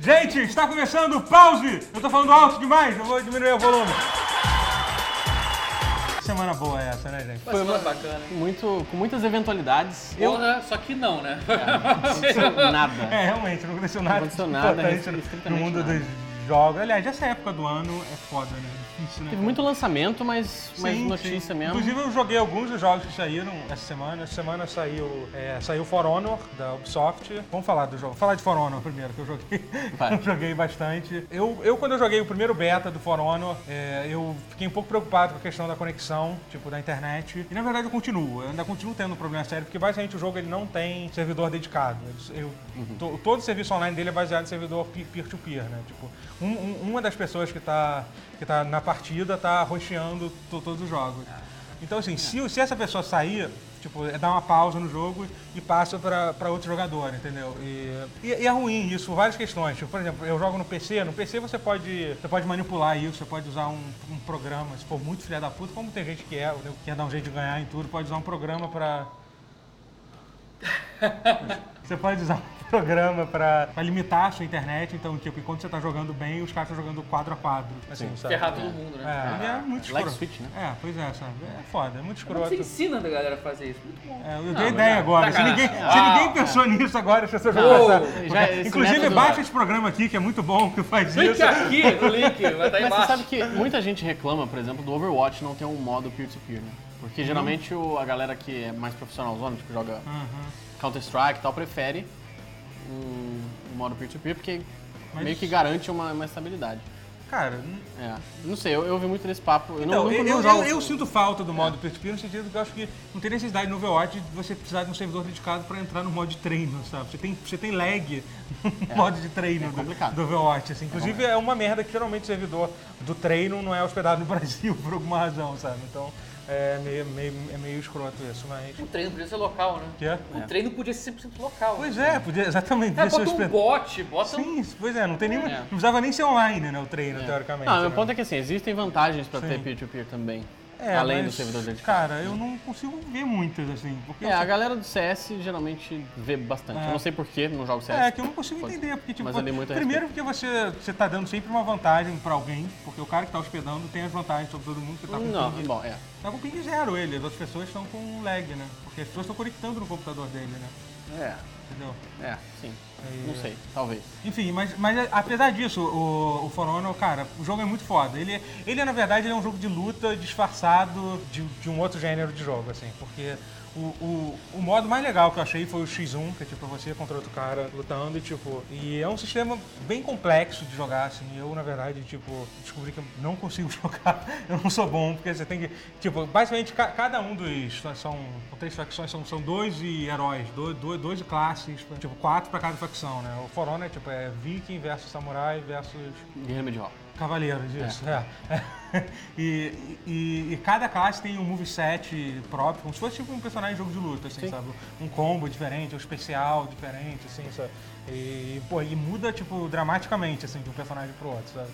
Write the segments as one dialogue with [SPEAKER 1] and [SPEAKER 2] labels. [SPEAKER 1] Gente, está começando, pause! Eu tô falando alto demais, eu vou diminuir o volume. Semana boa é essa, né, gente?
[SPEAKER 2] Foi uma bacana, hein?
[SPEAKER 3] Muito, com muitas eventualidades.
[SPEAKER 2] Porra, só que não, né?
[SPEAKER 3] Nada.
[SPEAKER 1] É, realmente, não aconteceu nada.
[SPEAKER 3] aconteceu nada, é
[SPEAKER 1] importante no
[SPEAKER 3] estritamente
[SPEAKER 1] mundo
[SPEAKER 3] nada.
[SPEAKER 1] dos jogos. Aliás, essa época do ano é foda, né? Difícil, né?
[SPEAKER 3] Teve
[SPEAKER 1] cara?
[SPEAKER 3] muito lançamento, mas, mas
[SPEAKER 1] Sim,
[SPEAKER 3] notícia
[SPEAKER 1] sim.
[SPEAKER 3] mesmo.
[SPEAKER 1] Inclusive eu joguei alguns dos jogos que saíram essa semana. Essa semana saiu, é, saiu For Honor da Ubisoft. Vamos falar do jogo. Vamos falar de For Honor primeiro, que eu joguei.
[SPEAKER 3] Vai.
[SPEAKER 1] eu joguei bastante. Eu, eu, quando eu joguei o primeiro beta do For Honor, é, eu fiquei um pouco preocupado com a questão da conexão, tipo, da internet. E na verdade eu continuo. Eu ainda continuo tendo um problema sério, porque basicamente o jogo ele não tem servidor dedicado. Eles- Eu, to- todo o serviço online dele é baseado em servidor pe- peer-to-peer, né? Tipo, um- um- uma das pessoas que tá, que tá na partida tá rocheando to- todos os jogos. Então, assim, se, o- se essa pessoa sair, tipo, é dar uma pausa no jogo e passa pra pra outro jogador, entendeu? E, e- e é ruim isso, por várias questões. Tipo, por exemplo, eu jogo no PC, no PC você pode, você pode manipular isso, você pode usar um, um programa, se for muito filha da puta, como tem gente que é, né, que quer dar um jeito de ganhar em tudo, pode usar um programa pra... Você pode usar um programa pra, pra limitar a sua internet, então, tipo, enquanto você tá jogando bem, os caras estão jogando quadro a quadro. Assim, sabe?
[SPEAKER 2] Ferrar todo mundo, né?
[SPEAKER 1] É, é muito escroto.
[SPEAKER 3] Like Switch, né?
[SPEAKER 1] É, pois é, sabe? É foda, é muito escroto.
[SPEAKER 2] Você ensina a galera a fazer isso. Muito bom.
[SPEAKER 1] É, eu dei ideia agora. Se ninguém, se
[SPEAKER 2] Ah,
[SPEAKER 1] ninguém pensou nisso agora, as pessoas
[SPEAKER 2] Não,
[SPEAKER 1] vão
[SPEAKER 2] já-
[SPEAKER 1] pensar. Porque-
[SPEAKER 3] é esse
[SPEAKER 1] Inclusive,
[SPEAKER 3] método- é.
[SPEAKER 1] baixa esse programa aqui, que é muito bom, que faz
[SPEAKER 2] Clique
[SPEAKER 1] isso.
[SPEAKER 2] aqui no link, vai estar
[SPEAKER 3] Mas você sabe
[SPEAKER 2] embaixo.
[SPEAKER 3] que muita gente reclama, por exemplo, do Overwatch não ter um modo peer-to-peer, né? Porque
[SPEAKER 1] Uhum.
[SPEAKER 3] geralmente o- a galera que é mais profissionalzona, tipo, joga
[SPEAKER 1] Uhum.
[SPEAKER 3] Counter-Strike e tal, prefere um, um modo peer-to-peer porque
[SPEAKER 1] Mas-
[SPEAKER 3] meio que garante uma, uma estabilidade.
[SPEAKER 1] Cara, n-
[SPEAKER 3] É. Não sei, eu, eu vi muito desse papo. Eu
[SPEAKER 1] então,
[SPEAKER 3] não, nunca
[SPEAKER 1] eu,
[SPEAKER 3] vi um
[SPEAKER 1] eu,
[SPEAKER 3] jogo-
[SPEAKER 1] eu- eu sinto falta do modo peer-to-peer no sentido que eu acho que não tem necessidade no Overwatch de você precisar de um servidor dedicado para entrar no modo de treino, sabe? Você tem, você tem lag no modo de treino
[SPEAKER 3] é
[SPEAKER 1] do,
[SPEAKER 3] complicado.
[SPEAKER 1] do Overwatch. assim. Inclusive, é uma merda que geralmente o servidor do treino não é hospedado no Brasil por alguma razão, sabe? Então, é meio, meio- é meio escroto isso, mas...
[SPEAKER 2] O treino podia ser local, né?
[SPEAKER 1] Que é?
[SPEAKER 2] O treino podia ser 100% local. né?
[SPEAKER 1] Pois é, podia, exatamente.
[SPEAKER 2] Cara,
[SPEAKER 1] podia ser
[SPEAKER 2] bota um
[SPEAKER 1] hospedado-
[SPEAKER 2] bot, bota um...
[SPEAKER 1] Sim, pois é, não tem nenhuma.
[SPEAKER 2] É.
[SPEAKER 1] Não precisava nem ser online, né? O treino, teoricamente.
[SPEAKER 3] É. Não, meu
[SPEAKER 1] né?
[SPEAKER 3] ponto é que assim, existem vantagens pra ter
[SPEAKER 1] Sim.
[SPEAKER 3] peer-to-peer também.
[SPEAKER 1] É,
[SPEAKER 3] além
[SPEAKER 1] mas,
[SPEAKER 3] do servidor dedicado.
[SPEAKER 1] Cara, eu não consigo ver muitas, assim. Porque
[SPEAKER 3] É, a galera do CS geralmente vê bastante.
[SPEAKER 1] É.
[SPEAKER 3] Eu não sei porquê, não jogo CS.
[SPEAKER 1] É, que eu não consigo
[SPEAKER 3] Então, Pode-
[SPEAKER 1] entender, porque tipo,
[SPEAKER 3] mas eu dei muito a
[SPEAKER 1] primeiro porque você, você tá dando sempre uma vantagem pra alguém, porque o cara que tá hospedando tem as vantagens sobre todo mundo que tá com
[SPEAKER 3] Não,
[SPEAKER 1] ping.
[SPEAKER 3] bom, é.
[SPEAKER 1] Tá com ping zero ele, as outras pessoas estão com lag, né? Porque as pessoas estão conectando no computador dele, né?
[SPEAKER 3] É,
[SPEAKER 1] Entendeu?
[SPEAKER 3] é, sim. Não sei, talvez.
[SPEAKER 1] Enfim, mas, mas apesar disso, o, o For Honor, cara, o jogo é muito foda. Ele, ele na verdade, ele é um jogo de luta disfarçado de, de um outro gênero de jogo, assim, porque o, o, o modo mais legal que eu achei foi o X1, que é tipo você contra outro cara lutando e tipo. E é um sistema bem complexo de jogar, assim. Eu, na verdade, tipo, descobri que eu não consigo jogar, eu não sou bom, porque você tem que. Tipo, basicamente ca- cada um dos. São, são três facções, são, são dois e heróis, dois, dois, dois classes, tipo, quatro pra cada facção, né? O For Honor, tipo, é Viking versus Samurai versus
[SPEAKER 3] Guerra medieval.
[SPEAKER 1] Cavaleiros, isso, é. e, e- e cada classe tem um moveset próprio, como se fosse tipo um personagem de jogo de luta, assim, sabe? Um combo diferente, um especial diferente, assim, sabe? E, pô, e muda, tipo, dramaticamente, assim, de um personagem pro outro, sabe?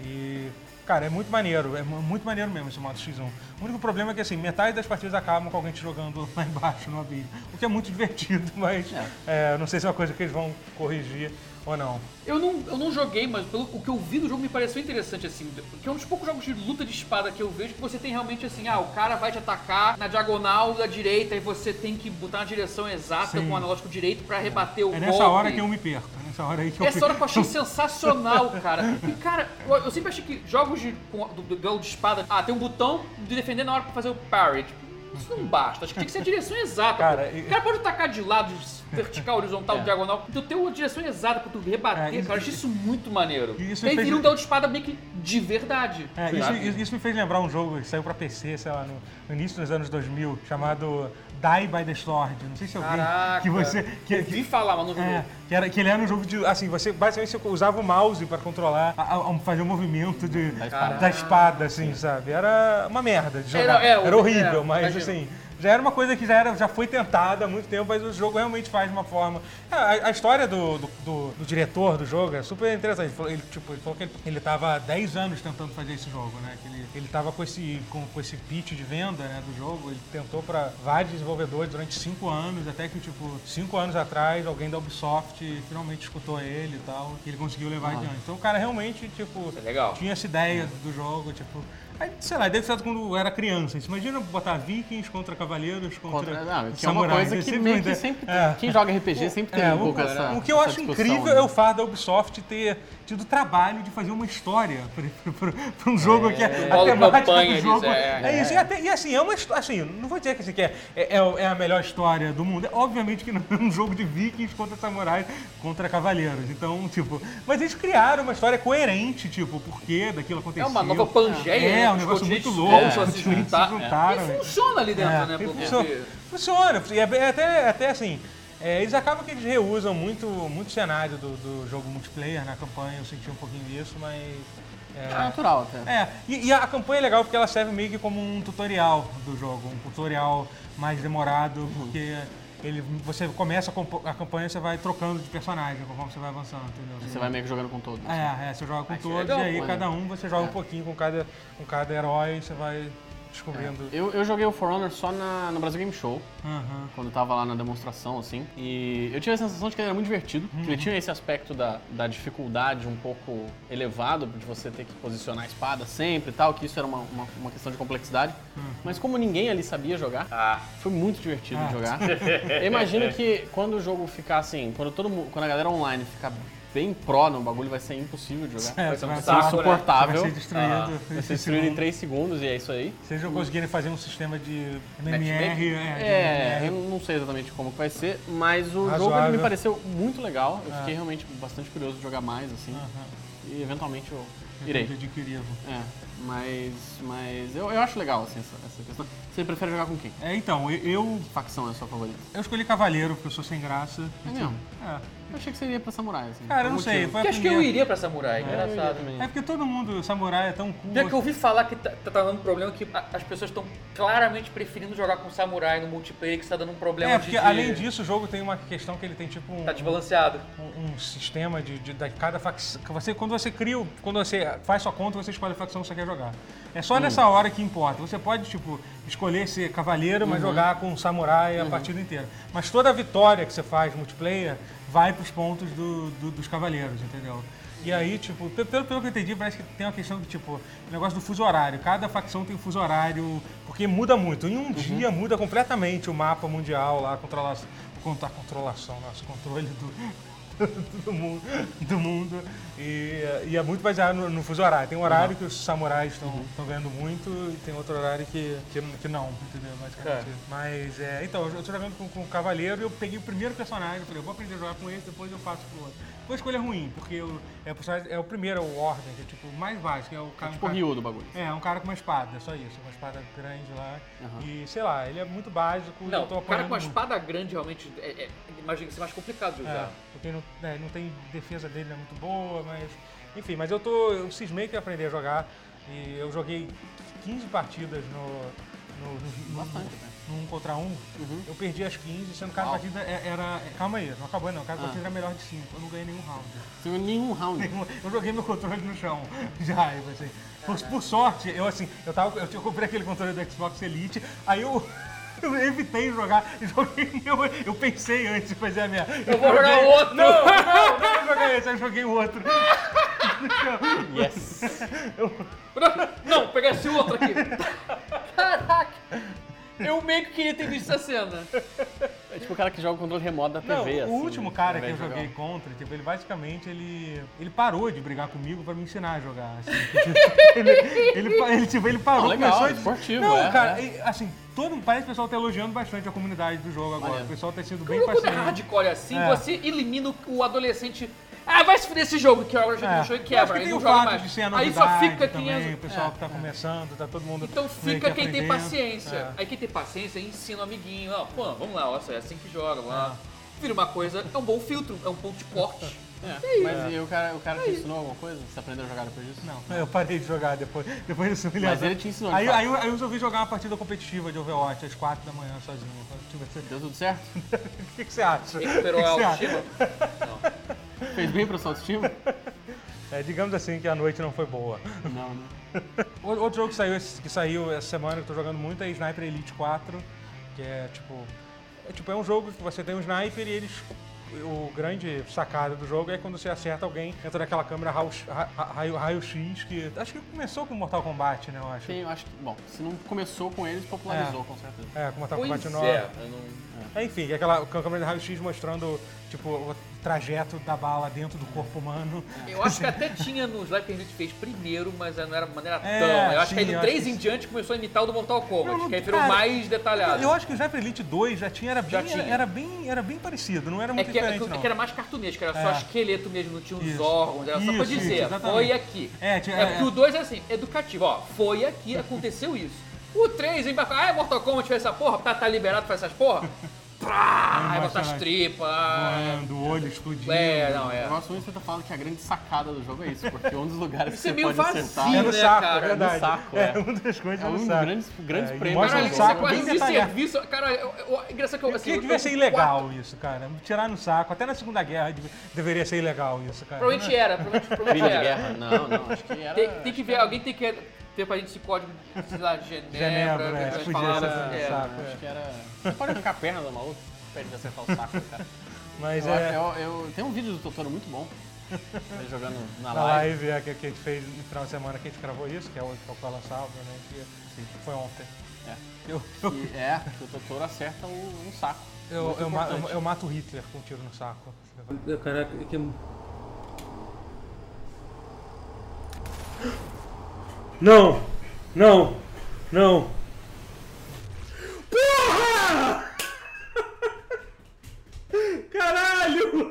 [SPEAKER 1] E, cara, é muito maneiro, é mu- muito maneiro mesmo esse modo X1. O único problema é que, assim, metade das partidas acabam com alguém te jogando lá embaixo, no abismo, o que é muito divertido, mas é, não sei se é uma coisa que eles vão corrigir ou não.
[SPEAKER 2] Eu não, eu não joguei, mas pelo o que eu vi do jogo me pareceu interessante, assim. Porque é um dos poucos jogos de luta de espada que eu vejo que você tem realmente, assim, ah, o cara vai te atacar na diagonal da direita e você tem que botar na direção exata
[SPEAKER 1] Sim.
[SPEAKER 2] com o analógico direito pra rebater o
[SPEAKER 1] É
[SPEAKER 2] golpe.
[SPEAKER 1] nessa hora que eu me perco. É nessa hora aí que eu
[SPEAKER 2] Essa
[SPEAKER 1] fico-
[SPEAKER 2] hora que eu achei sensacional, cara. E, cara, eu, eu sempre achei que jogos de, com, do, do duelo de espada. Ah, tem um botão de defender na hora pra fazer o parry. Tipo, Isso não basta. Acho que tinha que ser a direção exata.
[SPEAKER 1] Cara,
[SPEAKER 2] pô.
[SPEAKER 1] e-
[SPEAKER 2] O cara pode atacar de lado, de vertical, horizontal, diagonal. Então tem uma direção exata pra tu rebater,
[SPEAKER 1] É, isso-
[SPEAKER 2] cara. Eu achei isso muito maneiro.
[SPEAKER 1] E isso
[SPEAKER 2] e aí
[SPEAKER 1] fez-
[SPEAKER 2] vira um duelo de espada meio que de verdade.
[SPEAKER 1] É, isso,
[SPEAKER 2] sabe?
[SPEAKER 1] isso- isso me fez lembrar um jogo que saiu pra PC, sei lá, no, no início dos anos 2000, chamado Die by the Sword. Não sei se alguém...
[SPEAKER 2] Caraca.
[SPEAKER 1] Que você... Que,
[SPEAKER 2] Eu
[SPEAKER 1] que-
[SPEAKER 2] vi falar, mas não joguei.
[SPEAKER 1] é, que, era, que ele era um jogo de... Assim, você basicamente você usava o mouse pra controlar, a- a- fazer o movimento de, da, espada. assim, sabe? Era uma merda de jogar.
[SPEAKER 2] Era- é, o-
[SPEAKER 1] horrível,
[SPEAKER 2] é,
[SPEAKER 1] mas
[SPEAKER 2] imagino.
[SPEAKER 1] assim... já era uma coisa que já, era, já foi tentada há muito tempo, mas o jogo realmente faz de uma forma. É, A, a história do, do, do- do diretor do jogo é super interessante. Ele, falou- ele, tipo, ele falou que ele, ele tava há 10 anos tentando fazer esse jogo, né? Que ele, ele tava com esse, com, com esse pitch de venda né, do jogo, ele tentou para vários desenvolvedores durante 5 anos, até que, tipo, 5 anos atrás, alguém da Ubisoft finalmente escutou ele e tal, e ele conseguiu levar adiante. Então o cara realmente, tipo,
[SPEAKER 2] É legal.
[SPEAKER 1] tinha essa ideia do jogo, tipo. Aí, sei lá, deve ser quando era criança. Você imagina botar vikings contra cavaleiros contra.
[SPEAKER 3] Contra, não, que é uma
[SPEAKER 1] samurais.
[SPEAKER 3] coisa
[SPEAKER 1] Eu
[SPEAKER 3] que
[SPEAKER 1] né? sempre
[SPEAKER 3] meio
[SPEAKER 1] me
[SPEAKER 3] que
[SPEAKER 1] dei-
[SPEAKER 3] sempre
[SPEAKER 1] É.
[SPEAKER 3] Quem joga RPG sempre tem
[SPEAKER 1] É,
[SPEAKER 3] um
[SPEAKER 1] o,
[SPEAKER 3] pouco essa.
[SPEAKER 1] o que eu
[SPEAKER 3] essa
[SPEAKER 1] acho
[SPEAKER 3] discussão,
[SPEAKER 1] incrível
[SPEAKER 3] né?
[SPEAKER 1] é o fato da Ubisoft ter tido o trabalho de fazer uma história para um jogo que é, a
[SPEAKER 2] Paulo
[SPEAKER 1] temática
[SPEAKER 2] Campanha,
[SPEAKER 1] do jogo.
[SPEAKER 2] eles, é,
[SPEAKER 1] É, isso, e, até- e assim, é uma histó- assim, não vou dizer que assim, que é, é, é a melhor história do mundo. É, Obviamente que não é um jogo de vikings contra samurais, contra cavaleiros. Então, tipo, mas eles criaram uma história coerente, tipo, o porquê daquilo aconteceu.
[SPEAKER 2] É uma nova Pangeia,
[SPEAKER 1] É,
[SPEAKER 2] né?
[SPEAKER 1] um
[SPEAKER 2] Os
[SPEAKER 1] negócio muito louco.
[SPEAKER 2] continentes voltam a se
[SPEAKER 1] os continentes
[SPEAKER 2] juntar.
[SPEAKER 1] se juntaram.
[SPEAKER 2] E funciona ali dentro,
[SPEAKER 1] É,
[SPEAKER 2] né?
[SPEAKER 1] e
[SPEAKER 2] Porque-
[SPEAKER 1] funciona, funciona. E é bem- é até, até assim. é, eles acabam que eles reusam muito, muito cenário do, do jogo multiplayer na campanha, eu senti um pouquinho isso, mas.
[SPEAKER 3] É
[SPEAKER 1] É,
[SPEAKER 3] natural até.
[SPEAKER 1] é, e, e a campanha é legal porque ela serve meio que como um tutorial do jogo, um tutorial mais demorado, porque ele, você começa a, compo- a campanha e você vai trocando de personagem conforme você vai avançando, entendeu?
[SPEAKER 3] Você vai meio que jogando com todos.
[SPEAKER 1] É, é, você joga com
[SPEAKER 2] Acho
[SPEAKER 1] todos
[SPEAKER 2] legal,
[SPEAKER 1] e aí
[SPEAKER 3] né?
[SPEAKER 1] cada um você joga um pouquinho com cada, com cada herói, você vai descobrindo.
[SPEAKER 3] Eu, eu joguei o For Honor só na, no Brasil Game Show,
[SPEAKER 1] Aham.
[SPEAKER 3] quando eu tava lá na demonstração, assim. E eu tive a sensação de que ele era muito divertido,
[SPEAKER 1] Uhum.
[SPEAKER 3] que ele tinha esse aspecto da, da dificuldade um pouco elevado, de você ter que posicionar a espada sempre e tal, que isso era uma, uma, uma questão de complexidade.
[SPEAKER 1] Uhum.
[SPEAKER 3] Mas como ninguém ali sabia jogar,
[SPEAKER 2] Ah,
[SPEAKER 3] Foi muito divertido
[SPEAKER 1] Ah.
[SPEAKER 3] de jogar. Eu imagino que quando o jogo ficar assim, quando todo mu- quando a galera online ficar bem pró no bagulho, vai ser impossível de jogar.
[SPEAKER 1] É,
[SPEAKER 2] Vai
[SPEAKER 1] você
[SPEAKER 2] ser um
[SPEAKER 1] vai
[SPEAKER 3] Vai ser
[SPEAKER 2] saco, né?
[SPEAKER 3] insuportável.
[SPEAKER 1] Vai ser destruído.
[SPEAKER 2] Ah,
[SPEAKER 3] Vai ser destruído em 3 segundos e é isso aí.
[SPEAKER 1] Vocês não conseguirem fazer um sistema de MMR.
[SPEAKER 3] Matchmaking?
[SPEAKER 1] É,
[SPEAKER 3] É,
[SPEAKER 1] de
[SPEAKER 3] eu
[SPEAKER 1] MMR.
[SPEAKER 3] não sei exatamente como que vai ser, mas o
[SPEAKER 1] Razoável. É.
[SPEAKER 3] jogo ele me pareceu muito legal. Eu fiquei realmente bastante curioso de jogar mais, assim. E eventualmente eu
[SPEAKER 1] Eu
[SPEAKER 3] irei.
[SPEAKER 1] adquiria.
[SPEAKER 3] É, mas, mas eu, eu acho legal, assim, essa, essa questão. Você prefere jogar com quem?
[SPEAKER 1] É, então, eu- eu,
[SPEAKER 3] Que facção é a sua favorita?
[SPEAKER 1] eu escolhi Cavaleiro, porque eu sou sem graça.
[SPEAKER 3] É mesmo?
[SPEAKER 1] É.
[SPEAKER 3] Eu achei que você iria pra samurai, assim.
[SPEAKER 1] Cara,
[SPEAKER 3] por
[SPEAKER 1] eu não
[SPEAKER 3] motivo.
[SPEAKER 1] sei. Foi a
[SPEAKER 2] porque acho que eu
[SPEAKER 1] primeira.
[SPEAKER 2] iria pra Samurai, engraçado.
[SPEAKER 3] também.
[SPEAKER 1] É porque todo mundo, samurai, é tão cool.
[SPEAKER 2] Já que eu ouvi falar que tá, tá dando um problema que a- as pessoas estão claramente preferindo jogar com Samurai no multiplayer, que está dando um problema
[SPEAKER 1] É,
[SPEAKER 2] de-
[SPEAKER 1] porque
[SPEAKER 2] de-
[SPEAKER 1] além disso, o jogo tem uma questão que ele tem tipo um.
[SPEAKER 2] Tá desbalanceado.
[SPEAKER 1] um, um sistema de, de, da cada facção. que Você, quando você cria, o- quando você faz sua conta, você escolhe a facção que você quer jogar. É só nessa hora que importa. Você pode, tipo, escolher ser cavaleiro, mas jogar com um samurai a partida inteira. Mas toda a vitória que você faz multiplayer vai pros pontos do- do- dos cavaleiros, entendeu? E aí, tipo, pe- pelo, pelo que eu entendi, parece que tem uma questão que, tipo, o negócio do fuso horário. Cada facção tem um fuso horário, porque muda muito. Em um dia muda completamente o mapa mundial lá, controla, contra, controlação, nosso controle do, do mundo, do mundo. E, e é muito baseado no, no fuso horário. Tem um horário que os samurais estão ganhando muito e tem outro horário que, que, que não, entendeu? Basicamente. Mas, é, então, eu tô jogando com, com o Cavaleiro e eu peguei o primeiro personagem, falei, eu vou aprender a jogar com esse, depois eu passo pro outro. Foi uma escolha ruim, porque o, é, o personagem- é o primeiro, é o Ordem, que é tipo o mais básico, é o cara.
[SPEAKER 3] Tipo o Ryu do bagulho.
[SPEAKER 1] É, um cara com uma espada, só isso, uma espada grande lá. E sei lá, ele é muito básico. e
[SPEAKER 2] Não,
[SPEAKER 1] eu tô
[SPEAKER 2] o cara com uma
[SPEAKER 1] apanhando muito.
[SPEAKER 2] espada grande realmente é, é, imagina que ser mais complicado de
[SPEAKER 1] É,
[SPEAKER 2] usar.
[SPEAKER 1] porque não, né, não tem defesa dele, não é muito boa, mas. Enfim, mas eu tô. Eu cismei que ia aprender a jogar. E eu joguei 15 partidas no. no, no- no-
[SPEAKER 3] Bastante, né? Uhum.
[SPEAKER 1] no um contra um. Eu perdi as 15, sendo que cada
[SPEAKER 3] Uau. Ah.
[SPEAKER 1] partida é- era. Calma aí, não acabou não. Cada partida era melhor de 5. Eu não ganhei nenhum round.
[SPEAKER 3] Não teve nenhum round.
[SPEAKER 1] Nenhum- Eu joguei meu controle no chão. Já, eu assim. Por, por sorte, eu assim, eu tava. Eu, tinha- eu comprei aquele controle do Xbox Elite, aí eu. Eu evitei jogar, e joguei meu. Eu pensei antes de fazer a minha.
[SPEAKER 2] Eu vou jogar
[SPEAKER 1] joguei-
[SPEAKER 2] outro!
[SPEAKER 1] Não, não, não vou jogar esse, eu joguei o outro.
[SPEAKER 3] Yes.
[SPEAKER 2] Não, não, pegar esse outro aqui. Caraca! Eu meio que queria ter visto essa cena.
[SPEAKER 3] É tipo o cara que joga o controle remoto da TV,
[SPEAKER 1] Não,
[SPEAKER 3] assim.
[SPEAKER 1] o último cara
[SPEAKER 3] ao
[SPEAKER 1] que eu
[SPEAKER 3] invés de
[SPEAKER 1] joguei
[SPEAKER 3] jogar.
[SPEAKER 1] contra, tipo, ele basicamente ele, ele parou de brigar comigo pra me ensinar a jogar. assim. ele, ele, pa- ele, tipo, ele parou,
[SPEAKER 3] Não, Ah, legal,
[SPEAKER 1] começou a-
[SPEAKER 3] esportivo,
[SPEAKER 1] Não,
[SPEAKER 3] é,
[SPEAKER 1] cara,
[SPEAKER 3] é.
[SPEAKER 1] e, assim, todo parece que o pessoal tá elogiando bastante a comunidade do jogo agora.
[SPEAKER 3] Maneiro.
[SPEAKER 1] O pessoal tá sendo bem
[SPEAKER 2] Quando quando é
[SPEAKER 1] paciente.
[SPEAKER 2] hardcore assim,
[SPEAKER 1] É.
[SPEAKER 2] você elimina o adolescente. Ah, vai se fuder esse jogo, que agora já
[SPEAKER 1] É.
[SPEAKER 2] é. show
[SPEAKER 1] Eu
[SPEAKER 2] e
[SPEAKER 1] acho
[SPEAKER 2] quebra.
[SPEAKER 1] que
[SPEAKER 2] Aí
[SPEAKER 1] tem
[SPEAKER 2] não
[SPEAKER 1] o
[SPEAKER 2] joga
[SPEAKER 1] fato
[SPEAKER 2] mais.
[SPEAKER 1] de ser a
[SPEAKER 2] Aí
[SPEAKER 1] novidade
[SPEAKER 2] só fica quem.
[SPEAKER 1] também, o pessoal
[SPEAKER 3] é,
[SPEAKER 1] que tá começando, tá todo mundo
[SPEAKER 2] Então
[SPEAKER 1] meio
[SPEAKER 2] fica
[SPEAKER 1] que
[SPEAKER 2] quem tem
[SPEAKER 1] aprendendo.
[SPEAKER 2] paciência.
[SPEAKER 1] É.
[SPEAKER 2] Aí quem tem paciência ensina o amiguinho. Ó, pô, vamos lá, ó, é assim que joga, vamos lá. Vira uma coisa, é um bom filtro, é um é ponto de corte.
[SPEAKER 3] É, mas e o cara, o cara te ensinou alguma coisa? Você aprendeu a jogar depois disso?
[SPEAKER 1] Não, eu parei de jogar depois, depois disso.
[SPEAKER 3] Mas ele te ensinou, de
[SPEAKER 1] Aí,
[SPEAKER 3] fato.
[SPEAKER 1] aí, eu- aí eu resolvi jogar uma partida competitiva de Overwatch às 4 da manhã sozinho. Eu falei, "Tio, você-
[SPEAKER 3] Deu tudo certo?
[SPEAKER 1] O que, que você acha?
[SPEAKER 2] Recuperou
[SPEAKER 1] O que
[SPEAKER 2] a
[SPEAKER 1] que você
[SPEAKER 2] autoestima?
[SPEAKER 3] Fez bem pra sua autoestima?
[SPEAKER 1] acha? É, digamos assim que a noite não foi boa.
[SPEAKER 3] Não, né?
[SPEAKER 1] O- Outro jogo que saiu, esse- que saiu essa semana, que eu tô jogando muito, é Sniper Elite 4, que é tipo. É, tipo, é um jogo que você tem um sniper e eles. O grande sacada do jogo é quando você acerta alguém, entra naquela câmera raio- ra- ra- raio- raio-x, que acho que começou com Mortal Kombat, né? Eu acho.
[SPEAKER 3] Tem, eu acho que, bom, se não começou com eles, popularizou com certeza.
[SPEAKER 1] É, com Mortal
[SPEAKER 2] Pois
[SPEAKER 1] Kombat 9.
[SPEAKER 2] é, eu não...
[SPEAKER 1] É, enfim, é aquela câmera de raio-x mostrando, tipo, o trajeto da bala dentro do corpo humano.
[SPEAKER 2] Eu acho que até tinha no Sniper Elite fez primeiro, mas não era de maneira
[SPEAKER 1] É,
[SPEAKER 2] tão. Eu acho que aí
[SPEAKER 1] sim, eu
[SPEAKER 2] do 3
[SPEAKER 1] acho que
[SPEAKER 2] em diante começou a imitar o do Mortal Kombat,
[SPEAKER 1] Não,
[SPEAKER 2] que aí virou
[SPEAKER 1] cara,
[SPEAKER 2] mais detalhado.
[SPEAKER 1] Eu acho que o Sniper Elite 2 já tinha, era bem,
[SPEAKER 2] Já tinha.
[SPEAKER 1] Era, bem, era bem parecido, não era
[SPEAKER 2] É
[SPEAKER 1] muito
[SPEAKER 2] que, é
[SPEAKER 1] diferente,
[SPEAKER 2] que- é
[SPEAKER 1] não.
[SPEAKER 2] que era mais cartunesco, era só
[SPEAKER 1] É.
[SPEAKER 2] esqueleto mesmo, não tinha uns
[SPEAKER 1] Isso.
[SPEAKER 2] órgãos, era só pra
[SPEAKER 1] Isso, isso,
[SPEAKER 2] dizer,
[SPEAKER 1] exatamente.
[SPEAKER 2] foi aqui.
[SPEAKER 1] É, tinha-
[SPEAKER 2] porque
[SPEAKER 1] é.
[SPEAKER 2] o 2 é assim, educativo, ó, foi aqui, aconteceu isso. O 3, hein, ah, é Mortal Kombat, fez essa porra, tá, tá liberado, faz essas porra. Prá, aí bota as
[SPEAKER 1] emocionante.
[SPEAKER 2] tripas, ah,
[SPEAKER 1] Voando, o olho explodindo.
[SPEAKER 2] é, não,
[SPEAKER 3] Eu
[SPEAKER 2] é.
[SPEAKER 3] gosto muito de você tá falando que a grande sacada do jogo é isso, porque um dos lugares que
[SPEAKER 2] Isso é
[SPEAKER 3] você
[SPEAKER 2] meio
[SPEAKER 3] pode
[SPEAKER 2] vazio,
[SPEAKER 3] acertar
[SPEAKER 1] É
[SPEAKER 2] né?
[SPEAKER 1] no saco,
[SPEAKER 2] cara?
[SPEAKER 1] é verdade.
[SPEAKER 3] No saco, é.
[SPEAKER 1] é. uma das coisas
[SPEAKER 3] é
[SPEAKER 1] no
[SPEAKER 3] um dos
[SPEAKER 1] saco.
[SPEAKER 3] grandes, grandes
[SPEAKER 1] É, e
[SPEAKER 3] prêmios.
[SPEAKER 1] mostra
[SPEAKER 2] Caralho,
[SPEAKER 1] um
[SPEAKER 3] do
[SPEAKER 2] isso
[SPEAKER 3] jogo.
[SPEAKER 2] é
[SPEAKER 1] saco
[SPEAKER 2] quase
[SPEAKER 1] bem
[SPEAKER 2] de
[SPEAKER 1] detalhado.
[SPEAKER 2] serviço. Cara, eu- eu- é engraçado que eu,
[SPEAKER 1] Eu
[SPEAKER 2] assim,
[SPEAKER 1] queria que
[SPEAKER 2] eu-
[SPEAKER 1] devia ser
[SPEAKER 2] eu-
[SPEAKER 1] ilegal isso, cara. Tirar no saco. Até na Segunda Guerra de- deveria ser ilegal isso, cara.
[SPEAKER 2] Provavelmente era, provavelmente, provavelmente
[SPEAKER 3] Crime de
[SPEAKER 2] era.
[SPEAKER 3] guerra? Não, não, acho que era...
[SPEAKER 2] Tem, tem que ver, alguém tem que ter pra gente esse código, sei lá, de Genebra,
[SPEAKER 1] Genebra,
[SPEAKER 2] pra-
[SPEAKER 1] é,
[SPEAKER 2] pra
[SPEAKER 1] podia
[SPEAKER 2] falar,
[SPEAKER 1] ser,
[SPEAKER 2] é.
[SPEAKER 1] sabe?
[SPEAKER 3] Acho que era... Você pode arrancar a perna do maluco? Pede de acertar o saco, cara.
[SPEAKER 1] Mas
[SPEAKER 3] Eu,
[SPEAKER 1] é.
[SPEAKER 3] acho- eu- eu- tem um vídeo do Totoro muito bom. Ele Tá jogando na
[SPEAKER 1] Na
[SPEAKER 3] live.
[SPEAKER 1] live é, que, que a gente fez no final de semana que a gente gravou isso, que é o que é o Cola Salva, né? Que foi ontem.
[SPEAKER 3] É.
[SPEAKER 1] Eu,
[SPEAKER 3] E é, que o Totoro acerta o- um saco.
[SPEAKER 1] eu,
[SPEAKER 3] Muito
[SPEAKER 1] eu, ma- eu,
[SPEAKER 3] importante.
[SPEAKER 1] eu mato o Hitler com um tiro no saco.
[SPEAKER 4] Caraca, que é... Não! Não! Não! Porra! Caralho!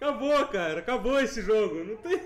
[SPEAKER 4] Acabou, cara. Acabou esse jogo. Não tem...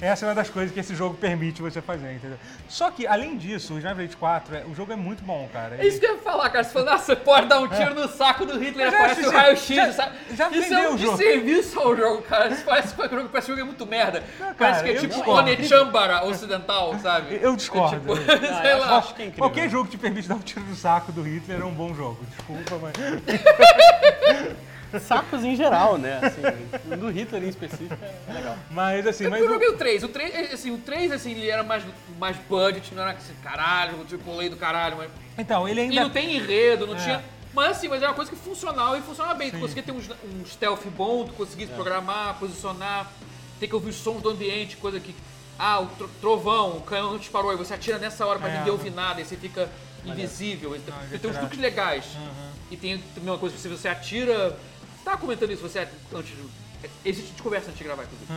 [SPEAKER 1] Essa é uma das coisas que esse jogo permite você fazer, entendeu? Só que, além disso, o Sniper Elite 4, é- o jogo é muito bom, cara.
[SPEAKER 2] É isso que eu ia falar, cara. Você falou, nossa, você pode dar um tiro no saco do Hitler,
[SPEAKER 1] É. Mas é,
[SPEAKER 2] aparece
[SPEAKER 1] assim,
[SPEAKER 2] o raio-x,
[SPEAKER 1] já-
[SPEAKER 2] sabe?
[SPEAKER 1] já
[SPEAKER 2] Isso é
[SPEAKER 1] vendeu
[SPEAKER 2] um
[SPEAKER 1] o jogo.
[SPEAKER 2] desserviço ao jogo, cara. Isso parece que o jogo parece que o jogo é muito merda. parece que é
[SPEAKER 1] eu
[SPEAKER 2] tipo
[SPEAKER 1] discordo.
[SPEAKER 2] Onechambara ocidental, sabe?
[SPEAKER 1] Eu discordo.
[SPEAKER 2] É tipo, sei lá.
[SPEAKER 3] Acho que é incrível.
[SPEAKER 1] Qualquer jogo que te permite dar um tiro no saco do Hitler é um bom jogo. Desculpa, mas.
[SPEAKER 3] Sacos em geral, né? Assim, do Hitler em específico é legal.
[SPEAKER 1] Mas assim, mas.
[SPEAKER 2] Eu
[SPEAKER 1] o-
[SPEAKER 2] joguei o 3. O 3, assim, o 3, assim, ele era mais, mais budget, não era assim, caralho, eu colei do caralho, mas
[SPEAKER 1] Então, ele
[SPEAKER 2] E não
[SPEAKER 1] ainda.
[SPEAKER 2] tem enredo, não
[SPEAKER 1] É.
[SPEAKER 2] tinha. Mas assim, mas era uma coisa que funcionava e funcionava bem. Tu conseguia ter um, um stealth bom, tu conseguia
[SPEAKER 1] É.
[SPEAKER 2] se programar, posicionar, ter que ouvir os sons do ambiente, coisa que. Ah, o tro- trovão, o canhão não disparou, e você atira nessa hora, mas
[SPEAKER 1] É.
[SPEAKER 2] ninguém ouve nada, e você fica invisível. Então,
[SPEAKER 1] Ah, Uhum.
[SPEAKER 2] tem uns
[SPEAKER 1] verdade.
[SPEAKER 2] truques legais. E tem também uma coisa que se você atira. Você tava comentando isso, você antes. do- Existe de conversa antes de gravar, inclusive.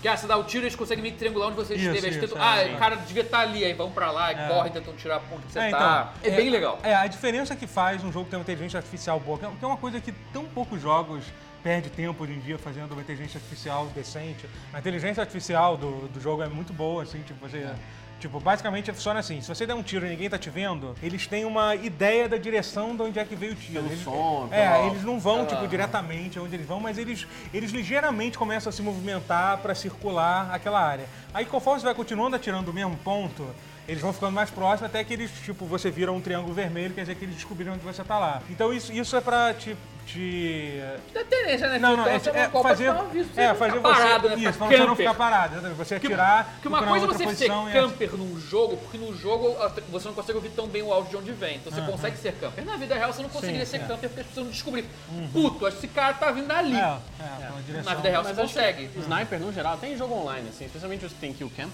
[SPEAKER 2] Que ah, você dá o tiro e eles conseguem meio que triangular onde você
[SPEAKER 1] Uhum. Isso,
[SPEAKER 2] esteve. Aí
[SPEAKER 1] isso,
[SPEAKER 2] eles tentam,
[SPEAKER 1] é,
[SPEAKER 2] ah,
[SPEAKER 1] sim.
[SPEAKER 2] o cara devia estar ali, aí vão pra lá e
[SPEAKER 1] É.
[SPEAKER 2] correm, tentam tirar a ponta que você
[SPEAKER 1] É,
[SPEAKER 2] tá.
[SPEAKER 1] então,
[SPEAKER 2] é bem legal.
[SPEAKER 1] É, a diferença que faz um jogo ter uma inteligência artificial boa, que é que é uma coisa que tão poucos jogos perde tempo hoje em dia fazendo uma inteligência artificial decente. A inteligência artificial do, do jogo é muito boa, assim, tipo, você.
[SPEAKER 2] É.
[SPEAKER 1] Tipo, basicamente funciona assim, se você der um tiro e ninguém tá te vendo, eles têm uma ideia da direção de onde é que veio o tiro.
[SPEAKER 3] Pelo
[SPEAKER 1] Eles-
[SPEAKER 3] som,
[SPEAKER 1] é,
[SPEAKER 3] pela-
[SPEAKER 1] eles não vão,
[SPEAKER 2] pela-
[SPEAKER 1] tipo, diretamente onde eles vão, mas eles, eles ligeiramente começam a se movimentar para circular aquela área. Aí conforme você vai continuando atirando do mesmo ponto, eles vão ficando mais próximos até que eles, tipo, você vira um triângulo vermelho, quer dizer que eles descobriram onde você tá lá. Então isso, isso é pra te. te-
[SPEAKER 2] Da tendência, né?
[SPEAKER 1] Não, não,
[SPEAKER 2] Então,
[SPEAKER 1] é,
[SPEAKER 2] você
[SPEAKER 1] é
[SPEAKER 2] não compra,
[SPEAKER 1] fazer,
[SPEAKER 2] você dá um aviso pra você
[SPEAKER 1] é
[SPEAKER 2] não
[SPEAKER 1] fazer
[SPEAKER 2] ficar
[SPEAKER 1] você,
[SPEAKER 2] parado, né?
[SPEAKER 1] isso,
[SPEAKER 2] Ficar
[SPEAKER 1] pra você não
[SPEAKER 2] camper.
[SPEAKER 1] ficar parado, exatamente. você atirar,
[SPEAKER 2] Porque uma
[SPEAKER 1] procurar
[SPEAKER 2] coisa é
[SPEAKER 1] outra
[SPEAKER 2] você
[SPEAKER 1] posição
[SPEAKER 2] ser
[SPEAKER 1] e essa-
[SPEAKER 2] camper num jogo, porque no jogo a- você não consegue ouvir tão bem o áudio de onde vem. Então você consegue ser camper. Na vida real você não conseguiria
[SPEAKER 1] Sim,
[SPEAKER 2] ser
[SPEAKER 1] é. Uhum.
[SPEAKER 2] camper porque as pessoas não descobriram. Puto, acho que esse cara tá vindo dali.
[SPEAKER 1] É, é, uma direção.
[SPEAKER 2] Na vida real você
[SPEAKER 3] acho
[SPEAKER 2] consegue.
[SPEAKER 3] que Sniper, no geral, até em jogo online, assim, especialmente os que tem kill cam.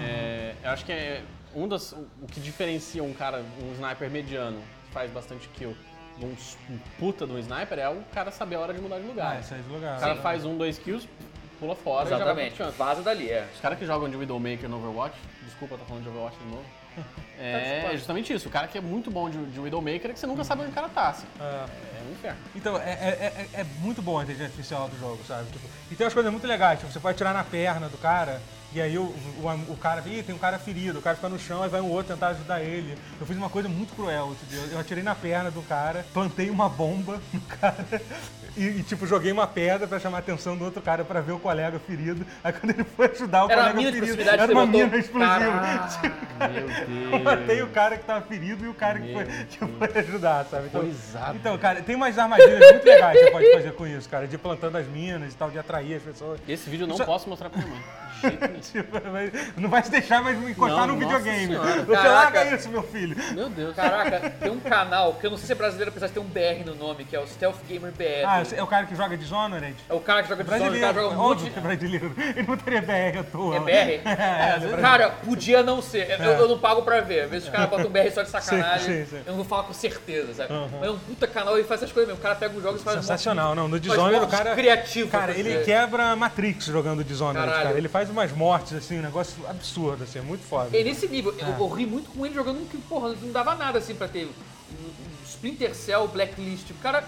[SPEAKER 3] é, eu acho que é um das, o que diferencia um cara, um sniper mediano, que faz bastante kill, de um, s- um puta de um sniper, é o cara saber a hora de mudar de lugar.
[SPEAKER 1] Ah, sai do lugar.
[SPEAKER 3] o cara faz um, dois kills, pula fora e já vai pro
[SPEAKER 2] Exatamente.
[SPEAKER 3] outro canto.
[SPEAKER 2] Vaza dali, é.
[SPEAKER 3] Os caras que jogam de Widowmaker no Overwatch, desculpa, eu tô tá falando de Overwatch de novo. É justamente isso. O cara que é muito bom de, de Widowmaker é que você nunca sabe onde o cara tá. assim. É um inferno.
[SPEAKER 1] Então, é, é- é- é muito bom a inteligência artificial do jogo, sabe? Tipo, e tem umas coisas muito legais, tipo, você pode tirar na perna do cara, e aí o, o, o cara, ih, tem um cara ferido, o cara fica no chão, aí vai um outro tentar ajudar ele. Eu fiz uma coisa muito cruel, outro dia. eu atirei na perna do cara, plantei uma bomba no cara, e, e, tipo, joguei uma pedra pra chamar a atenção do outro cara pra ver o colega ferido. Aí quando ele foi ajudar o
[SPEAKER 2] Era uma
[SPEAKER 1] colega
[SPEAKER 2] mina de
[SPEAKER 1] ferido,
[SPEAKER 2] proximidade
[SPEAKER 1] era
[SPEAKER 2] que
[SPEAKER 1] uma
[SPEAKER 2] você botou?
[SPEAKER 1] mina explosiva.
[SPEAKER 2] Caraca.
[SPEAKER 3] Meu
[SPEAKER 1] Eu matei o
[SPEAKER 3] Deus.
[SPEAKER 1] cara que tava ferido e o cara que foi, que foi ajudar, sabe? Então,
[SPEAKER 3] Coisado.
[SPEAKER 1] então, cara, tem umas armadilhas muito legais que você pode fazer com isso, cara. De ir plantando as minas e tal, de atrair as pessoas.
[SPEAKER 3] Esse vídeo eu não
[SPEAKER 1] Isso-
[SPEAKER 3] posso mostrar pra minha mãe. De jeito nenhum.
[SPEAKER 1] Tipo, mas não vai se deixar mais me encostar
[SPEAKER 3] Não,
[SPEAKER 1] no
[SPEAKER 3] nossa
[SPEAKER 1] videogame.
[SPEAKER 3] senhora.
[SPEAKER 1] Você
[SPEAKER 2] Caraca.
[SPEAKER 1] larga isso, meu filho.
[SPEAKER 3] Meu Deus.
[SPEAKER 2] Caraca, tem um canal, que eu não sei se é brasileiro, apesar de ter um BR no nome, que é o Stealth Gamer BR.
[SPEAKER 1] Ah, é o cara que joga Dishonored?
[SPEAKER 2] É o cara que joga Dishonored, o cara
[SPEAKER 1] Brasileiro,
[SPEAKER 2] joga um
[SPEAKER 1] óbvio
[SPEAKER 2] monte...
[SPEAKER 1] que é brasileiro. Ele não né? teria BR à toa.
[SPEAKER 2] É BR? Cara, podia não ser. Eu, eu não pago pra ver. Às vezes os caras botam um BR só de sacanagem.
[SPEAKER 1] Sim, sim, sim.
[SPEAKER 2] Eu não vou falar com certeza, sabe? Mas é um puta canal e faz essas coisas mesmo. O cara pega os jogos e faz um monte de-
[SPEAKER 1] Sensacional, não. No
[SPEAKER 2] faz
[SPEAKER 1] Dishonored o
[SPEAKER 2] montes
[SPEAKER 1] cara.
[SPEAKER 2] criativo.
[SPEAKER 1] Cara,
[SPEAKER 2] pra
[SPEAKER 1] ele
[SPEAKER 2] fazer.
[SPEAKER 1] quebra Matrix jogando Dishonored,
[SPEAKER 2] Caralho.
[SPEAKER 1] cara. Ele faz umas mortes, assim, um negócio absurdo, assim, é muito foda.
[SPEAKER 2] É nesse nível.
[SPEAKER 1] Ah.
[SPEAKER 2] Eu, eu ri muito com ele jogando um que, porra, não dava nada assim pra ter um- um Splinter Cell, Blacklist. O cara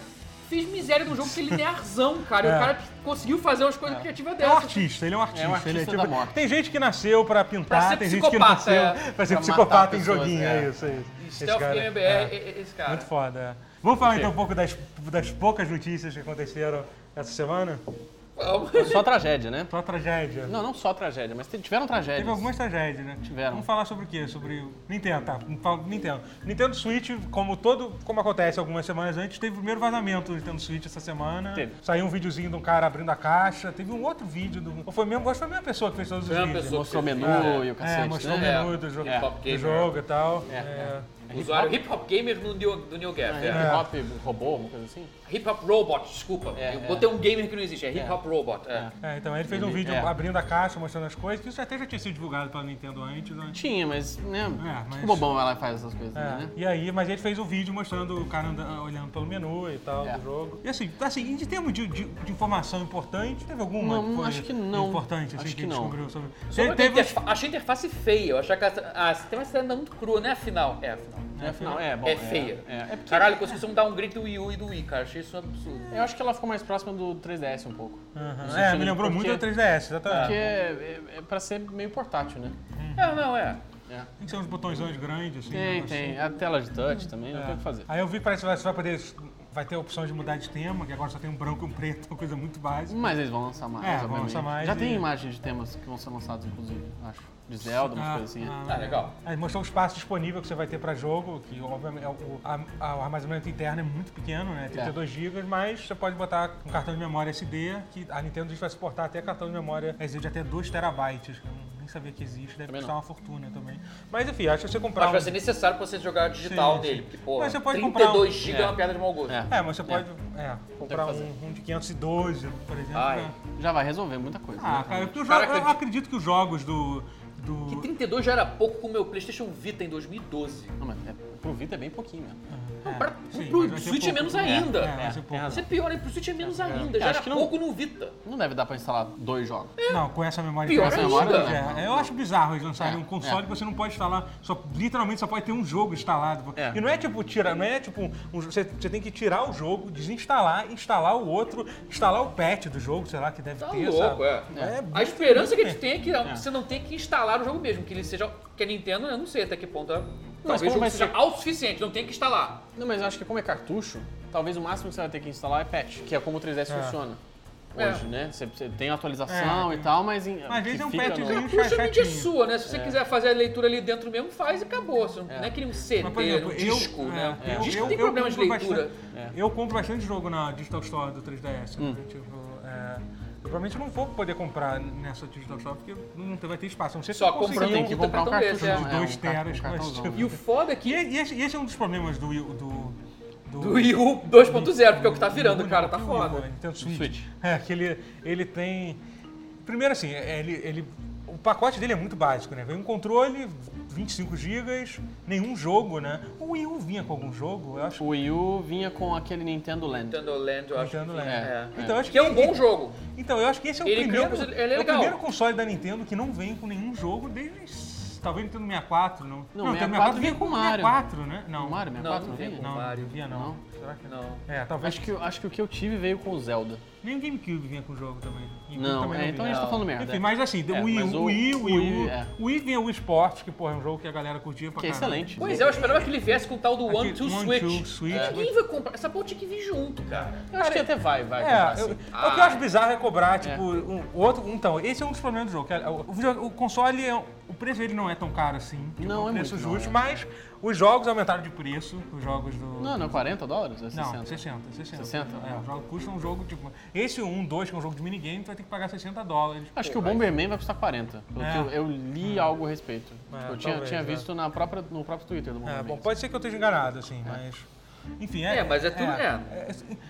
[SPEAKER 2] fez miséria no jogo que ele linearzão, cara. E
[SPEAKER 1] É.
[SPEAKER 2] o cara conseguiu fazer umas coisas criativas
[SPEAKER 1] É um
[SPEAKER 2] dessas.
[SPEAKER 1] artista, ele é um artista.
[SPEAKER 3] É um artista
[SPEAKER 1] ele
[SPEAKER 3] da morte.
[SPEAKER 1] Tem gente que nasceu pra pintar,
[SPEAKER 2] Pra ser
[SPEAKER 1] tem gente que
[SPEAKER 2] psicopata,
[SPEAKER 1] nasceu
[SPEAKER 2] é.
[SPEAKER 1] pra ser
[SPEAKER 3] Pra
[SPEAKER 1] psicopata
[SPEAKER 3] matar
[SPEAKER 1] em
[SPEAKER 3] pessoas,
[SPEAKER 1] joguinho.
[SPEAKER 3] é.
[SPEAKER 1] É isso, é isso. Esse
[SPEAKER 2] Stealth
[SPEAKER 1] cara-
[SPEAKER 2] Gamer BR,
[SPEAKER 1] é,
[SPEAKER 2] é- é esse cara.
[SPEAKER 1] Muito foda. é. Vamos falar então
[SPEAKER 3] Ok.
[SPEAKER 1] um pouco das, das poucas notícias que aconteceram essa semana?
[SPEAKER 2] Vamos.
[SPEAKER 3] Só tragédia, né?
[SPEAKER 1] Só tragédia.
[SPEAKER 3] Não, não só tragédia, mas te- tiveram tragédias.
[SPEAKER 1] Teve algumas tragédias, né?
[SPEAKER 3] Tiveram.
[SPEAKER 1] Vamos falar sobre o quê? Sobre o Nintendo, tá? Vamos falar do Nintendo. Nintendo Switch, como todo, como acontece algumas semanas antes, teve o primeiro vazamento do Nintendo Switch essa semana.
[SPEAKER 3] Teve.
[SPEAKER 1] Saiu um videozinho de um cara abrindo a caixa. Teve um outro vídeo do. Ou foi mesmo? Acho que foi a mesma pessoa que fez todos os
[SPEAKER 2] Mesma
[SPEAKER 1] vídeos.
[SPEAKER 2] pessoa.
[SPEAKER 3] Mostrou menu
[SPEAKER 1] É,
[SPEAKER 3] e o cacete,
[SPEAKER 1] é, mostrou o
[SPEAKER 3] né?
[SPEAKER 1] menu
[SPEAKER 2] É.
[SPEAKER 1] do jogo,
[SPEAKER 3] É.
[SPEAKER 1] do
[SPEAKER 2] Pop Gamer.
[SPEAKER 1] jogo e tal.
[SPEAKER 3] É.
[SPEAKER 1] É.
[SPEAKER 2] Usuário Hip Hop Gamer no New, do New Gap.
[SPEAKER 3] É.
[SPEAKER 2] é.
[SPEAKER 3] Hip hop, robô, alguma coisa assim?
[SPEAKER 2] Hip Hop Robot, desculpa.
[SPEAKER 3] É,
[SPEAKER 2] eu
[SPEAKER 3] é.
[SPEAKER 2] botei um gamer que não existe, é Hip Hop Robot. É.
[SPEAKER 1] É, então ele fez um
[SPEAKER 3] Ele-
[SPEAKER 1] vídeo
[SPEAKER 3] é.
[SPEAKER 1] abrindo a caixa, mostrando as coisas, que isso até já tinha sido divulgado pela Nintendo antes, né?
[SPEAKER 3] Tinha, mas, né?
[SPEAKER 1] mas-
[SPEAKER 3] Que bobão ela faz essas coisas,
[SPEAKER 1] É,
[SPEAKER 3] né?
[SPEAKER 1] E aí, mas ele fez um vídeo mostrando o cara andando, olhando pelo menu e tal
[SPEAKER 3] É.
[SPEAKER 1] do jogo. E assim, assim em termos de, de- de informação importante, teve alguma?
[SPEAKER 3] Não,
[SPEAKER 1] foi
[SPEAKER 3] acho que não.
[SPEAKER 1] Importante, assim,
[SPEAKER 3] Acho que
[SPEAKER 1] a gente
[SPEAKER 3] não.
[SPEAKER 1] descobriu sobre.
[SPEAKER 2] Sobre
[SPEAKER 1] ele
[SPEAKER 2] a interfa-
[SPEAKER 1] teve.
[SPEAKER 2] Achei a interface feia. Eu achei que ah, a, a interface ainda muito crua, né? Afinal, é afinal.
[SPEAKER 3] É, afinal, é, bom,
[SPEAKER 2] é feia.
[SPEAKER 3] É, é porque
[SPEAKER 2] Caralho, conseguiu um downgrade do Wii U e do Wii, cara. Achei isso um absurdo.
[SPEAKER 3] eu acho que ela ficou mais próxima do 3DS um pouco.
[SPEAKER 1] Aham, É, me lembrou muito
[SPEAKER 3] Porque-
[SPEAKER 1] do 3DS,
[SPEAKER 3] Porque
[SPEAKER 1] exatamente.
[SPEAKER 3] é, é, é pra ser meio portátil, né?
[SPEAKER 1] Hum.
[SPEAKER 2] É, não, é.
[SPEAKER 3] É.
[SPEAKER 1] Tem que ser uns botõesões grandes, assim. um
[SPEAKER 3] Tem,
[SPEAKER 1] negócio
[SPEAKER 3] tem. A tela de touch também, não tem o que fazer.
[SPEAKER 1] Aí eu vi que parece que vai- você vai poder. Vai ter a opção de mudar de tema, que agora só tem um branco e um preto, uma coisa muito básica.
[SPEAKER 3] Mas eles vão lançar mais,
[SPEAKER 1] É, vão
[SPEAKER 3] obviamente.
[SPEAKER 1] lançar mais
[SPEAKER 3] Já
[SPEAKER 1] e-
[SPEAKER 3] tem imagem de temas que vão ser lançados, inclusive, acho. De Zelda, umas
[SPEAKER 1] Ah,
[SPEAKER 3] coisas assim.
[SPEAKER 1] ah,
[SPEAKER 2] Tá legal.
[SPEAKER 1] Aí mostrou o espaço disponível que você vai ter para jogo, que obviamente é o, o- a- a- o armazenamento interno é muito pequeno, né? 32 GB, mas você pode botar um cartão de memória SD, que a Nintendo diz que vai suportar até cartão de memória SD de até 2 terabytes. que Eu nem sabia que existe, deve
[SPEAKER 3] Também
[SPEAKER 1] custar uma fortuna também. Mas enfim, acho que você comprar.
[SPEAKER 2] Acho que vai
[SPEAKER 1] um-
[SPEAKER 2] ser necessário pra você jogar digital
[SPEAKER 1] Sim, sim.
[SPEAKER 2] nele, porque, porra,
[SPEAKER 1] Mas você pode
[SPEAKER 2] 32
[SPEAKER 1] comprar um-
[SPEAKER 2] GB é.
[SPEAKER 3] É.
[SPEAKER 2] uma piada de mau gosto.
[SPEAKER 3] É.
[SPEAKER 1] É, mas você pode é, comprar
[SPEAKER 3] fazer.
[SPEAKER 1] um, um de 512, por exemplo.
[SPEAKER 2] Ai.
[SPEAKER 1] né?
[SPEAKER 3] Já vai resolver muita coisa.
[SPEAKER 1] Ah,
[SPEAKER 3] né?
[SPEAKER 1] cara, porque os
[SPEAKER 2] Caraca,
[SPEAKER 1] jogos- eu
[SPEAKER 2] de-
[SPEAKER 1] acredito que os jogos do. do...
[SPEAKER 2] Que 32 já era pouco com o meu PlayStation Vita em 2012.
[SPEAKER 3] Não, mas é, pro Vita é bem pouquinho mesmo.
[SPEAKER 2] Não, pra,
[SPEAKER 1] sim,
[SPEAKER 2] pro
[SPEAKER 1] mas vai ser
[SPEAKER 2] Switch é
[SPEAKER 1] pouco.
[SPEAKER 2] menos
[SPEAKER 1] É,
[SPEAKER 2] ainda.
[SPEAKER 1] é, vai ser
[SPEAKER 3] tem
[SPEAKER 1] pouco.
[SPEAKER 3] razão.
[SPEAKER 2] Isso é pior, né? Pro Switch é menos ainda. Já
[SPEAKER 3] Acho
[SPEAKER 2] era
[SPEAKER 3] que não-
[SPEAKER 2] pouco no Vita.
[SPEAKER 3] Não deve dar pra instalar dois jogos.
[SPEAKER 1] Não, com É essa memória
[SPEAKER 2] Pior
[SPEAKER 1] interna,
[SPEAKER 2] ainda. né?
[SPEAKER 1] não pode. É, eu acho bizarro eles lançarem
[SPEAKER 3] É,
[SPEAKER 1] um console
[SPEAKER 3] é.
[SPEAKER 1] que você não pode instalar, só, literalmente só pode ter um jogo instalado.
[SPEAKER 3] É.
[SPEAKER 1] E não é tipo tirar, não é tipo um- um- você, você tem que tirar o jogo, desinstalar, instalar o outro, instalar o patch do jogo, sei lá que deve
[SPEAKER 2] Tá
[SPEAKER 1] ter.
[SPEAKER 2] louco,
[SPEAKER 1] sabe?
[SPEAKER 2] é. A esperança que a gente tem é que você não tenha que instalar o jogo mesmo, que ele seja. Que a Nintendo, né, eu não sei até que ponto. é. Talvez o
[SPEAKER 3] como
[SPEAKER 2] jogo
[SPEAKER 3] vai
[SPEAKER 2] seja
[SPEAKER 3] ser?
[SPEAKER 2] autossuficiente, não tem que instalar.
[SPEAKER 3] Não, mas eu acho que como é cartucho, talvez o máximo que você vai ter que instalar é patch, que é como o 3DS funciona.
[SPEAKER 2] É.
[SPEAKER 3] Hoje, né? Você, você tem atualização e tal, mas... Em,
[SPEAKER 1] É. Mas às
[SPEAKER 3] que
[SPEAKER 1] vezes é um
[SPEAKER 3] fica
[SPEAKER 1] patchzinho.
[SPEAKER 3] no-
[SPEAKER 1] Sim,
[SPEAKER 2] Puxa, a mídia é
[SPEAKER 1] chatinho.
[SPEAKER 2] sua, né? Se você quiser fazer a leitura ali dentro mesmo, faz e acabou. Você não, não é que nem um CD,
[SPEAKER 1] Mas, por exemplo,
[SPEAKER 2] um
[SPEAKER 1] eu,
[SPEAKER 2] disco,
[SPEAKER 1] é,
[SPEAKER 2] né? É.
[SPEAKER 1] eu-
[SPEAKER 2] disco
[SPEAKER 1] eu-
[SPEAKER 2] tem
[SPEAKER 1] eu
[SPEAKER 2] problema de
[SPEAKER 1] compro
[SPEAKER 2] leitura.
[SPEAKER 1] bastante- Eu compro bastante jogo na Digital Store do 3DS.
[SPEAKER 2] Hum.
[SPEAKER 1] né? Tipo, é, eu provavelmente não vou poder comprar nessa Digital Store porque não vai ter espaço. Não sei se
[SPEAKER 2] Só
[SPEAKER 1] eu consigo
[SPEAKER 2] comprando
[SPEAKER 3] Tem
[SPEAKER 2] um
[SPEAKER 3] que
[SPEAKER 2] puta
[SPEAKER 3] comprar um
[SPEAKER 2] cartão
[SPEAKER 3] cartucho.
[SPEAKER 2] desse,
[SPEAKER 1] de
[SPEAKER 3] né? É, um
[SPEAKER 1] 2
[SPEAKER 3] cartão-
[SPEAKER 1] teras.
[SPEAKER 3] um
[SPEAKER 1] mas,
[SPEAKER 3] cartãozão,
[SPEAKER 1] tipo,
[SPEAKER 2] E o foda é que
[SPEAKER 1] e, e esse, e esse é um dos problemas do. do, do-
[SPEAKER 2] do Wii U 2.0, porque é o que tá virando,
[SPEAKER 1] Não,
[SPEAKER 2] cara, tá
[SPEAKER 1] que o Wii U,
[SPEAKER 2] foda.
[SPEAKER 1] né? Nintendo Switch.
[SPEAKER 3] Switch.
[SPEAKER 1] É, que ele, ele tem. Primeiro, assim, ele, ele- o pacote dele é muito básico, né? Vem um controle, 25 GB, nenhum jogo, né? O Wii U vinha com algum jogo, eu acho.
[SPEAKER 3] O Wii U vinha com aquele Nintendo Land.
[SPEAKER 2] Nintendo Land, eu acho.
[SPEAKER 1] Nintendo
[SPEAKER 2] que-
[SPEAKER 1] Land.
[SPEAKER 2] É.
[SPEAKER 1] Então, eu acho
[SPEAKER 2] Que é um bom jogo.
[SPEAKER 1] Então, eu acho que esse é o
[SPEAKER 2] Ele
[SPEAKER 1] primeiro.
[SPEAKER 2] criou um console- ele
[SPEAKER 1] é
[SPEAKER 2] é
[SPEAKER 1] o
[SPEAKER 2] legal.
[SPEAKER 1] primeiro console da Nintendo que não vem com nenhum jogo desde. Talvez Nintendo 64, não.
[SPEAKER 3] Não,
[SPEAKER 1] Nintendo vinha
[SPEAKER 3] 64 vinha
[SPEAKER 1] com
[SPEAKER 3] com
[SPEAKER 1] o
[SPEAKER 3] Mario.
[SPEAKER 1] 64, né? Não.
[SPEAKER 3] O Mario
[SPEAKER 2] Não,
[SPEAKER 3] 64
[SPEAKER 2] não
[SPEAKER 3] não
[SPEAKER 2] tem
[SPEAKER 3] veio?
[SPEAKER 2] como.
[SPEAKER 1] Não,
[SPEAKER 2] Mario.
[SPEAKER 1] não vinha não. Será que
[SPEAKER 2] Não.
[SPEAKER 1] É, talvez.
[SPEAKER 3] Acho que, acho que o que eu tive veio com o Zelda.
[SPEAKER 1] Nem o GameCube vinha com o jogo também. GameCube
[SPEAKER 3] Não,
[SPEAKER 1] também
[SPEAKER 3] é,
[SPEAKER 1] vinha.
[SPEAKER 3] então a gente tá
[SPEAKER 2] Não.
[SPEAKER 3] falando merda.
[SPEAKER 1] Enfim, mas assim,
[SPEAKER 3] É,
[SPEAKER 1] o Wii,
[SPEAKER 3] mas
[SPEAKER 1] o
[SPEAKER 3] o-
[SPEAKER 1] Wii, o
[SPEAKER 3] o
[SPEAKER 1] Wii,
[SPEAKER 3] Wii,
[SPEAKER 1] U-
[SPEAKER 3] é.
[SPEAKER 1] o Wii vinha o Wii Sports, que porra, é um jogo que a galera curtia pra
[SPEAKER 3] Que é
[SPEAKER 1] caramba.
[SPEAKER 3] excelente.
[SPEAKER 2] Pois é, eu esperava que ele viesse com o tal do
[SPEAKER 1] Aqui,
[SPEAKER 2] One Two
[SPEAKER 1] One,
[SPEAKER 2] Switch.
[SPEAKER 1] Two, Switch.
[SPEAKER 2] É. Ninguém vai comprar. Essa porra tinha que vir junto, cara.
[SPEAKER 3] Eu acho que até vai, vai. comprar,
[SPEAKER 1] É, eu-
[SPEAKER 3] sim.
[SPEAKER 1] é o que eu acho bizarro é cobrar, tipo, um, o outro. Então, esse é um dos problemas do jogo. que é- o, video- o console, é- o preço dele não é tão caro assim. Tipo,
[SPEAKER 3] Não,
[SPEAKER 1] um
[SPEAKER 3] é
[SPEAKER 1] preço
[SPEAKER 3] muito, não,
[SPEAKER 1] justo,
[SPEAKER 3] é.
[SPEAKER 1] mas os jogos aumentaram de preço. Os jogos do.
[SPEAKER 3] Não, não, 40 dólares? É 60.
[SPEAKER 1] Não, 60, 60.
[SPEAKER 3] 60?
[SPEAKER 1] É, o jogo custa um jogo, tipo. Esse 1, 2, que é um jogo de minigame, tu vai ter que pagar 60 dólares.
[SPEAKER 3] Acho que o Bomberman vai custar 40. Pelo
[SPEAKER 1] É.
[SPEAKER 3] que eu, eu li algo a respeito. Tipo, eu tinha,
[SPEAKER 1] talvez,
[SPEAKER 3] tinha
[SPEAKER 1] é.
[SPEAKER 3] visto na própria, no próprio Twitter do
[SPEAKER 1] É,
[SPEAKER 3] Bomberman.
[SPEAKER 1] bom, pode ser que eu esteja enganado, assim, mas. Enfim, é.
[SPEAKER 2] É, mas é tudo- é.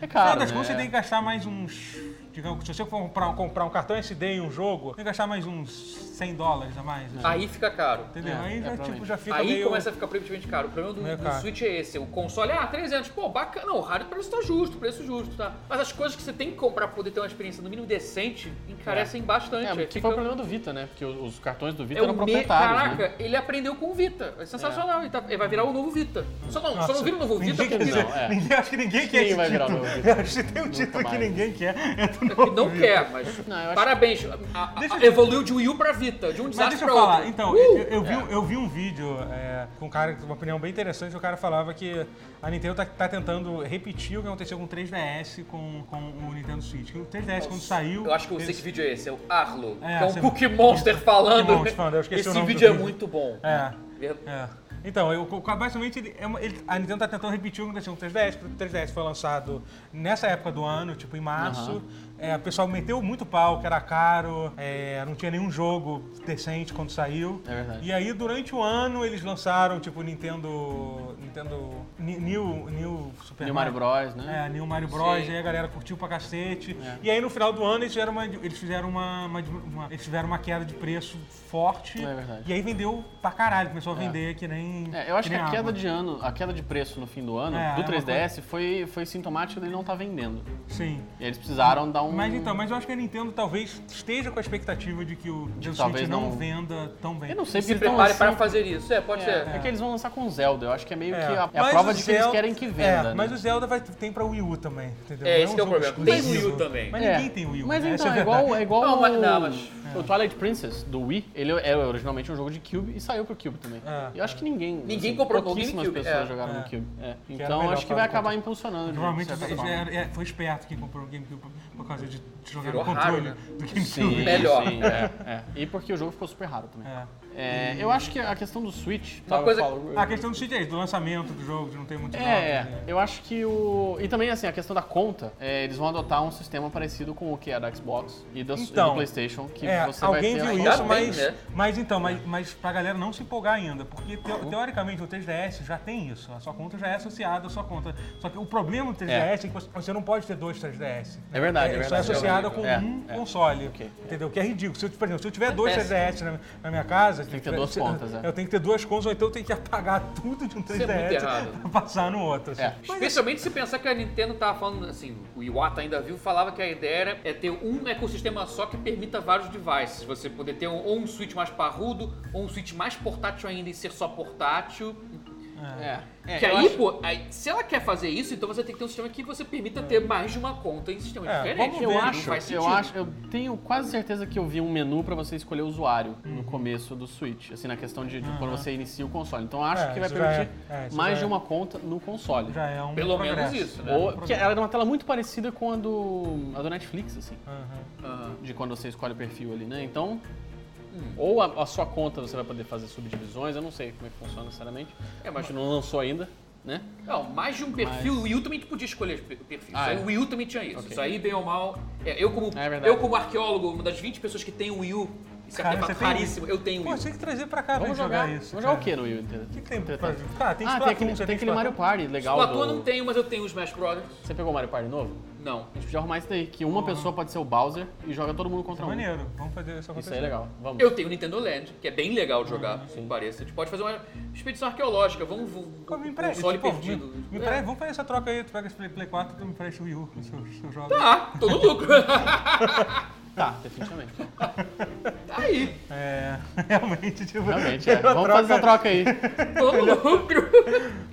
[SPEAKER 1] é
[SPEAKER 3] caro,
[SPEAKER 1] No final das
[SPEAKER 3] né?
[SPEAKER 1] contas, você tem que gastar mais uns. Digamos, se você for comprar, comprar um cartão SD e um jogo, tem que gastar mais uns 100 dólares a mais. assim.
[SPEAKER 2] Aí fica caro.
[SPEAKER 1] Entendeu?
[SPEAKER 3] É,
[SPEAKER 1] aí
[SPEAKER 3] é,
[SPEAKER 1] já, tipo,
[SPEAKER 3] provavelmente.
[SPEAKER 1] já fica
[SPEAKER 2] Aí
[SPEAKER 1] meio...
[SPEAKER 2] começa a ficar proibitivamente caro. O problema
[SPEAKER 1] Meio
[SPEAKER 2] do, do
[SPEAKER 1] caro.
[SPEAKER 2] Switch é esse. O console, ah, 300. Pô, bacana. Não, o rádio preço tá justo, preço justo, tá? Mas as coisas que você tem que comprar pra poder ter uma experiência no mínimo decente encarecem bastante.
[SPEAKER 3] É,
[SPEAKER 2] Aí
[SPEAKER 3] que
[SPEAKER 2] fica-
[SPEAKER 3] foi o problema do Vita, né? Porque os, os cartões do Vita
[SPEAKER 2] é o
[SPEAKER 3] eram
[SPEAKER 2] me-
[SPEAKER 3] proprietários.
[SPEAKER 2] Caraca,
[SPEAKER 3] né?
[SPEAKER 2] ele aprendeu com o Vita. É sensacional. Ele, tá- ele vai virar o novo Vita. Só não, só não vira o novo Vita
[SPEAKER 1] Ninguém
[SPEAKER 2] porque
[SPEAKER 1] quer
[SPEAKER 3] não,
[SPEAKER 1] dizer,
[SPEAKER 3] é.
[SPEAKER 1] ninguém, acho que ninguém quer
[SPEAKER 3] Quem
[SPEAKER 1] esse
[SPEAKER 3] vai virar
[SPEAKER 1] título.
[SPEAKER 3] o novo?
[SPEAKER 1] Eu acho que tem um título que
[SPEAKER 3] mais.
[SPEAKER 1] ninguém quer. É do
[SPEAKER 2] que
[SPEAKER 1] novo
[SPEAKER 2] não
[SPEAKER 1] Vita.
[SPEAKER 2] quer, mas
[SPEAKER 3] Não, eu acho-
[SPEAKER 2] parabéns. A- a-
[SPEAKER 1] Deixa eu-
[SPEAKER 2] evoluiu de Wii U pra Vita, de um
[SPEAKER 1] Mas
[SPEAKER 2] desastre
[SPEAKER 1] deixa
[SPEAKER 2] pra
[SPEAKER 1] eu falar,
[SPEAKER 2] outro.
[SPEAKER 1] então,
[SPEAKER 2] Uh!
[SPEAKER 1] eu, eu vi, eu vi um vídeo é, com um cara, com uma opinião bem interessante, o cara falava que a Nintendo tá, tá tentando repetir o que aconteceu com o 3DS com, com o Nintendo Switch. Que O 3DS quando saiu...
[SPEAKER 2] Eu acho que eu sei
[SPEAKER 1] eles-
[SPEAKER 2] que vídeo é esse, é o Arlo,
[SPEAKER 1] É,
[SPEAKER 2] que é um
[SPEAKER 1] sim.
[SPEAKER 2] Pokémonster falando.
[SPEAKER 1] Pokémonster falando, eu esqueci
[SPEAKER 2] esse
[SPEAKER 1] o nome do
[SPEAKER 2] vídeo é
[SPEAKER 1] vídeo.
[SPEAKER 2] muito bom.
[SPEAKER 1] É,
[SPEAKER 2] Ver-
[SPEAKER 1] é. Então, eu, co- basicamente, ele, é uma- ele- a Nintendo tá tentando repetir o que aconteceu com o 3DS, porque o 3DS foi lançado nessa época do ano, tipo em março. É, o pessoal meteu muito pau, que era caro, é, não tinha nenhum jogo decente quando saiu.
[SPEAKER 3] É verdade.
[SPEAKER 1] E aí, durante o ano, eles lançaram, tipo, Nintendo... Nintendo... Ni- New... New Super
[SPEAKER 3] E o Mario Bros, né?
[SPEAKER 1] É, New Mario Bros,
[SPEAKER 2] Sim.
[SPEAKER 1] aí a galera curtiu pra cacete.
[SPEAKER 3] É.
[SPEAKER 1] E aí no final do ano eles fizeram uma, eles fizeram uma, uma- uma- eles tiveram uma queda de preço forte.
[SPEAKER 3] É verdade.
[SPEAKER 1] E aí vendeu pra caralho, começou a vender que nem.
[SPEAKER 3] É, eu acho que
[SPEAKER 1] nem
[SPEAKER 3] a queda
[SPEAKER 1] água.
[SPEAKER 3] de ano, a queda de preço no fim do ano
[SPEAKER 1] É, é
[SPEAKER 3] do
[SPEAKER 1] uma
[SPEAKER 3] 3DS foi, foi sintomático dele não estar vendendo.
[SPEAKER 1] Sim.
[SPEAKER 3] E aí eles precisaram dar um.
[SPEAKER 1] Mas então, mas eu acho que a Nintendo talvez esteja com a expectativa de que o Nintendo Switch
[SPEAKER 3] talvez
[SPEAKER 1] não,
[SPEAKER 3] não-
[SPEAKER 1] venda tão bem.
[SPEAKER 3] Eu não sei
[SPEAKER 2] Se
[SPEAKER 3] porque eles tão
[SPEAKER 2] prepare para
[SPEAKER 3] lançando-
[SPEAKER 2] fazer isso. É, pode ser.
[SPEAKER 3] um É, é que eles vão lançar com Zelda. Eu acho que é meio
[SPEAKER 1] É.
[SPEAKER 3] que a, é a
[SPEAKER 1] Mas
[SPEAKER 3] prova
[SPEAKER 1] o
[SPEAKER 3] de que eles
[SPEAKER 1] Zelda-
[SPEAKER 3] querem que venda.
[SPEAKER 1] É,
[SPEAKER 3] né?
[SPEAKER 1] mas o Zelda vai, tem pra Wii U também, entendeu?
[SPEAKER 2] É,
[SPEAKER 1] Não um
[SPEAKER 2] esse que é o
[SPEAKER 1] jogo
[SPEAKER 2] problema. Tem
[SPEAKER 1] exclusivo.
[SPEAKER 2] Wii U também.
[SPEAKER 1] Mas
[SPEAKER 3] É.
[SPEAKER 1] ninguém tem Wii U.
[SPEAKER 3] Mas
[SPEAKER 1] né? Essa
[SPEAKER 3] então,
[SPEAKER 1] a
[SPEAKER 3] é igual, é
[SPEAKER 1] verdade.
[SPEAKER 3] igual
[SPEAKER 2] Não,
[SPEAKER 3] o,
[SPEAKER 2] mas- não, mas-
[SPEAKER 3] o Twilight Princess do Wii, ele era originalmente um jogo de Cube e saiu pro Cube também.
[SPEAKER 1] É.
[SPEAKER 3] E eu acho que ninguém. assim,
[SPEAKER 2] Ninguém comprou no
[SPEAKER 3] pouquíssimas
[SPEAKER 2] GameCube,
[SPEAKER 3] pessoas
[SPEAKER 2] é.
[SPEAKER 3] jogaram
[SPEAKER 1] É.
[SPEAKER 3] no Cube. É.
[SPEAKER 1] era
[SPEAKER 3] Então
[SPEAKER 1] melhor
[SPEAKER 3] acho que
[SPEAKER 1] para
[SPEAKER 3] vai
[SPEAKER 1] o
[SPEAKER 3] acabar
[SPEAKER 1] controle.
[SPEAKER 3] impulsionando. de
[SPEAKER 1] Provavelmente
[SPEAKER 3] certa
[SPEAKER 2] tá
[SPEAKER 1] foi-
[SPEAKER 3] forma.
[SPEAKER 1] é, é, foi esperto quem comprou o GameCube por causa de jogar
[SPEAKER 2] Virou
[SPEAKER 1] no controle
[SPEAKER 2] raro, né?
[SPEAKER 1] do GameCube.
[SPEAKER 3] Sim,
[SPEAKER 2] Melhor.
[SPEAKER 3] sim, é, é. E porque o jogo ficou super raro também.
[SPEAKER 1] É.
[SPEAKER 3] É, eu acho que a questão do Switch.
[SPEAKER 2] Uma
[SPEAKER 3] tá, eu
[SPEAKER 2] coisa-
[SPEAKER 3] falo-
[SPEAKER 1] A questão do Switch é isso, do lançamento do jogo, de não ter muitos jogos.
[SPEAKER 3] É, é.
[SPEAKER 1] né?
[SPEAKER 3] Eu acho que o. E também, assim, a questão da conta, é, eles vão adotar um sistema parecido com o que é da Xbox e do, e do
[SPEAKER 1] Então,
[SPEAKER 3] PlayStation, que
[SPEAKER 1] É,
[SPEAKER 3] você
[SPEAKER 1] alguém
[SPEAKER 3] vai
[SPEAKER 1] viu
[SPEAKER 3] ter. a-
[SPEAKER 2] Ainda
[SPEAKER 1] isso,
[SPEAKER 2] bem,
[SPEAKER 1] mas,
[SPEAKER 2] né?
[SPEAKER 1] mas então, mas, mas pra galera não se empolgar ainda, porque teo- teoricamente o 3DS já tem isso, a sua conta já é associada à sua conta. Só que o problema do 3DS é, que você- você não pode ter dois 3DS.
[SPEAKER 3] É verdade, é
[SPEAKER 1] Só é
[SPEAKER 3] verdade.
[SPEAKER 1] associada
[SPEAKER 3] É,
[SPEAKER 1] com
[SPEAKER 3] é,
[SPEAKER 1] um
[SPEAKER 3] é.
[SPEAKER 1] console,
[SPEAKER 3] Ok.
[SPEAKER 1] entendeu? Que é ridículo. Se eu, por exemplo, se eu tiver dois
[SPEAKER 2] É péssimo.
[SPEAKER 1] 3DS na, na minha casa... Tem
[SPEAKER 3] que ter duas contas, é.
[SPEAKER 1] Eu tenho que ter duas contas, ou então eu tenho que apagar tudo de um
[SPEAKER 2] é muito
[SPEAKER 1] 3DS
[SPEAKER 2] errado.
[SPEAKER 1] pra passar no outro. assim.
[SPEAKER 3] É.
[SPEAKER 2] Especialmente se pensar que a Nintendo tava falando, assim, o Iwata ainda viu, falava que a ideia era é ter um ecossistema só que permita vários devices. Você poder ter um, ou um Switch mais parrudo, ou um Switch mais portátil ainda e ser só portátil.
[SPEAKER 3] É. É,
[SPEAKER 2] que
[SPEAKER 3] eu
[SPEAKER 2] aí,
[SPEAKER 3] acho-
[SPEAKER 2] pô, aí, se ela quer fazer isso, então você tem que ter um sistema que você permita ter mais de uma conta em sistema
[SPEAKER 1] É,
[SPEAKER 2] diferente.
[SPEAKER 1] vamos
[SPEAKER 3] Eu
[SPEAKER 1] ver,
[SPEAKER 2] Não
[SPEAKER 3] acho,
[SPEAKER 2] faz
[SPEAKER 3] eu
[SPEAKER 2] sentido.
[SPEAKER 3] acho, eu tenho quase certeza que eu vi um menu pra você escolher o usuário no começo do Switch, assim na questão de, de quando você inicia o console. Então eu acho
[SPEAKER 1] É,
[SPEAKER 3] que vai
[SPEAKER 1] isso já é-
[SPEAKER 3] permitir
[SPEAKER 1] é, isso
[SPEAKER 3] mais
[SPEAKER 1] já
[SPEAKER 3] de
[SPEAKER 1] é.
[SPEAKER 3] uma conta no console.
[SPEAKER 1] Já é um
[SPEAKER 2] Pelo
[SPEAKER 1] progresso.
[SPEAKER 2] menos isso, né?
[SPEAKER 3] Ou que ela era uma tela muito parecida com a do a do Netflix, assim,
[SPEAKER 1] Aham.
[SPEAKER 2] Aham.
[SPEAKER 3] de quando você escolhe o perfil ali, né? Então
[SPEAKER 1] Hum.
[SPEAKER 3] ou a, a sua conta você vai poder fazer subdivisões, eu não sei como é que funciona necessariamente.
[SPEAKER 2] É,
[SPEAKER 3] É,
[SPEAKER 2] mas-
[SPEAKER 3] mas não lançou ainda, né?
[SPEAKER 2] Não, mais de um perfil, o Wii U também tu podia escolher o perfil.
[SPEAKER 3] Ah,
[SPEAKER 2] isso aí,
[SPEAKER 3] é?
[SPEAKER 2] O Wii U também tinha isso.
[SPEAKER 3] Ok.
[SPEAKER 2] Isso aí, bem ou mal. é, eu, como,
[SPEAKER 3] É verdade.
[SPEAKER 2] eu, como arqueólogo, uma das 20 pessoas que tem o Wii U, isso é
[SPEAKER 1] Cara,
[SPEAKER 2] artefato
[SPEAKER 1] você tem
[SPEAKER 2] raríssimo, eu tenho o
[SPEAKER 1] Pô,
[SPEAKER 2] Wii U.
[SPEAKER 1] tinha que trazer pra cá pra
[SPEAKER 3] Vamos
[SPEAKER 1] gente
[SPEAKER 3] jogar,
[SPEAKER 1] jogar, isso.
[SPEAKER 3] vamos jogar o
[SPEAKER 1] cara.
[SPEAKER 3] que no Wii?
[SPEAKER 1] O que, que tem pra jogar? Cara, tem
[SPEAKER 3] Ah, tem
[SPEAKER 1] Splatoon,
[SPEAKER 3] aquele,
[SPEAKER 1] você
[SPEAKER 3] tem aquele Mario
[SPEAKER 1] Splatoon.
[SPEAKER 3] Party legal
[SPEAKER 2] Platô
[SPEAKER 3] do...
[SPEAKER 2] Tipo, não tenho, mas eu tenho o Smash Brothers.
[SPEAKER 3] Você pegou o Mario Party novo?
[SPEAKER 2] Não.
[SPEAKER 3] A gente podia arrumar isso daí, que uma pessoa pode ser o Bowser e joga todo mundo contra um.
[SPEAKER 1] é Maneiro, vamos fazer isso acontecer.
[SPEAKER 3] Isso aí é legal, vamos.
[SPEAKER 2] Eu tenho o Nintendo Land, que é bem legal de jogar, se pareça. A gente pode fazer uma expedição arqueológica, vamos... vamos
[SPEAKER 1] Pô, me empresta,
[SPEAKER 2] Um console
[SPEAKER 1] tipo, me,
[SPEAKER 2] perdido.
[SPEAKER 1] me
[SPEAKER 2] É.
[SPEAKER 1] empresta, vamos fazer essa
[SPEAKER 2] É. Ah,
[SPEAKER 1] troca aí, tu pega esse Play, Play 4 e tu me empresta o Wii U, seu, seu jogo.
[SPEAKER 2] Tá, todo lucro.
[SPEAKER 3] Tá, definitivamente.
[SPEAKER 2] Tá aí,
[SPEAKER 1] É, realmente, tipo.
[SPEAKER 3] Realmente, é.
[SPEAKER 1] uma
[SPEAKER 3] Vamos fazer essa troca aí.
[SPEAKER 2] todo lucro.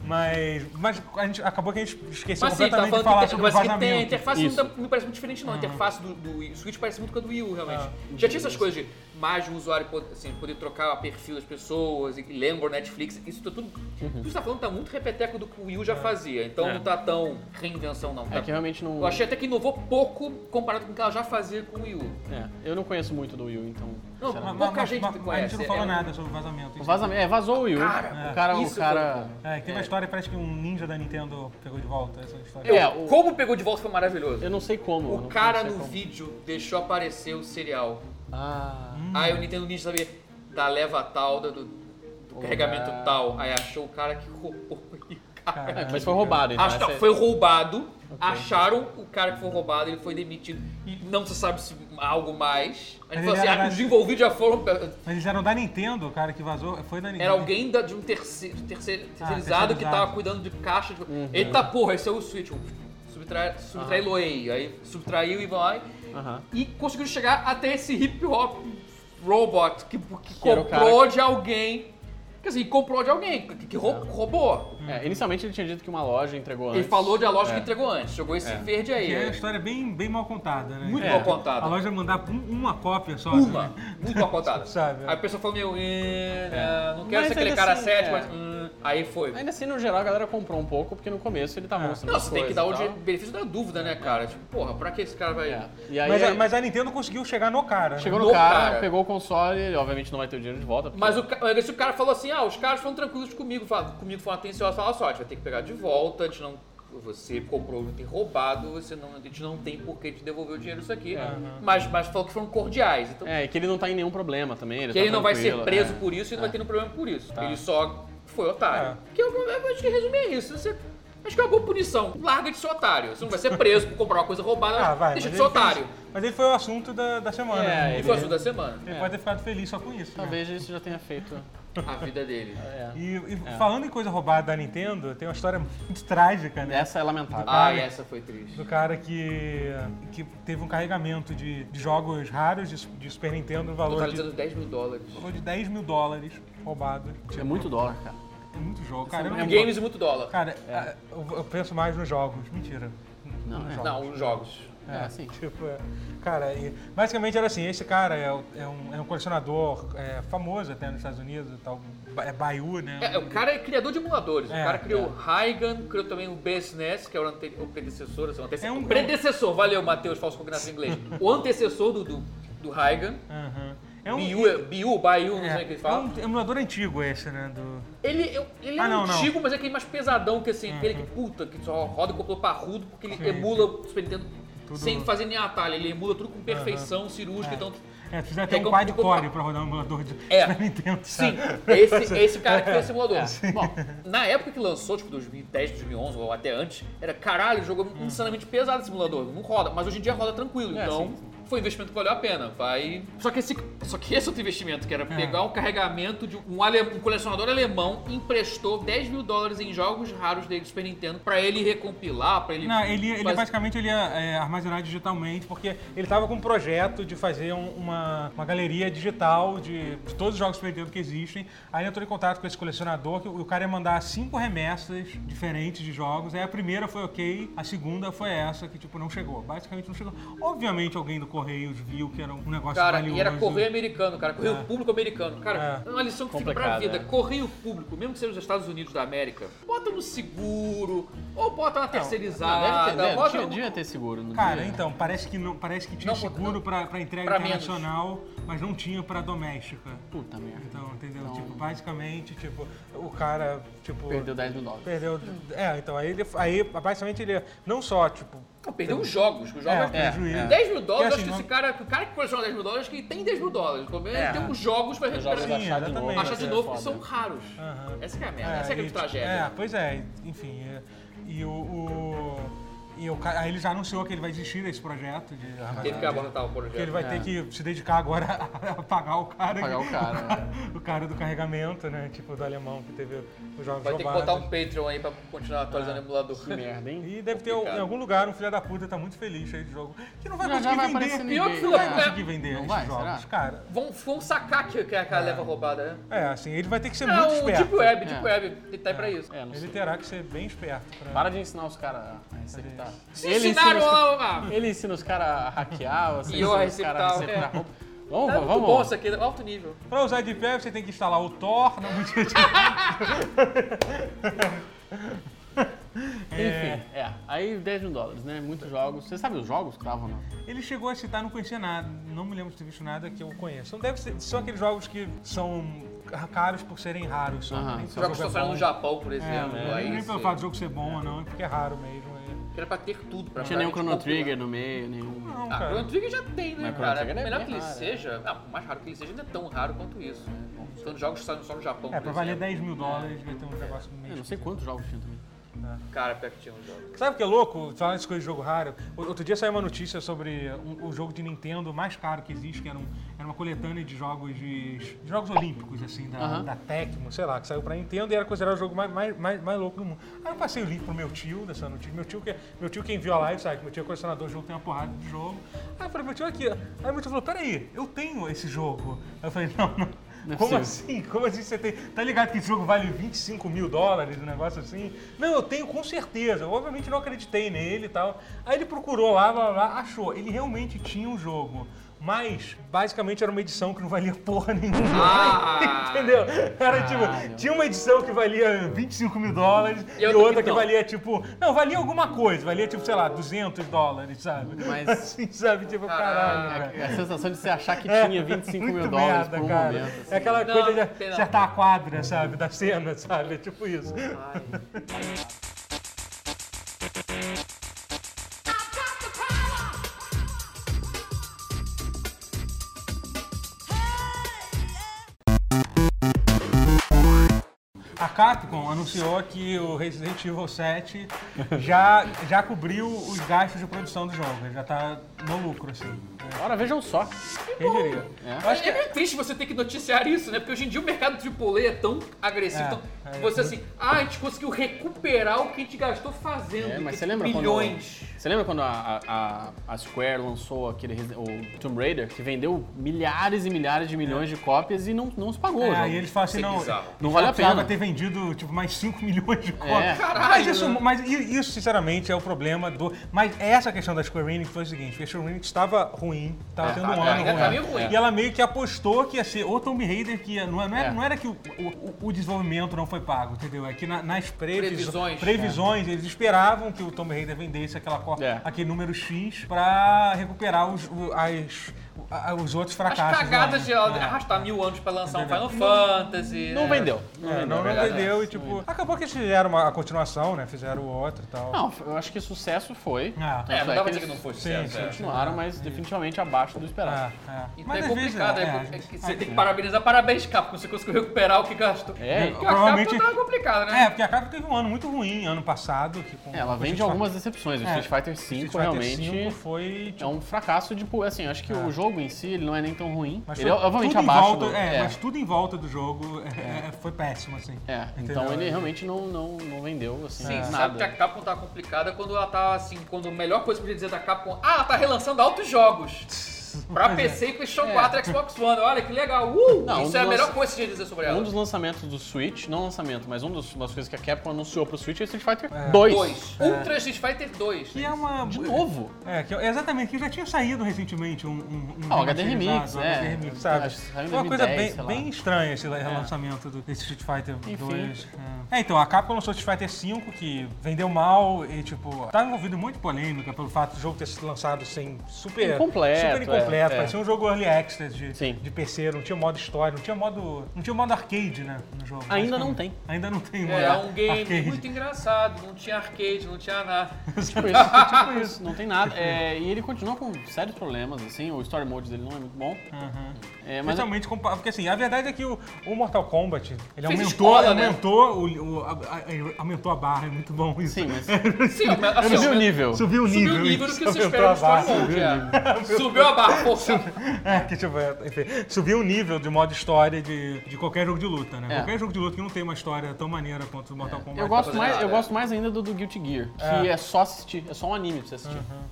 [SPEAKER 1] Mas, mas a gente, acabou que a gente esqueceu
[SPEAKER 3] é
[SPEAKER 2] Mas sim, tava
[SPEAKER 1] completamente de
[SPEAKER 2] falando
[SPEAKER 1] falar
[SPEAKER 2] que, tem-
[SPEAKER 1] sobre
[SPEAKER 2] mas que tem, a
[SPEAKER 1] vazamento.
[SPEAKER 2] interface não,
[SPEAKER 3] Isso. Ah.
[SPEAKER 2] tá- não parece muito diferente não. A interface do, do Switch parece muito com a do Wii U, realmente. Já tinha essas coisas de mais de um usuário pod- assim, poder trocar o perfil das pessoas, e lembra o Netflix, isso tá tudo... Tudo que você tá falando tá muito repeteco do que o Wii U já fazia, então
[SPEAKER 3] Uhum. É.
[SPEAKER 2] não tá tão reinvenção não.
[SPEAKER 3] É
[SPEAKER 2] Tá-
[SPEAKER 3] que realmente não.
[SPEAKER 2] Eu achei até que inovou pouco comparado com o que ela já fazia com o Wii U.
[SPEAKER 3] É, eu não conheço muito do Will, então.
[SPEAKER 2] Não,
[SPEAKER 3] sei lá.
[SPEAKER 1] Mas-
[SPEAKER 2] pouca
[SPEAKER 1] mas-
[SPEAKER 2] gente
[SPEAKER 1] mas-
[SPEAKER 2] que
[SPEAKER 1] mas A
[SPEAKER 2] conhece,
[SPEAKER 1] gente não falou
[SPEAKER 2] é-
[SPEAKER 1] nada sobre vazamento.
[SPEAKER 3] O vazamento. É, vazou o Will.
[SPEAKER 2] Cara,
[SPEAKER 3] o cara.
[SPEAKER 2] isso
[SPEAKER 3] O cara...
[SPEAKER 1] É, tem uma história, parece que um ninja da Nintendo pegou de volta essa história.
[SPEAKER 3] É, o-
[SPEAKER 2] Como pegou de volta foi maravilhoso.
[SPEAKER 3] Eu não sei como. eu
[SPEAKER 2] O
[SPEAKER 3] não
[SPEAKER 2] cara
[SPEAKER 3] sei
[SPEAKER 2] no
[SPEAKER 3] como.
[SPEAKER 2] vídeo deixou aparecer o cereal.
[SPEAKER 3] Ah.
[SPEAKER 1] Hum.
[SPEAKER 2] Aí o Nintendo Ninja sabia da leva tal, do, do carregamento
[SPEAKER 3] Olá.
[SPEAKER 2] tal. Aí achou o cara que roubou ele, cara.
[SPEAKER 1] Cara,
[SPEAKER 3] É, mas foi roubado, então.
[SPEAKER 2] Acho-
[SPEAKER 3] essa é-
[SPEAKER 2] foi roubado, acharam o cara que foi roubado, ele foi demitido. E não se sabe se há algo mais. A
[SPEAKER 1] Ele
[SPEAKER 2] gente falou assim,
[SPEAKER 1] era-
[SPEAKER 2] ah, que os envolvidos já foram...
[SPEAKER 1] Mas eles eram da Nintendo, cara, que vazou. Foi da Nintendo.
[SPEAKER 2] Era alguém da- de um terceiro, terceiro- terceirizado que
[SPEAKER 1] terceirizado.
[SPEAKER 2] tava cuidando de caixa. Tipo, Eita porra, esse é o Switch. Subtrai, subtrai Loei. Aí subtraiu e vai.
[SPEAKER 3] Aham.
[SPEAKER 2] E conseguiram chegar até esse hip hop robot que, que
[SPEAKER 3] Que era o
[SPEAKER 2] comprou de alguém. Quer dizer, comprou de alguém, que, que rou- roubou.
[SPEAKER 3] É, inicialmente ele tinha dito que uma loja entregou antes.
[SPEAKER 2] Ele falou de a loja
[SPEAKER 3] É.
[SPEAKER 2] que entregou antes, jogou esse
[SPEAKER 3] É.
[SPEAKER 2] verde aí.
[SPEAKER 1] Que é uma
[SPEAKER 2] né?
[SPEAKER 1] história bem, bem mal contada, né?
[SPEAKER 2] Muito
[SPEAKER 3] É.
[SPEAKER 2] mal
[SPEAKER 1] A
[SPEAKER 2] contada.
[SPEAKER 1] loja mandar um- uma cópia só.
[SPEAKER 2] Uma,
[SPEAKER 1] né?
[SPEAKER 2] muito mal contada.
[SPEAKER 1] Sabe, é.
[SPEAKER 2] Aí a pessoa falou, meu,
[SPEAKER 3] É.
[SPEAKER 2] eh, eh, não quero
[SPEAKER 3] Mas
[SPEAKER 2] ser aquele
[SPEAKER 3] ainda
[SPEAKER 2] cara
[SPEAKER 3] assim,
[SPEAKER 2] cético,
[SPEAKER 3] é.
[SPEAKER 2] mas. hum, aí foi.
[SPEAKER 3] Ainda assim, no geral, a galera comprou um pouco, porque no começo ele tava
[SPEAKER 1] É.
[SPEAKER 3] mostrando
[SPEAKER 2] Não,
[SPEAKER 3] as
[SPEAKER 2] você tem que dar o
[SPEAKER 3] coisas e
[SPEAKER 2] de-
[SPEAKER 3] tal.
[SPEAKER 2] benefício da dúvida, né, cara? Tipo, porra, pra que esse cara vai.
[SPEAKER 3] É. E aí,
[SPEAKER 1] Mas, a-
[SPEAKER 3] ele
[SPEAKER 1] mas a Nintendo conseguiu chegar no cara. né?
[SPEAKER 3] chegou no,
[SPEAKER 2] no
[SPEAKER 3] cara,
[SPEAKER 2] cara.
[SPEAKER 3] pegou o console, ele obviamente não vai ter o dinheiro de volta. porque-
[SPEAKER 2] Mas o, ca- mas esse cara falou assim: ah, os caras foram tranquilos comigo, fala- comigo foram atenciosos, falaram só, a gente vai ter que pegar de volta, a gente não. Você comprou, não tem roubado, você não, a gente não tem por que te devolver o dinheiro isso aqui. Mas, mas falou que foram cordiais. Então,
[SPEAKER 3] É, e que ele não tá em nenhum problema também. Ele
[SPEAKER 2] que
[SPEAKER 3] tá
[SPEAKER 2] ele não vai ser
[SPEAKER 3] tranquilo,
[SPEAKER 2] preso
[SPEAKER 3] é.
[SPEAKER 2] por isso e não vai ter nenhum problema por isso.
[SPEAKER 3] Tá.
[SPEAKER 2] Ele só foi otário.
[SPEAKER 1] É.
[SPEAKER 2] Que eu, eu acho que resumir é isso. Você, acho que é uma boa punição. Larga de ser otário. Você não vai ser preso por comprar uma coisa roubada,
[SPEAKER 1] Ah, vai.
[SPEAKER 2] deixa
[SPEAKER 1] mas
[SPEAKER 2] de ser
[SPEAKER 1] ele fez-
[SPEAKER 2] otário.
[SPEAKER 1] Mas ele foi o assunto da, da semana.
[SPEAKER 3] É,
[SPEAKER 1] né?
[SPEAKER 2] E
[SPEAKER 3] ele-
[SPEAKER 2] foi o assunto da semana.
[SPEAKER 1] Ele pode ter ficado feliz só com isso. né?
[SPEAKER 3] Talvez isso já tenha feito.
[SPEAKER 2] A vida dele.
[SPEAKER 3] É.
[SPEAKER 1] E, e falando em coisa roubada da Nintendo, tem uma história muito trágica, né?
[SPEAKER 3] Essa é lamentável.
[SPEAKER 2] Ah, essa foi triste.
[SPEAKER 1] Do cara que, que teve um carregamento de, de jogos raros de, de Super Nintendo no valor de, um
[SPEAKER 2] Totalizando 10 mil dólares.
[SPEAKER 1] valor de 10 mil dólares roubados.
[SPEAKER 3] É muito dólar, cara.
[SPEAKER 1] É muito jogo, cara. eu não-
[SPEAKER 2] Games e muito dólar.
[SPEAKER 1] Cara, a- eu eu penso mais nos jogos. Mentira.
[SPEAKER 3] Não, é.
[SPEAKER 2] Não, os jogos.
[SPEAKER 3] É, assim.
[SPEAKER 1] Tipo, é. Cara, e basicamente era assim, esse cara é, o- é um, é um colecionador é, famoso até nos Estados Unidos, o tal, Ba- é Bayou, né?
[SPEAKER 2] É, o cara é criador de emuladores.
[SPEAKER 1] É,
[SPEAKER 2] o cara criou o Hygan, criou também o BSNES, que é o, ante- o predecessor. Assim, o antece-
[SPEAKER 1] É um-
[SPEAKER 2] o predecessor, valeu, Matheus, falso combinado em inglês. O antecessor do, do, do Hygan.
[SPEAKER 1] Aham. É
[SPEAKER 2] Biu, é- Biu, Baiu, não sei o que
[SPEAKER 1] é,
[SPEAKER 2] ele
[SPEAKER 1] é
[SPEAKER 2] fala.
[SPEAKER 1] um emulador antigo esse, né? Do,
[SPEAKER 2] Ele, eu- ele é
[SPEAKER 1] Ah, não, É, não.
[SPEAKER 2] antigo, mas é aquele mais pesadão, que assim, aquele que puta, que só roda com o computador parrudo, porque ele emula o Super Nintendo sem fazer nem atalho. Ele emula tudo com perfeição cirúrgica, então
[SPEAKER 1] é, fizeram até
[SPEAKER 2] É que
[SPEAKER 1] um
[SPEAKER 2] eu-
[SPEAKER 1] quad core pra rodar um emulador de
[SPEAKER 2] É.
[SPEAKER 1] Super Nintendo.
[SPEAKER 2] Sim,
[SPEAKER 1] sabe? É.
[SPEAKER 2] esse, esse cara que fez o simulador. Bom, na época que lançou, tipo 2010, 2011 ou até antes, era caralho, jogo é
[SPEAKER 1] Hum.
[SPEAKER 2] insanamente pesado esse simulador, não roda, mas hoje em dia roda tranquilo,
[SPEAKER 3] É,
[SPEAKER 2] então
[SPEAKER 3] sim, sim.
[SPEAKER 2] foi um investimento que valeu a pena, vai... Só que esse, só que esse outro investimento, que
[SPEAKER 1] É.
[SPEAKER 2] era pegar um carregamento de um, ale- um colecionador alemão, emprestou 10 mil dólares em jogos raros dele do Super Nintendo pra ele recompilar, pra ele...
[SPEAKER 1] Não, ele, ele
[SPEAKER 2] fazer-
[SPEAKER 1] basicamente ele ia é, armazenar digitalmente, porque ele tava com um projeto de fazer um- uma, uma galeria digital de, de todos os jogos Super Nintendo que existem. Aí ele entrou em contato com esse colecionador, que o, o cara ia mandar cinco remessas diferentes de jogos. Aí a primeira foi ok, a segunda foi essa, que tipo, não chegou. Basicamente não chegou. Obviamente alguém do Correios viu que era um negócio
[SPEAKER 2] Cara,
[SPEAKER 1] valioso.
[SPEAKER 2] e era correio americano, cara. Correio público americano. Cara,
[SPEAKER 1] É.
[SPEAKER 2] é uma lição que fica pra
[SPEAKER 3] Complicado,
[SPEAKER 2] vida.
[SPEAKER 3] é.
[SPEAKER 2] Correio público, mesmo que seja nos Estados Unidos da América, bota no seguro, ou bota na terceirizada,
[SPEAKER 3] Deve ter, deve,
[SPEAKER 2] bota um-
[SPEAKER 3] tinha,
[SPEAKER 2] no...
[SPEAKER 3] devia ter seguro. Não
[SPEAKER 1] Cara,
[SPEAKER 3] devia?
[SPEAKER 1] então, parece que, não, parece que tinha
[SPEAKER 2] Não,
[SPEAKER 1] seguro
[SPEAKER 2] não.
[SPEAKER 1] pra pra entrega
[SPEAKER 2] Pra menos.
[SPEAKER 1] internacional, mas não tinha pra doméstica.
[SPEAKER 3] Puta merda.
[SPEAKER 1] Então, entendeu? Tipo, basicamente, tipo, o cara, tipo...
[SPEAKER 3] Perdeu 10 mil dólares.
[SPEAKER 1] Perdeu. É, então, aí, ele, aí basicamente ele não só, tipo.
[SPEAKER 2] Pô, Perdeu os jogos, que os jogos...
[SPEAKER 1] é, prejuízo.
[SPEAKER 3] é.
[SPEAKER 2] 10 mil dólares,
[SPEAKER 1] E assim,
[SPEAKER 2] acho que
[SPEAKER 1] não-
[SPEAKER 2] esse cara, o cara que coleciona 10 mil dólares, acho que ele tem 10 mil dólares. O problema é,
[SPEAKER 3] É.
[SPEAKER 2] ter os jogos pra
[SPEAKER 3] Os jogos
[SPEAKER 2] recuperar.
[SPEAKER 1] Sim,
[SPEAKER 3] achar de novo.
[SPEAKER 1] exatamente.
[SPEAKER 2] Achar
[SPEAKER 1] é
[SPEAKER 2] de novo
[SPEAKER 3] foda.
[SPEAKER 2] que são raros.
[SPEAKER 1] Aham. tipo,
[SPEAKER 2] Essa que é a merda, essa é a
[SPEAKER 1] e,
[SPEAKER 2] grande
[SPEAKER 1] tipo,
[SPEAKER 2] tragédia.
[SPEAKER 1] É, pois é, enfim. é, e o. o- E o ca- aí ele já anunciou que ele vai desistir desse projeto de
[SPEAKER 2] Teve que abandonar o
[SPEAKER 1] que ele
[SPEAKER 2] projeto.
[SPEAKER 1] vai ter que se dedicar agora a a pagar o cara.
[SPEAKER 3] É. Pagar o cara, né?
[SPEAKER 1] o cara do carregamento, né? Tipo do alemão que teve os jogos
[SPEAKER 2] Vai ter que
[SPEAKER 1] roubados.
[SPEAKER 2] botar um Patreon aí pra continuar atualizando o emulador.
[SPEAKER 3] Que merda, hein?
[SPEAKER 1] E deve ter
[SPEAKER 2] Complicado.
[SPEAKER 1] em algum lugar um filho da puta tá muito feliz cheio de jogo. Que não vai
[SPEAKER 3] Já, já
[SPEAKER 1] conseguir
[SPEAKER 3] vai
[SPEAKER 1] vender.
[SPEAKER 3] aparecer
[SPEAKER 2] Pior
[SPEAKER 3] ninguém.
[SPEAKER 2] que o
[SPEAKER 1] Não vai
[SPEAKER 2] É.
[SPEAKER 1] conseguir vender
[SPEAKER 3] Não
[SPEAKER 1] esses
[SPEAKER 3] vai,
[SPEAKER 1] jogos,
[SPEAKER 3] será?
[SPEAKER 1] cara.
[SPEAKER 2] Vão, vão sacar que, que é aquela leva roubada, né?
[SPEAKER 1] É, assim, ele vai ter que ser
[SPEAKER 2] É,
[SPEAKER 1] muito
[SPEAKER 2] o
[SPEAKER 1] esperto.
[SPEAKER 2] Deep Web, Deep
[SPEAKER 3] É.
[SPEAKER 2] Web, ele tá aí pra isso.
[SPEAKER 3] É, não
[SPEAKER 1] Ele
[SPEAKER 3] sei.
[SPEAKER 1] terá que ser bem esperto. pra-
[SPEAKER 3] Para de ensinar os caras a receptar.
[SPEAKER 2] Se ensinaram
[SPEAKER 3] ensina os
[SPEAKER 2] lá, ah, lá.
[SPEAKER 3] ca- ele ensina os caras a hackear, você
[SPEAKER 2] E eu
[SPEAKER 3] ensina
[SPEAKER 2] a
[SPEAKER 3] os caras a
[SPEAKER 2] receptar,
[SPEAKER 3] receptar roupa. Vamos,
[SPEAKER 2] Tá muito
[SPEAKER 3] vamos.
[SPEAKER 2] bom isso aqui, alto nível.
[SPEAKER 1] Pra usar Deep Web, você tem que instalar o Tor, não mentira.
[SPEAKER 3] Enfim, é. Aí 10 mil dólares, né? Muitos jogos. Você sabe os jogos que estavam, não?
[SPEAKER 1] Ele chegou a citar, não conhecia nada, não me lembro de ter visto nada que eu conheço. Não deve ser, são aqueles jogos que são caros por serem raros. Só.
[SPEAKER 3] Aham.
[SPEAKER 1] Nem
[SPEAKER 2] Os
[SPEAKER 1] se o
[SPEAKER 2] jogos que
[SPEAKER 1] jogo
[SPEAKER 2] estão saindo no Japão, por
[SPEAKER 1] É,
[SPEAKER 2] exemplo.
[SPEAKER 1] né?
[SPEAKER 2] aí
[SPEAKER 1] Nem
[SPEAKER 2] isso-
[SPEAKER 1] pelo fato do jogo ser bom ou não, é porque é raro mesmo. é.
[SPEAKER 2] Era pra ter tudo pra
[SPEAKER 3] Não tinha nenhum
[SPEAKER 2] realmente
[SPEAKER 3] Chrono
[SPEAKER 2] popular.
[SPEAKER 3] Trigger no meio, nenhum.
[SPEAKER 1] Não,
[SPEAKER 2] Ah,
[SPEAKER 1] cara.
[SPEAKER 2] Chrono Trigger já tem, né,
[SPEAKER 3] Mas Chrono
[SPEAKER 2] cara?
[SPEAKER 3] Trigger é
[SPEAKER 2] melhor
[SPEAKER 3] bem
[SPEAKER 2] que ele
[SPEAKER 3] raro, é.
[SPEAKER 2] seja. Ah, por mais raro que ele seja, não é tão raro quanto isso. Né? Tantos jogos que saem só no Japão.
[SPEAKER 1] É,
[SPEAKER 2] por
[SPEAKER 1] pra valer
[SPEAKER 2] exemplo.
[SPEAKER 1] 10 mil dólares, vai ter um negócio
[SPEAKER 3] Eu
[SPEAKER 1] meio. né?
[SPEAKER 3] não sei quantos jogos tinha também.
[SPEAKER 2] Cara, pior que tinha um jogo.
[SPEAKER 1] Sabe o que é louco? Falando essas coisas de jogo raro. O- Outro dia saiu uma notícia sobre um- o jogo de Nintendo mais caro que existe, que era, um- era uma coletânea de jogos de, de jogos olímpicos, assim, da,
[SPEAKER 3] Aham.
[SPEAKER 1] da Tecmo, sei lá, que saiu pra Nintendo e era considerado o jogo mais, mais, mais, mais louco do mundo. Aí eu passei o link pro meu tio dessa notícia. Meu tio, que, meu tio quem viu a live, sabe? que Meu tio é colecionador de jogo, tem uma porrada de jogo. Aí eu falei, meu tio aqui. ó. Aí meu tio falou, peraí, eu tenho esse jogo. Aí eu falei, não, não.
[SPEAKER 3] Não é
[SPEAKER 1] Como
[SPEAKER 3] possível.
[SPEAKER 1] assim? Como assim você tem. Tá ligado que esse jogo vale 25 mil dólares, um negócio assim? Não, eu tenho com certeza. Eu, obviamente não acreditei nele e tal. Aí ele procurou lá, blá, blá, blá, achou. Ele realmente tinha um jogo. Mas, basicamente, era uma edição que não valia porra nenhuma.
[SPEAKER 2] Ah!
[SPEAKER 1] Entendeu? Era
[SPEAKER 3] Caralho.
[SPEAKER 1] tipo, tinha uma edição que valia 25 mil dólares
[SPEAKER 2] E
[SPEAKER 1] e,
[SPEAKER 2] outra
[SPEAKER 1] outra
[SPEAKER 2] que
[SPEAKER 1] que
[SPEAKER 2] não.
[SPEAKER 1] valia tipo. Não, valia alguma coisa, valia tipo, sei lá, 200 dólares, sabe?
[SPEAKER 3] Mas-
[SPEAKER 1] assim, sabe? Tipo, caralho. cara.
[SPEAKER 3] É a sensação de você achar que
[SPEAKER 1] É,
[SPEAKER 3] tinha 25 mil
[SPEAKER 1] muito
[SPEAKER 3] dólares
[SPEAKER 1] merda,
[SPEAKER 3] por um
[SPEAKER 1] cara.
[SPEAKER 3] momento.
[SPEAKER 1] É aquela
[SPEAKER 2] Não,
[SPEAKER 1] coisa de
[SPEAKER 2] não tem nada.
[SPEAKER 1] acertar a quadra, sabe? Da cena, sabe? É tipo isso.
[SPEAKER 2] Ai.
[SPEAKER 1] A Capcom anunciou que o Resident Evil 7 já, já cobriu os gastos de produção do jogo. Ele já tá no lucro, assim.
[SPEAKER 3] Ora, vejam só.
[SPEAKER 1] Quem diria?
[SPEAKER 3] É.
[SPEAKER 1] Eu acho
[SPEAKER 2] É
[SPEAKER 1] que
[SPEAKER 2] meio triste você ter que noticiar isso, né? Porque hoje em dia o mercado AAA é tão agressivo.
[SPEAKER 1] É,
[SPEAKER 2] tão-
[SPEAKER 1] é.
[SPEAKER 2] você assim, ah, a gente conseguiu recuperar o que a gente gastou fazendo.
[SPEAKER 3] É,
[SPEAKER 2] que
[SPEAKER 3] mas você
[SPEAKER 2] é
[SPEAKER 3] lembra quando.
[SPEAKER 2] milhões.
[SPEAKER 3] Você lembra quando a, a- a- a Square lançou aquele Resi- o Tomb Raider, que vendeu milhares e milhares de milhões de cópias Ah, e não, não se pagou? o
[SPEAKER 1] É,
[SPEAKER 3] jogo?
[SPEAKER 1] aí eles falam assim,
[SPEAKER 2] Isso é
[SPEAKER 1] não,
[SPEAKER 2] bizarro.
[SPEAKER 3] Não vale a
[SPEAKER 1] precisava
[SPEAKER 3] pena.
[SPEAKER 1] ter vendido, tipo, mais 5 milhões de cópias.
[SPEAKER 2] Caralho,
[SPEAKER 1] Mas isso,
[SPEAKER 2] né?
[SPEAKER 1] mas i- isso, sinceramente, é o problema do... Mas essa questão da Square Enix foi o seguinte, porque a Square Enix estava ruim, estava tendo um
[SPEAKER 2] tá-
[SPEAKER 1] ano
[SPEAKER 2] ainda
[SPEAKER 1] ruim.
[SPEAKER 2] tá meio ruim.
[SPEAKER 1] E ela meio que apostou que ia ser o Tomb Raider, que ia- não, é- não era,
[SPEAKER 3] É.
[SPEAKER 1] não era que o, o- o desenvolvimento não foi pago, entendeu? É que na- nas previs-
[SPEAKER 2] Previsões. é.
[SPEAKER 1] previsões, eles esperavam que o Tomb Raider vendesse aquela, co-
[SPEAKER 3] É.
[SPEAKER 1] aquele número X pra recuperar os, o- as- a- os outros
[SPEAKER 2] As
[SPEAKER 1] fracassos. do
[SPEAKER 2] cagadas
[SPEAKER 1] ano.
[SPEAKER 2] de
[SPEAKER 1] É.
[SPEAKER 2] arrastar mil anos pra lançar um Final Fantasy.
[SPEAKER 3] Não
[SPEAKER 2] né?
[SPEAKER 3] vendeu.
[SPEAKER 1] É, não, não
[SPEAKER 2] verdade,
[SPEAKER 1] vendeu e tipo. Acabou que eles fizeram uma, a continuação, né? Fizeram o outro e tal.
[SPEAKER 3] Não, eu acho que sucesso foi.
[SPEAKER 1] Ah,
[SPEAKER 2] É, não dá pra dizer
[SPEAKER 3] eles
[SPEAKER 2] que não foi
[SPEAKER 1] Sim,
[SPEAKER 2] sucesso.
[SPEAKER 1] sim.
[SPEAKER 2] é.
[SPEAKER 3] Continuaram, mas definitivamente abaixo do esperado.
[SPEAKER 1] Ah, ah.
[SPEAKER 2] Então
[SPEAKER 1] Mas
[SPEAKER 2] é
[SPEAKER 1] às vezes,
[SPEAKER 2] complicado, é,
[SPEAKER 1] é,
[SPEAKER 2] é que
[SPEAKER 1] é,
[SPEAKER 2] você tem que parabenizar, parabéns Capcom, você conseguiu recuperar o que gastou.
[SPEAKER 3] É,
[SPEAKER 2] Porque a
[SPEAKER 1] provavelmente-
[SPEAKER 2] Capcom tá complicada, né?
[SPEAKER 1] é, porque a Capcom teve um ano muito ruim, ano passado. Que com,
[SPEAKER 3] É, Ela
[SPEAKER 1] com
[SPEAKER 3] vende
[SPEAKER 1] Street
[SPEAKER 3] algumas decepções. O
[SPEAKER 1] É,
[SPEAKER 3] Street Fighter V
[SPEAKER 1] Fighter-
[SPEAKER 3] realmente
[SPEAKER 1] Street Fighter V foi. tipo,
[SPEAKER 3] é um fracasso de. pu- Assim, eu acho que o jogo em si ele não é nem tão ruim.
[SPEAKER 1] mas
[SPEAKER 3] ele é
[SPEAKER 1] foi
[SPEAKER 3] obviamente
[SPEAKER 1] tudo em
[SPEAKER 3] abaixo
[SPEAKER 1] volta-
[SPEAKER 3] do.
[SPEAKER 1] é,
[SPEAKER 3] é.
[SPEAKER 1] mas tudo em volta do jogo é, foi péssimo, assim.
[SPEAKER 3] É,
[SPEAKER 1] Entendeu?
[SPEAKER 3] então ele realmente não, não, não vendeu, assim,
[SPEAKER 1] é.
[SPEAKER 2] Sim, sabe que a
[SPEAKER 3] nada.
[SPEAKER 2] Capcom tá complicada quando ela tá assim, quando a melhor coisa que eu podia dizer da Capcom, ah, ela tá relançando altos jogos. Pra
[SPEAKER 1] é.
[SPEAKER 2] PC e PlayStation 4 Xbox One, olha que legal, uh!
[SPEAKER 3] Não,
[SPEAKER 2] isso
[SPEAKER 3] um
[SPEAKER 2] é a
[SPEAKER 3] dos-
[SPEAKER 2] melhor coisa que você podia dizer sobre ela.
[SPEAKER 3] Um dos lançamentos do Switch, não lançamento, mas uma das coisas que a Capcom anunciou pro Switch é Street Fighter 2.
[SPEAKER 2] Dois. Ultra Street Fighter 2.
[SPEAKER 1] É. Que é uma.
[SPEAKER 3] De novo.
[SPEAKER 1] É, que, exatamente, que já tinha saído recentemente um. um, um
[SPEAKER 3] Ah, o
[SPEAKER 1] remasterizado,
[SPEAKER 3] HD Remix,
[SPEAKER 1] um
[SPEAKER 3] é.
[SPEAKER 1] HD Remix,
[SPEAKER 3] Acho
[SPEAKER 1] sabe?
[SPEAKER 3] que saiu em
[SPEAKER 1] Foi uma coisa
[SPEAKER 3] 2010,
[SPEAKER 1] bem,
[SPEAKER 3] sei lá. É.
[SPEAKER 1] bem estranha esse relançamento do, desse Street Fighter
[SPEAKER 3] Enfim.
[SPEAKER 1] 2. É. É, então, a Capcom lançou Street Fighter 5, que vendeu mal tá e, tipo, tava envolvido em muita polêmica pelo fato do jogo ter sido lançado sem super.
[SPEAKER 3] Incompleto,
[SPEAKER 1] super incompleto, completo.
[SPEAKER 3] É.
[SPEAKER 1] Parecia um jogo early access de,
[SPEAKER 3] Sim.
[SPEAKER 1] de PC, não tinha modo história, não tinha modo. Não tinha modo arcade, né? No jogo.
[SPEAKER 3] Ainda
[SPEAKER 1] Mas,
[SPEAKER 3] não
[SPEAKER 1] como-
[SPEAKER 3] tem.
[SPEAKER 1] Ainda não tem modo
[SPEAKER 2] É um game
[SPEAKER 1] arcade.
[SPEAKER 2] muito engraçado, não tinha arcade, não tinha nada.
[SPEAKER 3] Tipo isso, tipo isso, não tem nada. É, e ele continua com sérios problemas, assim, o story mode dele não é muito bom.
[SPEAKER 1] Uhum.
[SPEAKER 3] É, mas
[SPEAKER 1] Principalmente com- porque assim, a verdade é que o, o Mortal Kombat, ele
[SPEAKER 2] Fez
[SPEAKER 1] aumentou,
[SPEAKER 2] escola, né?
[SPEAKER 1] aumentou, o- o- a- a- aumentou a barra, é muito tá bom isso.
[SPEAKER 3] sim, mas
[SPEAKER 2] Sim, assim,
[SPEAKER 3] subiu
[SPEAKER 2] ó,
[SPEAKER 3] o nível.
[SPEAKER 1] Subiu o nível.
[SPEAKER 2] Subiu o nível do
[SPEAKER 1] isso,
[SPEAKER 2] que você
[SPEAKER 1] aumentou
[SPEAKER 2] espera
[SPEAKER 1] a
[SPEAKER 2] no Story
[SPEAKER 1] barra.
[SPEAKER 2] Mode. é. Subiu a barra, poxa.
[SPEAKER 1] É, que tipo, é, enfim, subiu o nível de modo história de, de qualquer jogo de luta, né?
[SPEAKER 3] É.
[SPEAKER 1] Qualquer jogo de luta que não tem uma história tão maneira quanto o Mortal Kombat.
[SPEAKER 3] Eu gosto,
[SPEAKER 2] fazer
[SPEAKER 3] mais,
[SPEAKER 2] nada,
[SPEAKER 3] eu
[SPEAKER 2] é.
[SPEAKER 3] gosto mais ainda do, do Guilty Gear, que é. só assistir, é só um anime pra você assistir.
[SPEAKER 2] Uhum.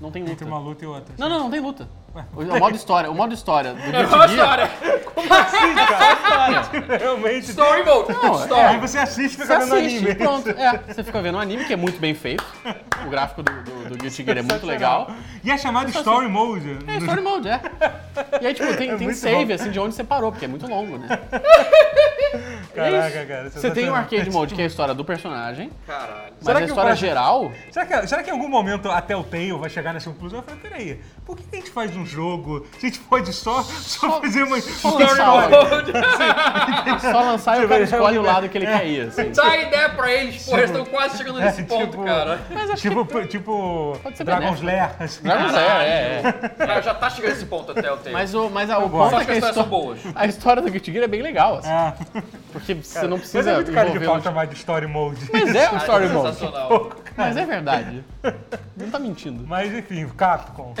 [SPEAKER 3] Não tem luta.
[SPEAKER 1] entre uma luta e outra.
[SPEAKER 3] Não, não, não tem luta. O, o modo história, o modo história do
[SPEAKER 2] É
[SPEAKER 3] Guilty
[SPEAKER 2] uma
[SPEAKER 3] Gear.
[SPEAKER 2] história.
[SPEAKER 1] Realmente.
[SPEAKER 2] Story Mode.
[SPEAKER 3] Não, é.
[SPEAKER 1] Aí
[SPEAKER 2] Story.
[SPEAKER 1] você assiste e
[SPEAKER 3] Você
[SPEAKER 1] fica vendo
[SPEAKER 3] assiste,
[SPEAKER 1] anime.
[SPEAKER 3] pronto. É, você fica vendo um anime que é muito bem feito. O gráfico do, do, do Guilty Gear é muito legal.
[SPEAKER 1] E é chamado Story Mode.
[SPEAKER 3] É story mode, é. E aí, tipo, tem, tem
[SPEAKER 1] É muito
[SPEAKER 3] save,
[SPEAKER 1] bom.
[SPEAKER 3] assim, de onde você parou, porque é muito longo, né?
[SPEAKER 1] Caraca, cara. é
[SPEAKER 3] Você tem o
[SPEAKER 1] sensacional.
[SPEAKER 3] arcade mode, que é a história do personagem,
[SPEAKER 2] Caralho.
[SPEAKER 3] mas
[SPEAKER 1] Será
[SPEAKER 3] a
[SPEAKER 1] que o
[SPEAKER 3] história
[SPEAKER 1] cara-
[SPEAKER 3] geral
[SPEAKER 1] Será que, será que em algum momento a Telltale vai chegar nessa conclusão? Eu falei, peraí, por que a gente faz um jogo se a gente pode só, só fazer uma
[SPEAKER 3] só
[SPEAKER 1] uma
[SPEAKER 3] lançar,
[SPEAKER 1] história?
[SPEAKER 3] é só lançar e o cara escolhe o lado que ele quer ir, assim.
[SPEAKER 2] Dá a ideia pra eles, pô, eles estão quase chegando nesse
[SPEAKER 1] É,
[SPEAKER 2] ponto,
[SPEAKER 1] tipo-
[SPEAKER 2] cara.
[SPEAKER 1] Tipo, tipo
[SPEAKER 3] Pode ser
[SPEAKER 1] Dragon's
[SPEAKER 3] benéfico.
[SPEAKER 1] Lair, assim.
[SPEAKER 3] Dragon's Lair, é,
[SPEAKER 1] né?
[SPEAKER 3] é.
[SPEAKER 2] Cara, já tá chegando nesse ponto até o tempo.
[SPEAKER 3] Mas o, mas a, o
[SPEAKER 1] gosto.
[SPEAKER 3] ponto
[SPEAKER 2] Só
[SPEAKER 3] é
[SPEAKER 2] as
[SPEAKER 3] que a
[SPEAKER 2] questões são
[SPEAKER 3] história,
[SPEAKER 2] boas.
[SPEAKER 3] a história do Guilty Gear é bem legal, assim.
[SPEAKER 1] Ah,
[SPEAKER 3] Porque você não
[SPEAKER 1] mas
[SPEAKER 3] precisa
[SPEAKER 1] é muito cara de
[SPEAKER 3] envolver
[SPEAKER 1] pau
[SPEAKER 3] um-
[SPEAKER 1] chamar de Story Mode.
[SPEAKER 3] Mas é um story mode.
[SPEAKER 2] Ah, Sensacional.
[SPEAKER 3] Mas é verdade. Não tá mentindo.
[SPEAKER 1] Mas enfim, Capcom.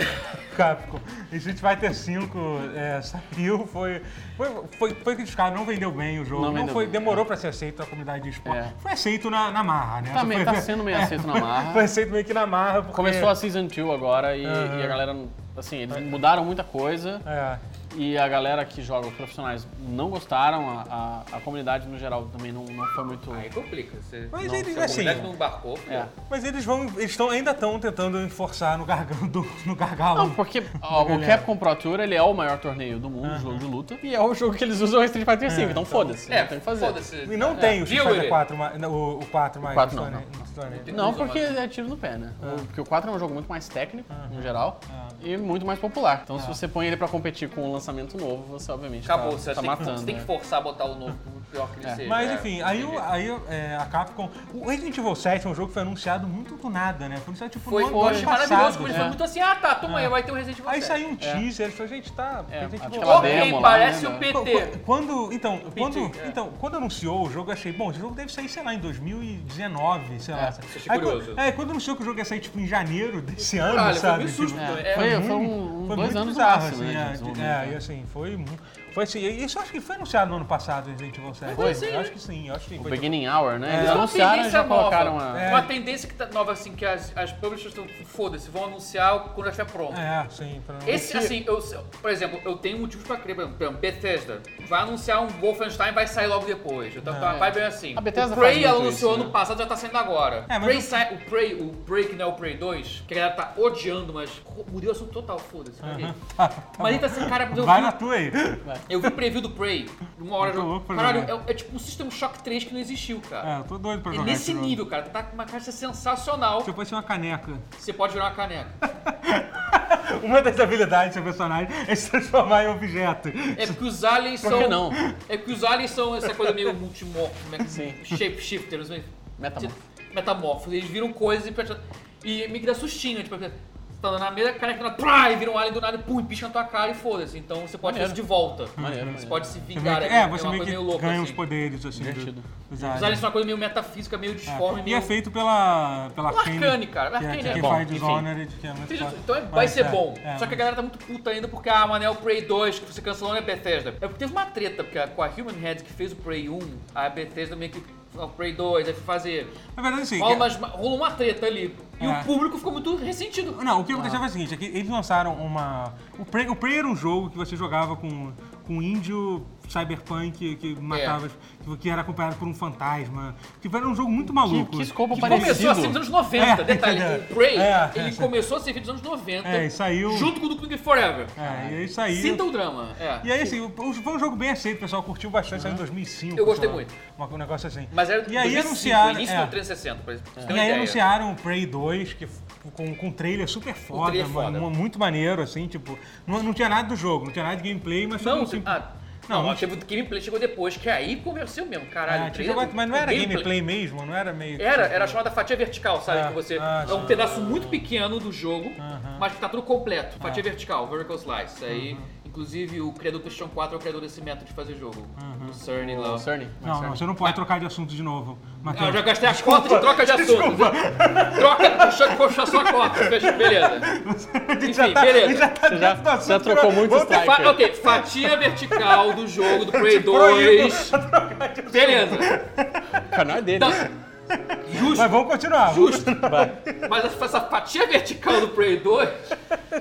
[SPEAKER 1] Capcom. E Street Fighter 5 é, saiu, foi, foi, foi, foi criticado, não vendeu bem o jogo.
[SPEAKER 3] Não
[SPEAKER 1] Não
[SPEAKER 3] vendeu
[SPEAKER 1] foi,
[SPEAKER 3] bem,
[SPEAKER 1] demorou pra ser aceito na comunidade de esporte.
[SPEAKER 3] É.
[SPEAKER 1] Foi aceito na, na marra, né?
[SPEAKER 3] Também
[SPEAKER 1] foi,
[SPEAKER 3] tá sendo meio aceito na marra.
[SPEAKER 1] Foi aceito meio que na marra. Porque,
[SPEAKER 3] Começou a Season 2 agora e,
[SPEAKER 1] é. Aham.
[SPEAKER 3] e a galera, assim, eles mudaram muita coisa
[SPEAKER 1] É,
[SPEAKER 3] e a galera que joga, os profissionais, não gostaram, a, a, a comunidade no geral também não, não foi muito...
[SPEAKER 2] Aí complica. Você...
[SPEAKER 1] Mas
[SPEAKER 2] não,
[SPEAKER 1] ele-
[SPEAKER 2] se a
[SPEAKER 1] assim-
[SPEAKER 2] comunidade não embarcou, pô.
[SPEAKER 3] É.
[SPEAKER 1] mas eles vão. Eles tão, ainda estão tentando enforçar no, gargalo, do- no gargalo.
[SPEAKER 3] Não, porque ó, o
[SPEAKER 1] galera.
[SPEAKER 3] Capcom Pro Tour, ele é o maior torneio do mundo, jogo de luta, e é o jogo que eles usam em Street Fighter V, então foda-se,
[SPEAKER 2] É,
[SPEAKER 3] não tem o que fazer.
[SPEAKER 2] foda-se. É.
[SPEAKER 1] e não tem o Street
[SPEAKER 2] Deal with
[SPEAKER 1] Fighter 4,
[SPEAKER 2] it.
[SPEAKER 1] ma- não, o, o 4 mais.
[SPEAKER 3] quatro
[SPEAKER 1] no
[SPEAKER 3] não,
[SPEAKER 1] Sony- no Sony.
[SPEAKER 3] Não, porque é tiro no pé, né? O- Porque o 4 é um jogo muito mais técnico, no geral, e muito mais popular. Então, se você põe ele pra competir com um lançamento novo, você obviamente
[SPEAKER 2] Acabou,
[SPEAKER 3] tá,
[SPEAKER 2] você,
[SPEAKER 3] tá
[SPEAKER 2] tem que,
[SPEAKER 3] matando.
[SPEAKER 2] você tem que
[SPEAKER 3] né?
[SPEAKER 2] forçar a botar o novo, por pior que ele seja.
[SPEAKER 1] Mas
[SPEAKER 2] é,
[SPEAKER 1] enfim,
[SPEAKER 2] não
[SPEAKER 1] aí,
[SPEAKER 2] tem
[SPEAKER 1] o-
[SPEAKER 2] jeito.
[SPEAKER 1] aí é, a Capcom. O Resident Evil 7 é um jogo que foi anunciado muito do nada, né? Foi anunciado tipo
[SPEAKER 2] Foi,
[SPEAKER 1] no ano
[SPEAKER 2] eu
[SPEAKER 1] ano
[SPEAKER 2] achei maravilhoso,
[SPEAKER 1] passado.
[SPEAKER 2] porque
[SPEAKER 1] né?
[SPEAKER 2] foi muito assim, ah tá, toma aí, vai ter um Resident Evil
[SPEAKER 1] Aí
[SPEAKER 2] 7.
[SPEAKER 1] saiu um teaser, falou, gente, tá.
[SPEAKER 3] É,
[SPEAKER 1] Resident Evil
[SPEAKER 3] aquela
[SPEAKER 2] Ok,
[SPEAKER 3] demo lá,
[SPEAKER 2] parece um
[SPEAKER 3] né,
[SPEAKER 2] o
[SPEAKER 3] da-
[SPEAKER 1] Qu-
[SPEAKER 2] PT.
[SPEAKER 1] qu- Quando, então, quando,
[SPEAKER 2] é.
[SPEAKER 1] então, quando anunciou o jogo, eu achei, bom, esse jogo deve sair, sei lá, em 2019, sei lá.
[SPEAKER 3] É,
[SPEAKER 1] sabe?
[SPEAKER 2] achei
[SPEAKER 1] Aí,
[SPEAKER 2] curioso.
[SPEAKER 1] quando- É, quando anunciou que o jogo ia sair, tipo, em janeiro desse ano,
[SPEAKER 2] Caralho, foi
[SPEAKER 1] sabe?
[SPEAKER 2] meio susto
[SPEAKER 1] Tipo,
[SPEAKER 2] também. É,
[SPEAKER 3] Foi, foi
[SPEAKER 1] muito-
[SPEAKER 3] um,
[SPEAKER 1] foi
[SPEAKER 3] dois
[SPEAKER 1] muito
[SPEAKER 3] anos
[SPEAKER 1] bizarro,
[SPEAKER 3] no máximo,
[SPEAKER 1] assim,
[SPEAKER 3] né, de
[SPEAKER 1] é, de-
[SPEAKER 3] desenvolvimento.
[SPEAKER 1] é, e assim, foi, mu- foi assim, e isso eu acho que foi anunciado no ano passado, Resident Evil 7.
[SPEAKER 3] Foi?
[SPEAKER 1] Eu acho que sim, eu acho que
[SPEAKER 3] O
[SPEAKER 1] foi. tipo,
[SPEAKER 3] Beginning Hour, né? Eles
[SPEAKER 2] Uma
[SPEAKER 3] anunciaram e
[SPEAKER 2] tendência
[SPEAKER 3] já colocaram
[SPEAKER 2] nova.
[SPEAKER 3] a...
[SPEAKER 1] É.
[SPEAKER 2] Uma tendência que tá nova, assim, que as, as publishers estão, foda-se, vão anunciar quando já estiver pronto.
[SPEAKER 1] É, sim. pra-
[SPEAKER 2] Esse, assim, eu, por exemplo, eu tenho motivos pra crer, por exemplo, por exemplo, Bethesda vai anunciar um Wolfenstein vai sair logo depois. Então, tá, vai bem assim.
[SPEAKER 3] A Bethesda
[SPEAKER 2] o Prey
[SPEAKER 3] faz muito
[SPEAKER 2] ela anunciou
[SPEAKER 3] isso,
[SPEAKER 2] ano
[SPEAKER 3] né?
[SPEAKER 2] passado, já tá saindo agora.
[SPEAKER 1] É, mas
[SPEAKER 2] Prey
[SPEAKER 1] eu-
[SPEAKER 2] sai, o Prey, o Prey que não é o Prey 2, que a galera tá odiando, mas co- mudei o assunto total, foda-se. caguei. mas ele tá assim, cara, eu
[SPEAKER 1] Vai
[SPEAKER 2] vi,
[SPEAKER 1] na tua aí.
[SPEAKER 2] eu vi o preview do Prey, de uma hora.
[SPEAKER 1] Muito louco pra
[SPEAKER 2] Caralho,
[SPEAKER 1] jogar.
[SPEAKER 2] é, é tipo um System Shock 3 que não existiu, cara.
[SPEAKER 1] É, Tipo, eu tô doido pra
[SPEAKER 2] É,
[SPEAKER 1] jogar esse
[SPEAKER 2] nesse
[SPEAKER 1] jogo.
[SPEAKER 2] nível, cara, tá com uma caixa sensacional.
[SPEAKER 1] Se eu fosse uma caneca.
[SPEAKER 2] Você pode virar uma caneca.
[SPEAKER 1] Uma das habilidades do seu personagem é se transformar em objeto.
[SPEAKER 2] É porque os aliens
[SPEAKER 3] Por
[SPEAKER 2] são.
[SPEAKER 3] que não?
[SPEAKER 2] É porque os aliens são essa coisa meio multimorfo, como é que
[SPEAKER 3] Sim.
[SPEAKER 2] Shapeshifter, não sei.
[SPEAKER 3] Metamorfo.
[SPEAKER 2] Metamorfos. Eles viram coisas e. praticam- E meio que dá sustinho, tipo, você tá andando na mesa, cara que tá, e vira um alien do nada, pum, e pisca na tua cara e foda-se. Então você pode fazer
[SPEAKER 3] Maneiro.
[SPEAKER 2] isso de volta.
[SPEAKER 3] Maneiro,
[SPEAKER 2] Você
[SPEAKER 3] maneiro.
[SPEAKER 2] pode se
[SPEAKER 1] Você meio
[SPEAKER 2] vingar,
[SPEAKER 1] que-
[SPEAKER 2] é
[SPEAKER 1] é, você
[SPEAKER 2] uma
[SPEAKER 1] meio
[SPEAKER 2] coisa
[SPEAKER 1] que
[SPEAKER 2] meio louca.
[SPEAKER 1] ganha
[SPEAKER 2] assim.
[SPEAKER 1] os poderes, assim, do-
[SPEAKER 3] Divertido.
[SPEAKER 1] dos
[SPEAKER 2] Os
[SPEAKER 1] aliens.
[SPEAKER 2] aliens são uma coisa meio metafísica, meio disforme,
[SPEAKER 1] E
[SPEAKER 2] meio.
[SPEAKER 1] é feito pela, pela
[SPEAKER 2] Pela Arcane, cara.
[SPEAKER 1] Que é,
[SPEAKER 2] Arcane
[SPEAKER 1] que
[SPEAKER 2] é
[SPEAKER 1] é quem
[SPEAKER 2] bom,
[SPEAKER 1] faz
[SPEAKER 3] enfim.
[SPEAKER 1] Dishonored, que é muito
[SPEAKER 2] Entendi.
[SPEAKER 1] foda.
[SPEAKER 2] Então é- vai
[SPEAKER 1] Mas
[SPEAKER 2] ser
[SPEAKER 1] é,
[SPEAKER 2] bom.
[SPEAKER 1] é,
[SPEAKER 2] Só que a galera tá muito puta ainda porque a Manel Prey 2, que você cancelou, não é Bethesda. É porque teve uma treta porque a- com a Human Head que fez o Prey 1, a Bethesda meio que. O Prey 2, aí foi fazer.
[SPEAKER 1] Na verdade, assim...
[SPEAKER 2] Rolou,
[SPEAKER 1] que-
[SPEAKER 2] umas- rolou uma treta ali. E
[SPEAKER 1] É.
[SPEAKER 2] o público ficou muito ressentido. Ah.
[SPEAKER 1] Não, o que aconteceu foi o seguinte, é que eles lançaram uma... O Prey, o Prey era um jogo que você jogava com com um índio cyberpunk que
[SPEAKER 2] É.
[SPEAKER 1] matava, que- que era acompanhado por um fantasma. Tipo, era um jogo muito maluco.
[SPEAKER 3] que escopo
[SPEAKER 2] Que
[SPEAKER 3] parecido.
[SPEAKER 2] começou a ser nos anos 90.
[SPEAKER 1] É,
[SPEAKER 2] Detalhe,
[SPEAKER 1] entendeu?
[SPEAKER 2] o Prey,
[SPEAKER 1] É,
[SPEAKER 2] ele
[SPEAKER 1] é, sim.
[SPEAKER 2] começou a ser feito nos anos 90.
[SPEAKER 1] É, e saiu-
[SPEAKER 2] Junto com o Duke Nukem Forever.
[SPEAKER 1] É, e aí saiu.
[SPEAKER 2] Sinta o drama. É.
[SPEAKER 1] E aí, assim, o- o- foi um jogo bem aceito, o pessoal curtiu bastante, saiu em 2005.
[SPEAKER 2] Eu gostei
[SPEAKER 1] sei lá,
[SPEAKER 2] muito.
[SPEAKER 1] uma- um negócio assim.
[SPEAKER 2] Mas era
[SPEAKER 1] e aí
[SPEAKER 2] 2005,
[SPEAKER 1] anunciaram,
[SPEAKER 2] início
[SPEAKER 1] é.
[SPEAKER 2] do 360, pra pra você ter
[SPEAKER 1] E
[SPEAKER 2] uma
[SPEAKER 1] aí
[SPEAKER 2] ideia.
[SPEAKER 1] anunciaram o Prey 2, que f- com, com um trailer super foda,
[SPEAKER 2] trailer é
[SPEAKER 1] mano,
[SPEAKER 2] foda.
[SPEAKER 1] muito maneiro, assim, tipo, não, não tinha nada do jogo, não tinha nada de gameplay, mas
[SPEAKER 2] Não,
[SPEAKER 1] tipo,
[SPEAKER 2] ah,
[SPEAKER 1] Não,
[SPEAKER 2] não,
[SPEAKER 1] não tipo,
[SPEAKER 2] ó, teve o gameplay chegou depois, que aí conversou mesmo, caralho.
[SPEAKER 1] ah,
[SPEAKER 2] o
[SPEAKER 1] tinha
[SPEAKER 2] trailer,
[SPEAKER 1] jogado- mas não
[SPEAKER 2] o
[SPEAKER 1] era gameplay mesmo, não era meio...
[SPEAKER 2] Era, era a chamada fatia vertical, sabe?
[SPEAKER 1] Ah,
[SPEAKER 2] que você
[SPEAKER 1] ah,
[SPEAKER 2] é um
[SPEAKER 1] sim.
[SPEAKER 2] pedaço muito pequeno do jogo, mas que tá tudo
[SPEAKER 1] Ah.
[SPEAKER 2] completo. Fatia vertical, vertical slice. Aí, inclusive, o criador do PlayStation 4 é o criador desse método de fazer jogo. O Cerny lá.
[SPEAKER 3] O Cerny.
[SPEAKER 1] Não, não, você não pode trocar de assunto de novo,
[SPEAKER 2] Ah, eu
[SPEAKER 1] Matheus.
[SPEAKER 2] já gastei a cota de troca de assunto. Troca, deixa eu puxar sua cota. Fecha- Beleza.
[SPEAKER 1] gente tá
[SPEAKER 2] Enfim, beleza.
[SPEAKER 3] Você já,
[SPEAKER 1] Nossa,
[SPEAKER 3] já trocou muito
[SPEAKER 1] vamos ter
[SPEAKER 3] striker.
[SPEAKER 2] Fa- ok, fatia vertical do jogo do Play 2. Beleza.
[SPEAKER 3] O canal é dele.
[SPEAKER 2] Então,
[SPEAKER 1] Mas
[SPEAKER 2] justo,
[SPEAKER 1] vamos continuar.
[SPEAKER 2] justo.
[SPEAKER 3] Vai.
[SPEAKER 2] Mas essa- essa fatia vertical do Prey 2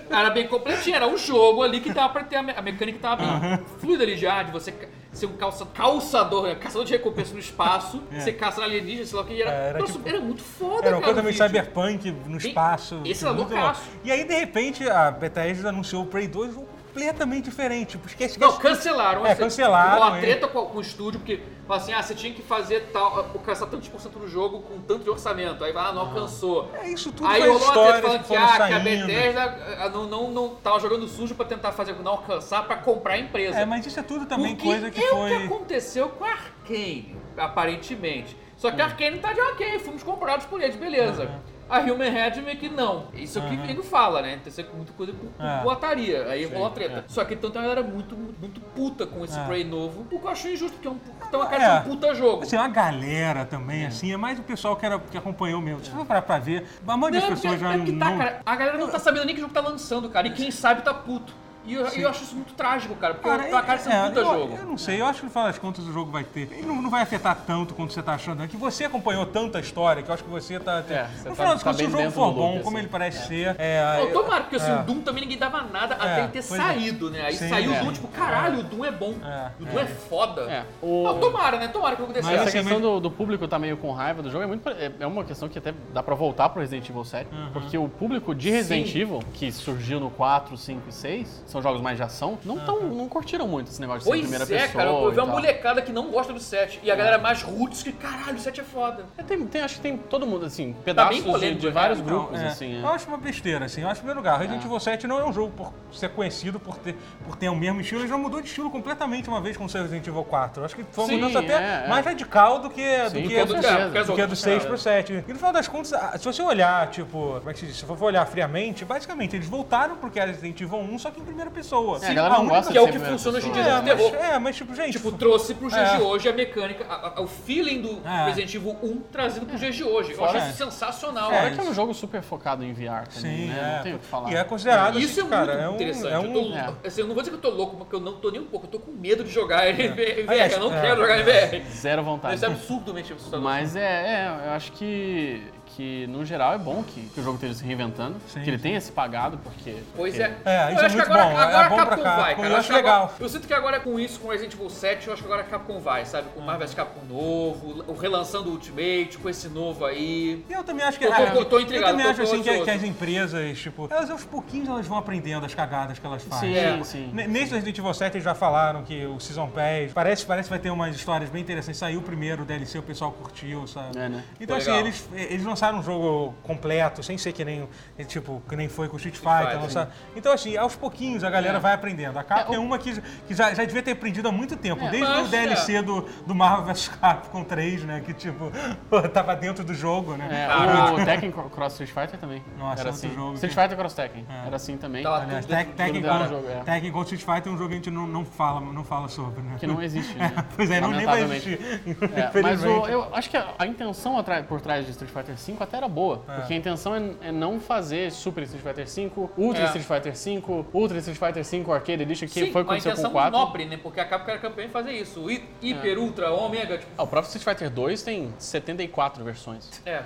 [SPEAKER 2] era bem completinha, era um jogo ali que dava pra ter a, me- a mecânica que tava bem fluida ali já, de você ca- ser um calça, calçador, né, caçador de recompensa no espaço, você caça na alienígena, sei lá o que, e era,
[SPEAKER 1] É, era
[SPEAKER 2] nossa,
[SPEAKER 1] tipo-
[SPEAKER 2] era muito foda,
[SPEAKER 1] Era uma
[SPEAKER 2] cara,
[SPEAKER 1] coisa
[SPEAKER 2] o
[SPEAKER 1] meio
[SPEAKER 2] vídeo.
[SPEAKER 1] cyberpunk no
[SPEAKER 2] Sim,
[SPEAKER 1] espaço.
[SPEAKER 2] esse era
[SPEAKER 1] muito
[SPEAKER 2] loucaço.
[SPEAKER 1] louco. E aí, de repente, a Bethesda anunciou o Prey 2 um jogo completamente diferente. Tipo, esquece,
[SPEAKER 2] Não,
[SPEAKER 1] esquece.
[SPEAKER 2] cancelaram.
[SPEAKER 1] É,
[SPEAKER 2] essa-
[SPEAKER 1] cancelaram,
[SPEAKER 2] Uma
[SPEAKER 1] é.
[SPEAKER 2] treta com, com o estúdio, porque fala assim, ah, você tinha que fazer tal, alcançar tantos por cento do jogo com tanto de orçamento. Aí, ah, não alcançou.
[SPEAKER 1] É, isso tudo
[SPEAKER 2] Aí
[SPEAKER 1] foi
[SPEAKER 2] rolou uma treta
[SPEAKER 1] histórias
[SPEAKER 2] falando
[SPEAKER 1] que
[SPEAKER 2] que,
[SPEAKER 1] foram
[SPEAKER 2] ah, que a
[SPEAKER 1] saindo.
[SPEAKER 2] Bethesda ah, não, não, não tava jogando sujo pra tentar fazer, não alcançar, pra comprar a empresa.
[SPEAKER 1] É, mas isso é tudo também
[SPEAKER 2] O
[SPEAKER 1] coisa que
[SPEAKER 2] é o que
[SPEAKER 1] foi.
[SPEAKER 2] aconteceu com a Arkane, aparentemente. Só
[SPEAKER 1] Hum.
[SPEAKER 2] que a Arkane tá de ok, fomos comprados por eles, beleza. A Human Head meio que não. Isso é o que o nego fala, né? Tem que ser muita coisa com com
[SPEAKER 1] É.
[SPEAKER 2] boataria. Aí rolou a treta. Só que então tem uma galera muito, muito, muito puta com esse Prey novo, o que eu acho injusto, porque é um, pu- tá uma cara
[SPEAKER 1] É.
[SPEAKER 2] de um puta jogo.
[SPEAKER 1] Assim, uma galera também, assim, é mais o pessoal que, era, que acompanhou mesmo. Se for parar pra ver, a maioria das
[SPEAKER 2] porque
[SPEAKER 1] pessoas já
[SPEAKER 2] é que tá,
[SPEAKER 1] não.
[SPEAKER 2] cara. A galera não tá sabendo nem que jogo tá lançando, cara. E quem sabe tá puto. E eu, eu acho isso muito trágico, cara, porque
[SPEAKER 1] Cara,
[SPEAKER 2] tá a cara de ser um
[SPEAKER 1] é,
[SPEAKER 2] puta
[SPEAKER 1] eu,
[SPEAKER 2] jogo.
[SPEAKER 1] eu não sei, eu acho que no final das contas o jogo vai ter. Ele não, não vai afetar tanto quanto você tá achando. É que você acompanhou tanta história que eu acho que você tá.
[SPEAKER 3] É, você
[SPEAKER 1] no
[SPEAKER 3] tá-
[SPEAKER 1] final das contas,
[SPEAKER 3] tá
[SPEAKER 1] se o
[SPEAKER 3] bem
[SPEAKER 1] jogo
[SPEAKER 3] dentro
[SPEAKER 1] for
[SPEAKER 3] do
[SPEAKER 1] bom,
[SPEAKER 3] loop,
[SPEAKER 1] como
[SPEAKER 3] assim.
[SPEAKER 1] ele parece ser. É,
[SPEAKER 2] Não,
[SPEAKER 1] eu-
[SPEAKER 2] tomara, porque assim,
[SPEAKER 1] é.
[SPEAKER 2] o Doom também ninguém dava nada até ele ter
[SPEAKER 1] pois é.
[SPEAKER 2] saído, né? Aí
[SPEAKER 1] Sim,
[SPEAKER 2] saiu
[SPEAKER 1] é.
[SPEAKER 2] o Doom, tipo, caralho, o Doom é bom.
[SPEAKER 1] É,
[SPEAKER 2] O Doom é, foda.
[SPEAKER 3] É. O-
[SPEAKER 2] Não, tomara, né? Tomara que o jogo dê
[SPEAKER 1] Mas
[SPEAKER 2] certo.
[SPEAKER 1] assim,
[SPEAKER 3] Essa questão
[SPEAKER 1] mesmo-
[SPEAKER 3] do, do público tá meio com raiva do jogo é, muito, pare- é- é uma questão que até dá pra voltar pro Resident Evil 7,
[SPEAKER 1] Uhum.
[SPEAKER 3] porque o público de Resident
[SPEAKER 2] Sim.
[SPEAKER 3] Evil, que surgiu no 4, 5 e 6, são jogos mais de ação, não, tão,
[SPEAKER 1] Uhum.
[SPEAKER 3] não curtiram muito esse negócio de ser
[SPEAKER 2] Pois
[SPEAKER 3] primeira
[SPEAKER 2] é,
[SPEAKER 3] pessoa.
[SPEAKER 2] cara, eu
[SPEAKER 3] e
[SPEAKER 2] vi uma
[SPEAKER 3] tal.
[SPEAKER 2] molecada que não gosta do 7.
[SPEAKER 1] É.
[SPEAKER 2] E a galera mais roots que, caralho, o 7 é foda.
[SPEAKER 3] É, tem- tem- acho que tem todo mundo, assim,
[SPEAKER 2] Tá bem
[SPEAKER 3] pedaços de-
[SPEAKER 2] polêmico,
[SPEAKER 3] de,
[SPEAKER 2] né?
[SPEAKER 3] vários
[SPEAKER 2] Então,
[SPEAKER 3] grupos,
[SPEAKER 1] É,
[SPEAKER 3] assim.
[SPEAKER 1] Eu acho uma besteira, assim. Eu acho, em primeiro lugar, Resident Evil 7 não é um jogo por ser conhecido por ter, por ter o mesmo estilo. Ele já mudou de estilo completamente uma vez com o seu Resident Evil 4. Eu acho que foi uma
[SPEAKER 3] Sim,
[SPEAKER 1] mudança até
[SPEAKER 3] é, é.
[SPEAKER 1] mais radical do que,
[SPEAKER 3] Sim, é,
[SPEAKER 1] do que,
[SPEAKER 3] com
[SPEAKER 1] é do,
[SPEAKER 3] certeza.
[SPEAKER 2] porque as
[SPEAKER 1] do que do
[SPEAKER 2] outras-
[SPEAKER 1] 6 pro 7. E no final das contas, a- se você olhar, tipo, como é que se diz? Se você for olhar friamente, basicamente eles voltaram pro que era Resident Evil 1, só que Ah, em primeira pessoa.
[SPEAKER 3] É, a galera não
[SPEAKER 1] única-
[SPEAKER 3] gosta
[SPEAKER 2] Que é o
[SPEAKER 3] ser
[SPEAKER 2] que
[SPEAKER 3] primeira
[SPEAKER 2] funciona hoje em
[SPEAKER 3] pessoa.
[SPEAKER 2] dia
[SPEAKER 1] É,
[SPEAKER 2] no terror.
[SPEAKER 1] mas, é, mas tipo, gente.
[SPEAKER 2] Tipo, trouxe pro dias
[SPEAKER 1] É.
[SPEAKER 2] de hoje a mecânica, a- a- o feeling do
[SPEAKER 1] É.
[SPEAKER 2] Resident Evil 1 trazido pro dias de hoje. Eu
[SPEAKER 1] Fora-
[SPEAKER 2] achei isso sensacional.
[SPEAKER 1] É,
[SPEAKER 3] Agora
[SPEAKER 2] né?
[SPEAKER 3] que é um jogo super focado em VR também,
[SPEAKER 1] Sim,
[SPEAKER 3] né?
[SPEAKER 1] é.
[SPEAKER 3] Não tem o que falar.
[SPEAKER 1] E é considerado,
[SPEAKER 2] Isso é
[SPEAKER 1] assim,
[SPEAKER 2] muito
[SPEAKER 1] cara, é um-
[SPEAKER 2] interessante.
[SPEAKER 1] é
[SPEAKER 2] eu, tô-
[SPEAKER 1] um-
[SPEAKER 3] é.
[SPEAKER 2] assim, eu não vou dizer que eu tô louco, porque eu não tô nem um pouco. Eu tô com medo de jogar em VR.
[SPEAKER 1] É. Aliás,
[SPEAKER 2] eu não
[SPEAKER 1] é.
[SPEAKER 2] quero jogar em VR.
[SPEAKER 3] Zero vontade.
[SPEAKER 2] Isso é absurdamente assustador.
[SPEAKER 3] Tá. Mas é, é, eu acho que, que no geral é bom que, que o jogo esteja se reinventando,
[SPEAKER 1] Sim,
[SPEAKER 3] que ele
[SPEAKER 1] sim.
[SPEAKER 3] tenha se pagado, porque.
[SPEAKER 2] Pois
[SPEAKER 3] porque-
[SPEAKER 2] é.
[SPEAKER 1] É, isso
[SPEAKER 2] eu
[SPEAKER 1] é muito
[SPEAKER 2] acho que agora,
[SPEAKER 1] bom, é
[SPEAKER 2] agora a
[SPEAKER 1] bom pra
[SPEAKER 2] Capcom
[SPEAKER 1] Capcom,
[SPEAKER 2] vai, cara.
[SPEAKER 1] eu
[SPEAKER 2] acho
[SPEAKER 1] acho legal.
[SPEAKER 2] Agora, eu sinto que agora é com isso, com Resident Evil 7, eu acho que agora a Capcom vai, sabe? Com Marvel vs Capcom novo, o relançando o Ultimate, com esse novo aí.
[SPEAKER 1] Eu também acho que
[SPEAKER 2] Eu tô-
[SPEAKER 1] é,
[SPEAKER 2] tô- tô intrigado,
[SPEAKER 1] Eu também
[SPEAKER 2] tô-
[SPEAKER 1] acho
[SPEAKER 2] tô
[SPEAKER 1] assim que,
[SPEAKER 2] ansioso.
[SPEAKER 1] que as empresas, tipo, elas aos pouquinhos elas vão aprendendo as cagadas que elas fazem.
[SPEAKER 3] Sim,
[SPEAKER 2] É.
[SPEAKER 3] sim.
[SPEAKER 1] Ne- Nesse Resident Evil 7 eles já falaram que o Season Pass parece, parece que vai ter umas histórias bem interessantes. Saiu o primeiro o DLC, o pessoal curtiu, sabe?
[SPEAKER 3] É, né?
[SPEAKER 1] Então,
[SPEAKER 2] Pô,
[SPEAKER 1] assim,
[SPEAKER 2] legal.
[SPEAKER 1] eles, eles lançaram um jogo completo, sem ser que nem, eh, tipo, que nem foi com o Street
[SPEAKER 2] Street
[SPEAKER 1] Fighter.
[SPEAKER 2] Fighter,
[SPEAKER 1] lançaram- Então, assim, aos pouquinhos a galera vai aprendendo. A Capcom é,
[SPEAKER 3] É, o- É,
[SPEAKER 1] uma que, que já, já devia ter aprendido há muito tempo, desde
[SPEAKER 2] mas,
[SPEAKER 1] o DLC do, do Marvel vs Capcom 3, né? Que, tipo, tava dentro do jogo, né?
[SPEAKER 3] É,
[SPEAKER 2] Caraca.
[SPEAKER 3] o Tekken Cro- Cross Street Fighter também.
[SPEAKER 1] Nossa,
[SPEAKER 3] era
[SPEAKER 1] é outro
[SPEAKER 3] assim.
[SPEAKER 1] jogo É.
[SPEAKER 3] Street
[SPEAKER 1] que-
[SPEAKER 3] Fighter Cross Tekken. Era assim também.
[SPEAKER 2] Tava
[SPEAKER 1] Aliás,
[SPEAKER 2] tudo
[SPEAKER 1] Tec-
[SPEAKER 2] dentro
[SPEAKER 1] Tekken
[SPEAKER 3] do jogo,
[SPEAKER 1] contra-
[SPEAKER 3] é.
[SPEAKER 1] Tekken contra Street Fighter é um jogo que a gente não, não fala, não fala sobre, né?
[SPEAKER 3] Que não existe, né?
[SPEAKER 1] pois é, não nem vai
[SPEAKER 3] Lamentavelmente.
[SPEAKER 1] existir.
[SPEAKER 3] É, mas
[SPEAKER 1] Infelizmente.
[SPEAKER 3] o- eu acho que a, a intenção atra- por trás de Street Fighter V 5 até era boa.
[SPEAKER 1] É.
[SPEAKER 3] Porque a intenção é, é não fazer Super Street Fighter V, Ultra
[SPEAKER 2] É.
[SPEAKER 3] Street Fighter V, Ultra Street Fighter V Arcade Edition, que
[SPEAKER 2] Sim,
[SPEAKER 3] foi o que
[SPEAKER 2] uma
[SPEAKER 3] aconteceu com É.
[SPEAKER 2] intenção
[SPEAKER 3] o 4.
[SPEAKER 2] nobre, né? Porque a Capcom era campeã em fazer isso. Hi- Hiper, Ultra, Ômega, tipo,
[SPEAKER 3] Ah, o próprio Street Fighter 2 tem 74 versões.
[SPEAKER 2] é.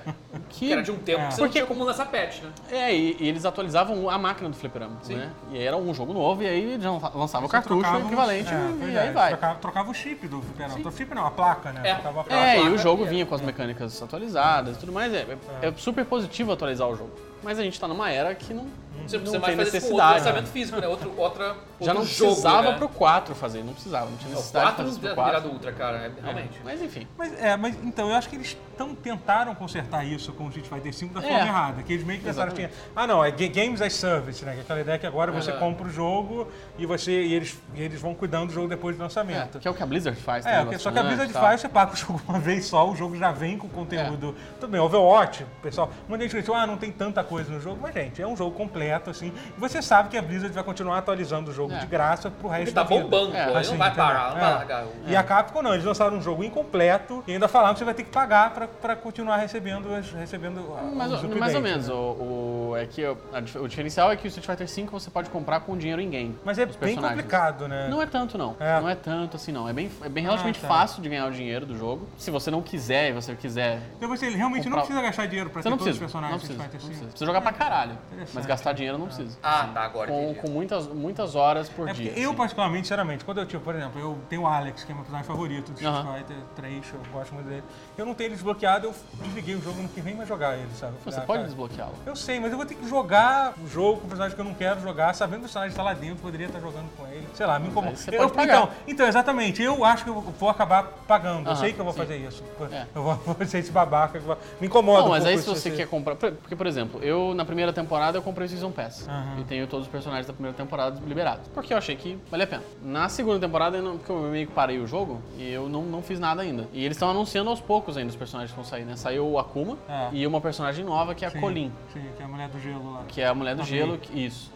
[SPEAKER 3] Que
[SPEAKER 2] Que era de um tempo
[SPEAKER 1] É.
[SPEAKER 2] que você não
[SPEAKER 3] Porque-
[SPEAKER 2] tinha como lançar patch, né?
[SPEAKER 3] É, e, e eles atualizavam a máquina do fliperama,
[SPEAKER 2] Sim.
[SPEAKER 3] né? E aí era um jogo novo, e aí eles lan- lançavam o cartucho
[SPEAKER 1] Trocava um-
[SPEAKER 3] equivalente,
[SPEAKER 1] é,
[SPEAKER 3] e
[SPEAKER 1] pois é,
[SPEAKER 3] aí vai.
[SPEAKER 1] Trocava, trocava o chip do fliperama. O chip não, a placa, né?
[SPEAKER 2] É.
[SPEAKER 1] Trocava a placa.
[SPEAKER 3] É, e o
[SPEAKER 2] placa
[SPEAKER 3] jogo
[SPEAKER 2] e-
[SPEAKER 3] vinha com as mecânicas atualizadas e tudo mais. É, é- é super positivo atualizar o jogo. Mas a gente tá numa era que não,
[SPEAKER 2] Você Hum. não
[SPEAKER 3] não
[SPEAKER 2] precisa
[SPEAKER 3] tem
[SPEAKER 2] mais fazer isso com outro
[SPEAKER 3] necessidade.
[SPEAKER 2] lançamento físico, né? Outro, outra, outro
[SPEAKER 3] Já não
[SPEAKER 2] jogo,
[SPEAKER 3] precisava
[SPEAKER 2] né?
[SPEAKER 3] pro 4 fazer, não precisava, não tinha
[SPEAKER 2] Não, O
[SPEAKER 3] necessidade de
[SPEAKER 2] 4
[SPEAKER 3] fazer isso pro
[SPEAKER 2] não
[SPEAKER 3] 4.
[SPEAKER 2] virado Ultra, cara, é, realmente.
[SPEAKER 3] Mas enfim.
[SPEAKER 1] Mas, é, mas então, eu acho que eles tão, tentaram consertar isso com o Street Fighter 5 da
[SPEAKER 3] É.
[SPEAKER 1] forma errada. Que eles meio que pensaram que. Ah, não, é ga- Games as Service, né? Que é aquela ideia que agora você
[SPEAKER 2] Aham.
[SPEAKER 1] compra o jogo e, você, e, eles, e eles vão cuidando do jogo depois do lançamento.
[SPEAKER 3] É, que é o que a Blizzard faz.
[SPEAKER 1] É,
[SPEAKER 3] também,
[SPEAKER 1] só que a
[SPEAKER 3] bastante,
[SPEAKER 1] Blizzard
[SPEAKER 3] tá?
[SPEAKER 1] faz, você paga o jogo uma vez só, o jogo já vem com conteúdo.
[SPEAKER 3] É.
[SPEAKER 1] Tudo bem, Overwatch, o pessoal, muita gente criticou, ah, não tem tanta coisa no jogo, mas, gente, é um jogo completo, assim. E você sabe que a Blizzard vai continuar atualizando o jogo
[SPEAKER 3] É.
[SPEAKER 1] de graça pro resto
[SPEAKER 2] Porque tá
[SPEAKER 1] da vida.
[SPEAKER 2] bombando,
[SPEAKER 3] É,
[SPEAKER 2] pô. ele
[SPEAKER 1] Assim,
[SPEAKER 2] não vai
[SPEAKER 1] entendeu?
[SPEAKER 2] parar, não vai
[SPEAKER 1] É.
[SPEAKER 2] largar. o-
[SPEAKER 1] E a Capcom não, eles lançaram um jogo incompleto e ainda falaram que você vai ter que pagar pra, pra continuar recebendo, as- recebendo a-
[SPEAKER 3] Mais,
[SPEAKER 1] os
[SPEAKER 3] ou-
[SPEAKER 1] updates,
[SPEAKER 3] mais ou
[SPEAKER 1] né?
[SPEAKER 3] menos. O, o- é que o, a dif- o diferencial é que o Street Fighter V você pode comprar com dinheiro em game.
[SPEAKER 1] Mas é
[SPEAKER 3] dos
[SPEAKER 1] bem
[SPEAKER 3] personagens.
[SPEAKER 1] complicado, né?
[SPEAKER 3] Não é tanto, não.
[SPEAKER 1] É.
[SPEAKER 3] Não é tanto assim, não. É bem, é bem relativamente
[SPEAKER 1] tá.
[SPEAKER 3] fácil de ganhar o dinheiro do jogo. Se você não quiser e você quiser.
[SPEAKER 1] Então você realmente não
[SPEAKER 3] Comprar-
[SPEAKER 1] precisa gastar dinheiro pra
[SPEAKER 3] Você
[SPEAKER 1] ter
[SPEAKER 3] não
[SPEAKER 1] todos os
[SPEAKER 3] precisa. Não
[SPEAKER 1] personagens
[SPEAKER 3] precisa,
[SPEAKER 1] do
[SPEAKER 3] não
[SPEAKER 1] Street Fighter
[SPEAKER 3] precisa.
[SPEAKER 1] V. Ah,
[SPEAKER 3] Precisa jogar pra caralho. Mas
[SPEAKER 1] Interessante.
[SPEAKER 3] gastar dinheiro não precisa.
[SPEAKER 2] Ah, tá, agora
[SPEAKER 3] Com,
[SPEAKER 2] entendi.
[SPEAKER 3] com muitas, muitas horas
[SPEAKER 1] É
[SPEAKER 3] por
[SPEAKER 1] porque
[SPEAKER 3] dia.
[SPEAKER 1] eu,
[SPEAKER 3] assim.
[SPEAKER 1] particularmente, sinceramente, quando eu tinha, por exemplo, eu tenho o Alex, que é meu personagem favorito do Street
[SPEAKER 3] Aham.
[SPEAKER 1] Fighter 3, eu gosto muito dele. Eu não tenho ele desbloqueado, eu desliguei o jogo, não quis nem mais jogar ele, sabe? Eu falei,
[SPEAKER 3] Você
[SPEAKER 1] ah,
[SPEAKER 3] pode
[SPEAKER 1] cara,
[SPEAKER 3] desbloqueá-lo.
[SPEAKER 1] Eu sei, mas eu vou ter que jogar o jogo com o personagem que eu não quero jogar, sabendo que o personagem está lá dentro, poderia estar jogando com ele. Sei lá, me incomoda.
[SPEAKER 3] aí você
[SPEAKER 1] Eu-
[SPEAKER 3] pode pagar.
[SPEAKER 1] então, então, exatamente, eu acho que eu vou acabar pagando. eu
[SPEAKER 3] Aham,
[SPEAKER 1] sei que eu vou
[SPEAKER 3] sim.
[SPEAKER 1] fazer isso.
[SPEAKER 3] É.
[SPEAKER 1] Eu vou, vou ser esse babaca. que vai- Me incomoda.
[SPEAKER 3] Não,
[SPEAKER 1] um
[SPEAKER 3] mas
[SPEAKER 1] pouco
[SPEAKER 3] aí se
[SPEAKER 1] isso,
[SPEAKER 3] você
[SPEAKER 1] assim.
[SPEAKER 3] quer comprar. por- Porque, por exemplo, eu na primeira temporada eu comprei o Season Pass.
[SPEAKER 1] Aham.
[SPEAKER 3] E tenho todos os personagens da primeira temporada liberados. Porque eu achei que vale a pena. Na segunda temporada, eu não- porque eu meio que parei o jogo e eu não, não fiz nada ainda. E eles estão anunciando aos poucos ainda os personagens que vão sair, né? Saiu o Akuma
[SPEAKER 1] É.
[SPEAKER 3] e uma personagem nova que é a
[SPEAKER 1] Sim,
[SPEAKER 3] Colin.
[SPEAKER 1] Sim, que é a mulher do gelo lá.
[SPEAKER 3] Que é a mulher do
[SPEAKER 1] Amei.
[SPEAKER 3] gelo. que- isso.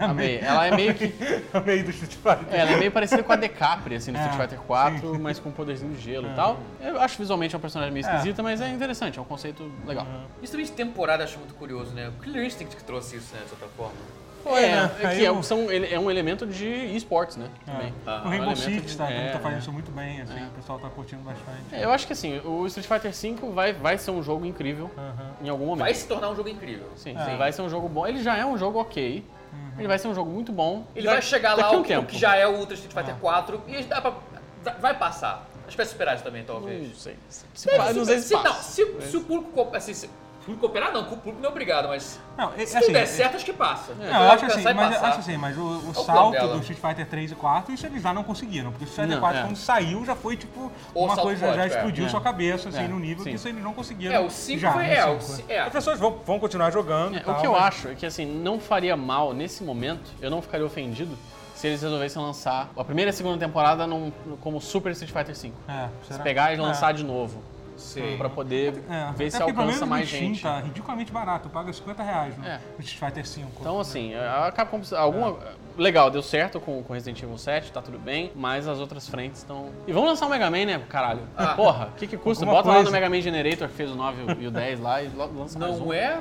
[SPEAKER 3] Amei. Ela é meio que.
[SPEAKER 1] No meio do Street Fighter.
[SPEAKER 3] É, ela é meio parecida com a Decapri, assim, no
[SPEAKER 1] É,
[SPEAKER 3] Street Fighter 4, mas com um poderzinho de gelo e tal. Eu acho visualmente uma personagem meio
[SPEAKER 1] É.
[SPEAKER 3] esquisita, mas é interessante, é um conceito legal.
[SPEAKER 2] Isso também de temporada eu acho muito curioso, né? O Killer Instinct que trouxe isso, né, de certa forma.
[SPEAKER 3] Foi,
[SPEAKER 1] né?
[SPEAKER 3] é, é, que é,
[SPEAKER 1] Caiu.
[SPEAKER 3] um- são, ele- é um elemento de esportes, né? Também.
[SPEAKER 1] o
[SPEAKER 3] É um
[SPEAKER 1] Rainbow
[SPEAKER 3] elemento
[SPEAKER 1] Six
[SPEAKER 3] de-
[SPEAKER 1] tá, também
[SPEAKER 3] é,
[SPEAKER 1] tá fazendo
[SPEAKER 3] é.
[SPEAKER 1] isso muito bem, assim,
[SPEAKER 3] É.
[SPEAKER 1] o pessoal tá curtindo bastante.
[SPEAKER 3] É, Eu acho que assim, o Street Fighter V vai, vai ser um jogo incrível
[SPEAKER 1] Aham.
[SPEAKER 3] em algum momento.
[SPEAKER 2] Vai se tornar um jogo incrível.
[SPEAKER 3] Sim,
[SPEAKER 1] É. Uhum.
[SPEAKER 3] sim, vai ser um jogo bom. Ele já é um jogo ok. Ele vai ser um jogo muito bom.
[SPEAKER 2] Ele
[SPEAKER 3] Da-
[SPEAKER 2] vai chegar lá
[SPEAKER 3] daqui a
[SPEAKER 2] o
[SPEAKER 3] um
[SPEAKER 2] que, o
[SPEAKER 3] tempo. Ah.
[SPEAKER 2] que já é o Ultra Street Fighter 4 e dá pra, dá- vai passar. Acho que vai superar isso também, talvez.
[SPEAKER 3] Não sei. Se- se- não sei se
[SPEAKER 2] não,
[SPEAKER 3] passa. né?
[SPEAKER 2] se, se o público, co- assim, se, o público cooperar, não, o público não é obrigado, mas
[SPEAKER 1] Não, é-
[SPEAKER 2] se
[SPEAKER 1] assim,
[SPEAKER 2] tudo der
[SPEAKER 1] é-
[SPEAKER 2] certo, acho que passa.
[SPEAKER 1] Não, eu acho assim,
[SPEAKER 2] Alcançar e
[SPEAKER 1] mas, eu
[SPEAKER 2] passar.
[SPEAKER 1] acho assim, mas o, o
[SPEAKER 2] plano
[SPEAKER 1] salto
[SPEAKER 2] dela.
[SPEAKER 1] do Street Fighter 3 e 4, isso eles já não conseguiram. Porque o Street Fighter
[SPEAKER 3] Não,
[SPEAKER 1] 4,
[SPEAKER 3] é.
[SPEAKER 1] quando saiu, já foi tipo.
[SPEAKER 2] O
[SPEAKER 1] uma
[SPEAKER 2] salto
[SPEAKER 1] coisa já
[SPEAKER 2] quântico, é.
[SPEAKER 1] explodiu
[SPEAKER 3] É.
[SPEAKER 1] sua cabeça, assim,
[SPEAKER 3] É,
[SPEAKER 1] no nível
[SPEAKER 3] sim.
[SPEAKER 1] que isso eles não conseguiram.
[SPEAKER 2] É, o cinco
[SPEAKER 1] já,
[SPEAKER 2] foi-
[SPEAKER 1] no
[SPEAKER 2] é, o
[SPEAKER 1] cinco.
[SPEAKER 2] ci- é.
[SPEAKER 1] As pessoas vão, vão continuar jogando.
[SPEAKER 3] É,
[SPEAKER 1] tal,
[SPEAKER 3] o que eu
[SPEAKER 1] mas-
[SPEAKER 3] acho é que assim, não faria mal nesse momento, eu não ficaria ofendido se eles resolvessem lançar a primeira e a segunda temporada num- como Super Street Fighter V.
[SPEAKER 1] É,
[SPEAKER 3] Se
[SPEAKER 1] será?
[SPEAKER 3] pegar e
[SPEAKER 1] É.
[SPEAKER 3] lançar de novo.
[SPEAKER 2] Sim.
[SPEAKER 3] Pra poder
[SPEAKER 1] É,
[SPEAKER 3] ver se
[SPEAKER 1] até porque pelo menos
[SPEAKER 3] alcança
[SPEAKER 1] no
[SPEAKER 3] mais
[SPEAKER 1] Steam
[SPEAKER 3] gente.
[SPEAKER 1] Tá ridiculamente barato, paga 50 reais no
[SPEAKER 3] É.
[SPEAKER 1] no Street Fighter Né? 5.
[SPEAKER 3] Então, assim,
[SPEAKER 1] É.
[SPEAKER 3] a Capcom precisa. Alguma, Legal, deu certo com, com Resident Evil 7, tá tudo bem, mas as outras frentes estão. E vamos lançar o Mega Man, né? Caralho.
[SPEAKER 2] Ah.
[SPEAKER 3] Porra, o que, que custa?
[SPEAKER 1] Alguma
[SPEAKER 3] Bota lá
[SPEAKER 1] coisa.
[SPEAKER 3] no Mega Man Generator que fez o 9 e o 10 lá e lo- lança mais um.
[SPEAKER 2] Não é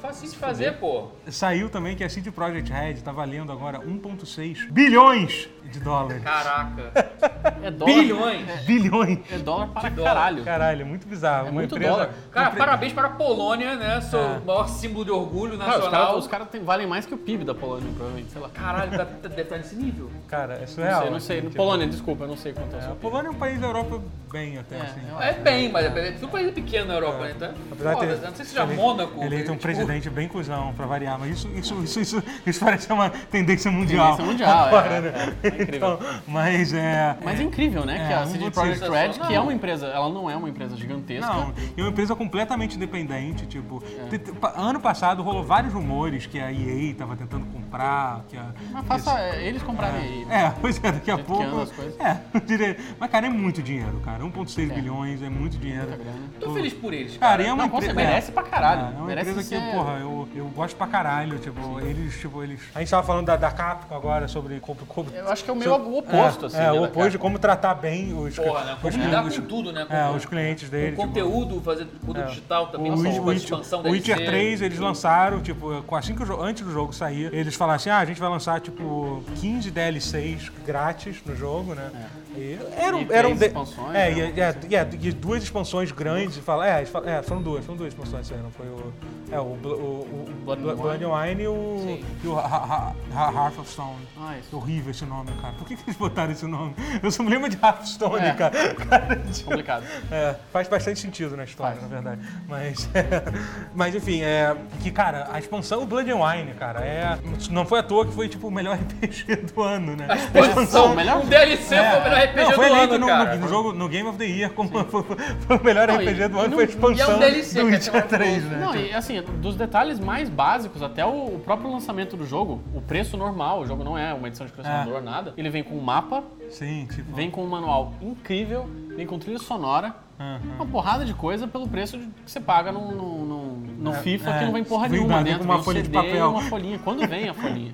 [SPEAKER 2] fácil de fazer, pô.
[SPEAKER 1] Saiu também que a CD Projekt Red tá valendo agora 1,6 bilhões de dólares.
[SPEAKER 2] Caraca.
[SPEAKER 3] É dólar.
[SPEAKER 2] Bilhões.
[SPEAKER 1] Bilhões!
[SPEAKER 3] É dólar para
[SPEAKER 2] dólar.
[SPEAKER 3] caralho.
[SPEAKER 1] Caralho, é muito bizarro.
[SPEAKER 3] É
[SPEAKER 1] Uma
[SPEAKER 3] muito
[SPEAKER 1] empresa-
[SPEAKER 3] dólar.
[SPEAKER 2] Cara, parabéns para a Polônia, né? Sou
[SPEAKER 1] É.
[SPEAKER 2] o maior símbolo de orgulho
[SPEAKER 3] Cara, os
[SPEAKER 2] nacional.
[SPEAKER 3] caras os caras têm- valem mais que o PIB da Polônia, provavelmente, sei lá.
[SPEAKER 2] Caralho, tá- tá- deve estar nesse nível.
[SPEAKER 1] Cara, é
[SPEAKER 3] Não
[SPEAKER 1] surreal.
[SPEAKER 3] sei, não sei.
[SPEAKER 1] assim,
[SPEAKER 3] Polônia, desculpa, eu não sei quanto é
[SPEAKER 1] tipo,
[SPEAKER 3] o seu
[SPEAKER 1] A
[SPEAKER 3] PIB.
[SPEAKER 1] Polônia é um país da Europa bem até,
[SPEAKER 3] É,
[SPEAKER 1] assim.
[SPEAKER 3] eu
[SPEAKER 2] É bem, mas é tudo país pequeno na Europa, né? Então,
[SPEAKER 1] Apesar de
[SPEAKER 2] foda,
[SPEAKER 1] ter
[SPEAKER 2] não sei se seja
[SPEAKER 1] ele-
[SPEAKER 2] Mônaco.
[SPEAKER 1] Ele tem um
[SPEAKER 2] tipo,
[SPEAKER 1] presidente bem cuzão, pra variar, mas isso, isso, isso, isso, isso parece ser uma tendência mundial.
[SPEAKER 3] Tendência mundial, é,
[SPEAKER 1] Agora,
[SPEAKER 3] é,
[SPEAKER 1] né?
[SPEAKER 3] é, é incrível.
[SPEAKER 1] Então, mas é.
[SPEAKER 3] Mas é incrível, né?
[SPEAKER 1] É,
[SPEAKER 3] que a
[SPEAKER 1] um
[SPEAKER 3] CD
[SPEAKER 1] dos
[SPEAKER 3] Projekt
[SPEAKER 2] seus-
[SPEAKER 3] Red, que é
[SPEAKER 2] não.
[SPEAKER 3] uma empresa, ela não é uma empresa gigantesca.
[SPEAKER 1] Não, e uma empresa
[SPEAKER 3] É.
[SPEAKER 1] completamente independente, tipo... te- te- pa- Ano passado rolou vários rumores que a EA tava tentando comprar comprar. Que a-
[SPEAKER 3] Mas faça é, eles comprarem aí.
[SPEAKER 1] É, pois é, daqui a
[SPEAKER 3] Do jeito que
[SPEAKER 1] pouco.
[SPEAKER 3] andam as coisas.
[SPEAKER 1] É, eu diria. Mas, cara, é muito dinheiro, cara. 1,6 bilhões é muito dinheiro.
[SPEAKER 3] grana.
[SPEAKER 2] Tô feliz por eles,
[SPEAKER 1] Cara,
[SPEAKER 2] cara.
[SPEAKER 1] e é uma
[SPEAKER 3] Não, com
[SPEAKER 1] empresa.
[SPEAKER 3] certeza, merece pra caralho.
[SPEAKER 1] É, é uma
[SPEAKER 3] Merece
[SPEAKER 1] empresa que,
[SPEAKER 3] ser-
[SPEAKER 1] porra, eu, eu gosto pra caralho. Tipo, eles, tipo, eles. A gente tava falando da, da Capcom agora sobre. como- como-
[SPEAKER 3] Eu acho que é o meu oposto,
[SPEAKER 1] é,
[SPEAKER 3] assim.
[SPEAKER 1] É,
[SPEAKER 3] né,
[SPEAKER 1] o
[SPEAKER 3] da
[SPEAKER 1] oposto de
[SPEAKER 3] cara.
[SPEAKER 1] como tratar bem os,
[SPEAKER 2] Porra, né?
[SPEAKER 1] os,
[SPEAKER 2] Como lidar
[SPEAKER 1] os-
[SPEAKER 2] com tudo, né? Com
[SPEAKER 1] é, os clientes dele.
[SPEAKER 2] o
[SPEAKER 1] tipo, é.
[SPEAKER 2] conteúdo, fazer conteúdo digital também,
[SPEAKER 1] o,
[SPEAKER 2] com
[SPEAKER 1] Witch-
[SPEAKER 2] a expansão
[SPEAKER 1] o
[SPEAKER 2] da
[SPEAKER 1] Witcher
[SPEAKER 2] LC.
[SPEAKER 1] 3, eles lançaram, tipo, com- assim que o jo- antes do jogo sair, eles falaram assim: ah, a gente vai lançar, tipo, 15 DLCs grátis no jogo, né? E eram,
[SPEAKER 3] É. E três
[SPEAKER 1] eram de-
[SPEAKER 3] expansões,
[SPEAKER 1] É,
[SPEAKER 3] né?
[SPEAKER 1] e, e- e- e- e duas expansões grandes. E fala, é, eles falam- é, foram duas, foram duas expansões, isso aí, não foi o. É, o, Bl- o, o, o
[SPEAKER 3] Blood
[SPEAKER 1] Bl-
[SPEAKER 3] and
[SPEAKER 1] Blood and Wine e o,
[SPEAKER 2] Sim.
[SPEAKER 1] e o Ha- Ha- Ha- Hearth of Stone.
[SPEAKER 3] Ah, isso.
[SPEAKER 1] É horrível esse nome, cara. Por que, que eles botaram esse nome? Eu só me lembro de Hearthstone,
[SPEAKER 3] É.
[SPEAKER 1] cara. cara de-
[SPEAKER 3] Complicado.
[SPEAKER 1] é, faz bastante sentido na história, na
[SPEAKER 3] Faz.
[SPEAKER 1] verdade. Mas, é, mas enfim, é, que, cara, a expansão Blood and Wine, cara, é, não foi à toa que foi, tipo, o melhor RPG do ano, né? A
[SPEAKER 3] Expansão, melhor
[SPEAKER 2] O DLC foi o melhor RPG
[SPEAKER 1] É. não, foi
[SPEAKER 2] do
[SPEAKER 1] eleito
[SPEAKER 2] ano,
[SPEAKER 1] no,
[SPEAKER 2] cara.
[SPEAKER 1] no jogo, no Game of the Year, como foi, foi o melhor
[SPEAKER 3] Não, e-
[SPEAKER 1] RPG do ano, foi
[SPEAKER 3] e
[SPEAKER 1] a
[SPEAKER 3] não-
[SPEAKER 1] expansão
[SPEAKER 2] e é um DLC,
[SPEAKER 1] do
[SPEAKER 2] cara,
[SPEAKER 1] Witcher
[SPEAKER 2] que é
[SPEAKER 1] 3, né?
[SPEAKER 3] Não, e assim, dos detalhes mais básicos, até o, o próprio lançamento do jogo, o preço normal, o jogo não é uma edição de colecionador, nada. Ele vem com um mapa,
[SPEAKER 1] Sim, tipo...
[SPEAKER 3] vem com um manual incrível, vem com trilha sonora,
[SPEAKER 1] aham.
[SPEAKER 3] uma porrada de coisa pelo preço de- que você paga no, no, no- no FIFA, que
[SPEAKER 1] é,
[SPEAKER 3] não vem porra
[SPEAKER 1] vem
[SPEAKER 3] nenhuma
[SPEAKER 1] nada,
[SPEAKER 3] dentro,
[SPEAKER 1] uma
[SPEAKER 3] vem um
[SPEAKER 1] folha de
[SPEAKER 3] CD e
[SPEAKER 1] papel.
[SPEAKER 3] uma folhinha. Quando vem a folhinha?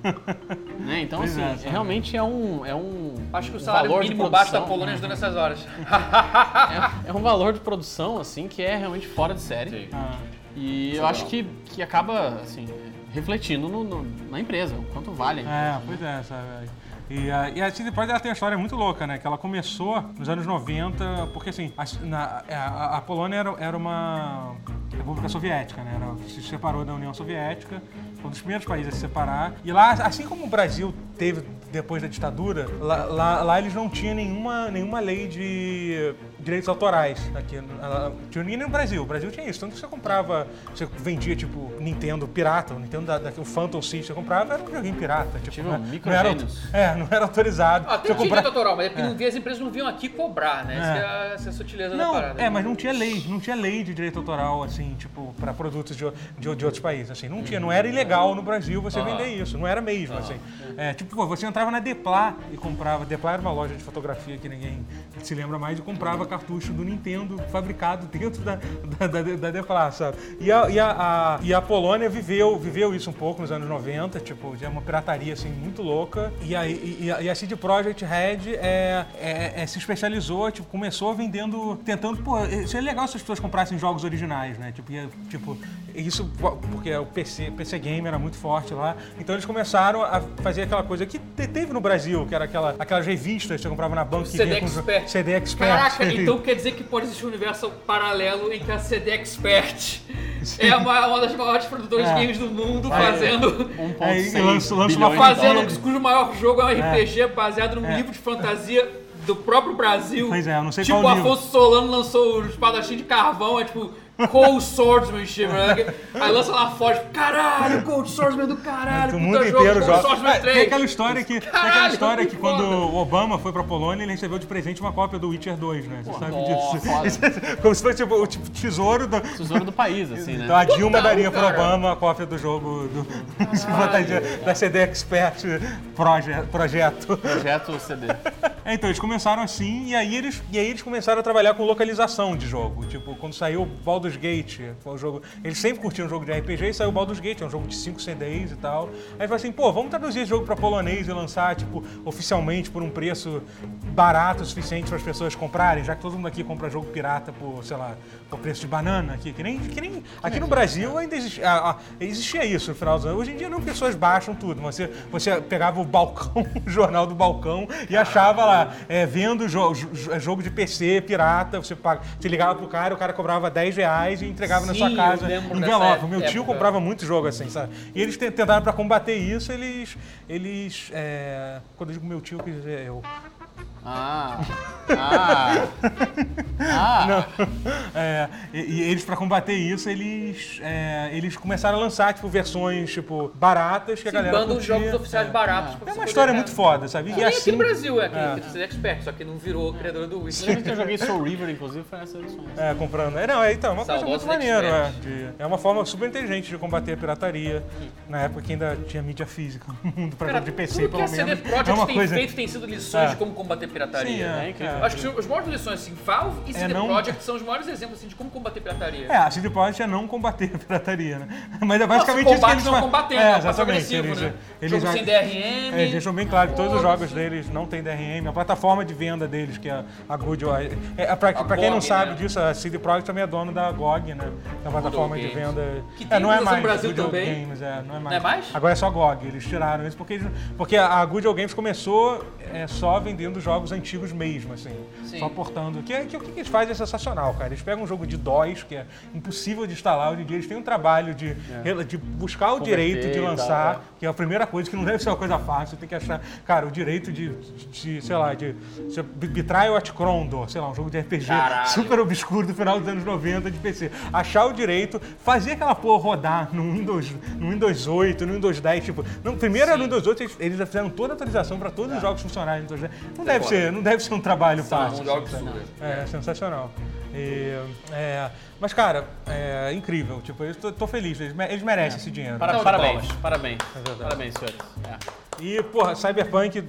[SPEAKER 3] né? Então,
[SPEAKER 1] Pois
[SPEAKER 3] assim,
[SPEAKER 1] é, sabe?
[SPEAKER 3] realmente é um... É um
[SPEAKER 2] Acho que o
[SPEAKER 3] um
[SPEAKER 2] salário
[SPEAKER 3] valor de
[SPEAKER 2] mínimo baixo da
[SPEAKER 3] produção, né?
[SPEAKER 2] Polônia ajudou nessas horas.
[SPEAKER 3] É, é um valor de produção, assim, que é realmente fora de série.
[SPEAKER 1] Ah,
[SPEAKER 3] E eu acho que, que acaba, assim, refletindo no- no- na empresa, o quanto vale.
[SPEAKER 1] É, pois é, sabe? E a, e a CD Projekt ela tem uma história muito louca, né? Que ela começou nos anos 90, porque assim, a, na- a- a Polônia era, era uma república soviética, né? Era, se separou da União Soviética, foi um dos primeiros países a se separar. E lá, assim como o Brasil teve depois da ditadura, lá, lá- lá eles não tinham nenhuma, nenhuma lei de direitos autorais. Aqui, no- lá- tinha nem no Brasil. O Brasil tinha isso. Tanto que você comprava, você vendia, tipo, Nintendo pirata, o Nintendo da, da, o Phantom System, você comprava, era um videogame pirata. Tipo,
[SPEAKER 3] Tive um
[SPEAKER 1] né?
[SPEAKER 3] microgênios.
[SPEAKER 1] Não era, é, não era autorizado.
[SPEAKER 2] Ah,
[SPEAKER 1] Você
[SPEAKER 2] tem um
[SPEAKER 1] comprar-
[SPEAKER 2] direito autoral, mas é porque não vi, as empresas não vinham aqui cobrar, né? Essa, é. a, essa é a sutileza da
[SPEAKER 1] Não,
[SPEAKER 2] parada.
[SPEAKER 1] é, mas não tinha lei, não tinha lei de direito autoral, assim, tipo, para produtos de, o- de, o- de outros países, assim, não tinha, não era ilegal no Brasil
[SPEAKER 2] Ah.
[SPEAKER 1] você vender isso, não era mesmo, assim. É, tipo, pô, você entrava na Depla e comprava, Depla era uma loja de fotografia que ninguém se lembra mais, e comprava cartucho do Nintendo fabricado dentro da, da, da, da Depla, sabe? E a, e, a, a- e a Polônia viveu, viveu isso um pouco nos anos 90, tipo, é uma pirataria, assim, muito louca, e a, e, e a, e a CD Projekt Red é, é- é- se especializou, tipo, começou vendendo, tentando, pô, é, seria legal se as pessoas comprassem jogos originais, né? Tipo, ia- tipo isso porque o PC, PC Game era muito forte lá. Então eles começaram a fazer aquela coisa que te- teve no Brasil, que era aquela, aquelas revistas que você comprava na banca e
[SPEAKER 2] CD
[SPEAKER 1] vinha com os-
[SPEAKER 2] Expert.
[SPEAKER 1] CD Expert.
[SPEAKER 2] Caraca, então quer dizer que pode existir um universo paralelo em que a CD Expert é uma, uma das maiores produtoras de
[SPEAKER 1] É. um
[SPEAKER 2] games do mundo
[SPEAKER 1] Vai.
[SPEAKER 2] fazendo.
[SPEAKER 1] é Aí
[SPEAKER 3] 1.6
[SPEAKER 1] lança- lança uma
[SPEAKER 3] bilhões
[SPEAKER 1] fase-
[SPEAKER 2] fazendo
[SPEAKER 3] de dólares.
[SPEAKER 1] dólares.
[SPEAKER 2] cujo maior jogo é um RPG baseado num livro de fantasia do próprio Brasil.
[SPEAKER 1] É. Pois é, eu não sei
[SPEAKER 2] tipo,
[SPEAKER 1] qual livro.
[SPEAKER 2] Tipo, Afonso Solano lançou o espadachim de carvão, é tipo Cold Swordsmanship. né? Aí lança lá fora, tipo, caralho, Cold Swordsman é do caralho,
[SPEAKER 1] É. O
[SPEAKER 2] puta
[SPEAKER 1] mundo
[SPEAKER 2] jogo,
[SPEAKER 1] inteiro
[SPEAKER 2] Cold
[SPEAKER 1] joga.
[SPEAKER 2] Swordsman
[SPEAKER 1] É, Tem
[SPEAKER 2] 3.
[SPEAKER 1] aquela história que, tem aquela
[SPEAKER 2] Caralho,
[SPEAKER 1] história
[SPEAKER 2] que
[SPEAKER 1] que quando
[SPEAKER 2] foda.
[SPEAKER 1] o Obama foi pra Polônia, ele recebeu de presente uma cópia do Witcher 2, né? Você sabe disso.
[SPEAKER 3] Nossa,
[SPEAKER 1] Como se fosse tipo, o tipo, tesouro da,
[SPEAKER 3] tesouro do país, assim, né?
[SPEAKER 1] Então a Dilma
[SPEAKER 2] Total,
[SPEAKER 1] daria pro
[SPEAKER 2] cara.
[SPEAKER 1] Obama a cópia do jogo do, da CD Expert proje- Projeto.
[SPEAKER 3] Projeto CD.
[SPEAKER 1] É, então, eles começaram assim e aí eles, e aí eles começaram a trabalhar com localização de jogo. Tipo, quando saiu Baldur's Gate, foi o jogo. Eles sempre curtiam jogo de RPG e saiu Baldur's Gate, é um jogo de 5 CDs e tal. Aí falaram assim, pô, vamos traduzir esse jogo pra polonês e lançar, tipo, oficialmente por um preço barato o suficiente para as pessoas comprarem, já que todo mundo aqui compra jogo pirata por, sei lá, por preço de banana aqui, que nem. Que nem
[SPEAKER 2] É,
[SPEAKER 1] aqui no Brasil ainda existia, ah, ah, existia isso no final dos anos. Hoje em dia não pessoas baixam tudo, mas você, você pegava o balcão, o jornal do balcão, e achava lá, é, vendo jo- jo- é, jogo de PC, pirata, você, paga, você ligava pro cara, o cara cobrava 10 reais e entregava na
[SPEAKER 2] Sim,
[SPEAKER 1] sua
[SPEAKER 2] eu
[SPEAKER 1] casa
[SPEAKER 2] lembro
[SPEAKER 1] em
[SPEAKER 2] dessa
[SPEAKER 1] envelope. Meu
[SPEAKER 2] época.
[SPEAKER 1] tio comprava muito jogo assim, sabe? E eles te- tentaram pra combater isso, eles. Eles. é, quando eu digo meu tio, eu quis dizer eu.
[SPEAKER 3] Ah, ah, Ah,
[SPEAKER 1] É, e, e eles, pra combater isso, eles, é, eles começaram a lançar, tipo, versões, tipo, baratas que a galera
[SPEAKER 2] Banda os
[SPEAKER 1] curtia.
[SPEAKER 2] jogos oficiais baratos. pra
[SPEAKER 1] É
[SPEAKER 2] você
[SPEAKER 1] uma
[SPEAKER 2] poder
[SPEAKER 1] história
[SPEAKER 2] ganhar.
[SPEAKER 1] muito foda, sabe?
[SPEAKER 2] Que
[SPEAKER 1] E
[SPEAKER 2] nem aqui
[SPEAKER 1] assim...
[SPEAKER 2] no Brasil, é aqui, é. que você é expert, só que não virou criadora do Wiki.
[SPEAKER 3] lembra que eu joguei Soul River, inclusive, foi nessa edição.
[SPEAKER 1] É, comprando. É, não, é, então, é uma coisa
[SPEAKER 2] Saudosos
[SPEAKER 1] muito maneira. É,
[SPEAKER 2] experts.
[SPEAKER 1] de- é uma forma super inteligente de combater a pirataria, na época que ainda tinha mídia física no mundo, pra
[SPEAKER 2] Cara,
[SPEAKER 1] jogo de PC,
[SPEAKER 2] tudo que
[SPEAKER 1] pelo
[SPEAKER 2] a CD
[SPEAKER 1] menos.
[SPEAKER 2] Projekt
[SPEAKER 1] é uma
[SPEAKER 2] tem
[SPEAKER 1] coisa...
[SPEAKER 2] feito tem sido lições
[SPEAKER 1] É.
[SPEAKER 2] de como combater pirataria. né?
[SPEAKER 1] Sim, é,
[SPEAKER 3] É incrível.
[SPEAKER 1] é.
[SPEAKER 2] Acho que os maiores lições, assim, Valve e CD
[SPEAKER 1] não-
[SPEAKER 2] Projekt são os maiores exemplos assim, de como combater pirataria.
[SPEAKER 1] É, a CD Projekt é não combater a pirataria, né? Mas é basicamente isso que
[SPEAKER 2] Nossa, combate
[SPEAKER 1] eles
[SPEAKER 2] não
[SPEAKER 1] fa-
[SPEAKER 2] combater,
[SPEAKER 1] é,
[SPEAKER 2] né? É um passo
[SPEAKER 1] exatamente.
[SPEAKER 2] agressivo,
[SPEAKER 1] Eles, é.
[SPEAKER 2] né?
[SPEAKER 1] eles
[SPEAKER 2] Jogo
[SPEAKER 1] já-
[SPEAKER 2] sem DRM.
[SPEAKER 1] É, eles deixam bem claro que todos os jogos
[SPEAKER 2] Foda-se.
[SPEAKER 1] deles não tem DRM. A plataforma de venda deles, que é a Good... É, é, pra,
[SPEAKER 2] A
[SPEAKER 1] pra quem não
[SPEAKER 2] GOG,
[SPEAKER 1] sabe
[SPEAKER 2] né?
[SPEAKER 1] disso, a CD Projekt também é dona da GOG, né? Que é a plataforma de
[SPEAKER 2] Games.
[SPEAKER 1] venda...
[SPEAKER 2] Que
[SPEAKER 1] é,
[SPEAKER 2] tem
[SPEAKER 1] não é
[SPEAKER 2] no
[SPEAKER 1] mais
[SPEAKER 2] Brasil
[SPEAKER 1] Good Old
[SPEAKER 2] também.
[SPEAKER 1] Games. Games, é, não é mais.
[SPEAKER 2] Não é mais?
[SPEAKER 1] Agora é só GOG, eles tiraram isso porque, eles- porque a Good Old Games começou é, só vendendo jogos antigos mesmo, assim.
[SPEAKER 2] Sim.
[SPEAKER 1] Só portando. Que, é- que o que eles fazem é sensacional, cara. Eles pegam um jogo de DOS, que é impossível de instalar hoje em dia, eles têm um trabalho de, rela- de buscar o direito de
[SPEAKER 3] e tal,
[SPEAKER 1] lançar,
[SPEAKER 3] é.
[SPEAKER 1] que é a primeira coisa, que não deve ser uma coisa fácil, tem que achar, cara, o direito de, de- sei lá, de, de Betrayal at Crondor, sei lá, um jogo de RPG
[SPEAKER 2] Caralho.
[SPEAKER 1] super obscuro do final dos anos 90 de PC. Achar o direito, fazer aquela porra rodar no Windows, no Windows 8, no Windows 10, tipo, não, primeiro era no Windows 8, eles, eles já fizeram toda a atualização para
[SPEAKER 2] É.
[SPEAKER 1] todos os jogos funcionarem no Windows 10. Não deve
[SPEAKER 2] Agora.
[SPEAKER 1] ser, não deve ser um trabalho
[SPEAKER 2] São
[SPEAKER 1] fácil.
[SPEAKER 2] É um jogo absurdo.
[SPEAKER 1] É, sensacional. E, é, mas, cara, é incrível. Tipo, eu tô, tô feliz. Eles, me- eles merecem esse dinheiro.
[SPEAKER 3] Para-
[SPEAKER 2] Então,
[SPEAKER 3] parabéns,
[SPEAKER 2] bolas.
[SPEAKER 3] parabéns.
[SPEAKER 1] verdade.
[SPEAKER 3] Parabéns, senhores. É.
[SPEAKER 1] E, porra, Cyberpunk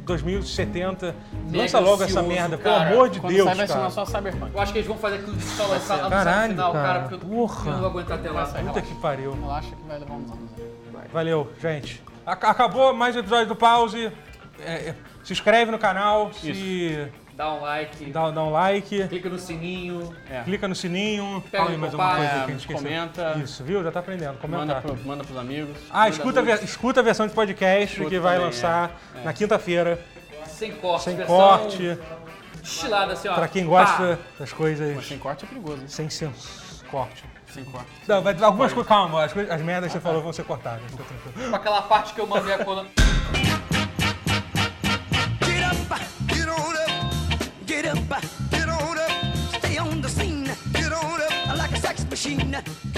[SPEAKER 1] 2070.
[SPEAKER 2] Mega
[SPEAKER 1] lança logo essa
[SPEAKER 2] ansioso,
[SPEAKER 1] merda,
[SPEAKER 2] cara.
[SPEAKER 1] pelo amor de
[SPEAKER 3] Quando
[SPEAKER 1] Deus,
[SPEAKER 3] sai, vai se
[SPEAKER 1] cara.
[SPEAKER 3] lançar Cyberpunk.
[SPEAKER 2] Eu acho que eles vão fazer aquilo de só lançar lá no
[SPEAKER 1] Caralho,
[SPEAKER 2] final, cara,
[SPEAKER 1] cara,
[SPEAKER 2] porque eu,
[SPEAKER 1] porra.
[SPEAKER 2] eu não vou aguentar até lá.
[SPEAKER 1] Puta que pariu.
[SPEAKER 3] Relaxa que vai levar uns anos.
[SPEAKER 1] Valeu, gente. Ac- Acabou mais um episódio do Pause. É, é, se inscreve no canal, se
[SPEAKER 2] Dá um like,
[SPEAKER 1] dá, dá um like,
[SPEAKER 2] clica no sininho.
[SPEAKER 3] É.
[SPEAKER 1] clica no sininho.
[SPEAKER 2] Pega
[SPEAKER 1] Fala aí
[SPEAKER 2] o
[SPEAKER 1] mais uma
[SPEAKER 2] papai,
[SPEAKER 1] coisa que a
[SPEAKER 3] É,
[SPEAKER 1] gente esqueceu.
[SPEAKER 3] comenta,
[SPEAKER 1] Isso, viu? Já tá aprendendo.
[SPEAKER 3] manda,
[SPEAKER 1] Comentar.
[SPEAKER 3] pro, manda pros amigos.
[SPEAKER 1] Ah, escuta a, ver- escuta a versão de podcast
[SPEAKER 3] Escuta
[SPEAKER 1] que vai
[SPEAKER 3] também, é.
[SPEAKER 1] lançar na quinta-feira,
[SPEAKER 2] Sem corte,
[SPEAKER 1] sem
[SPEAKER 2] versão
[SPEAKER 1] corte,
[SPEAKER 2] Destilada, assim, ó.
[SPEAKER 1] pra quem
[SPEAKER 2] Pá.
[SPEAKER 1] gosta das
[SPEAKER 3] Mas
[SPEAKER 1] coisas
[SPEAKER 3] sem corte é perigoso, hein?
[SPEAKER 1] sem senso. Corte.
[SPEAKER 3] Sem corte.
[SPEAKER 1] Não, vai, algumas coisas. Calma, as, coisas- as merdas que você falou vão ser cortadas. Fica tranquilo.
[SPEAKER 2] Com aquela parte que eu mandei a coluna.
[SPEAKER 5] Get up, get on up, get up, get on up, stay on the scene, get on up like a sex machine,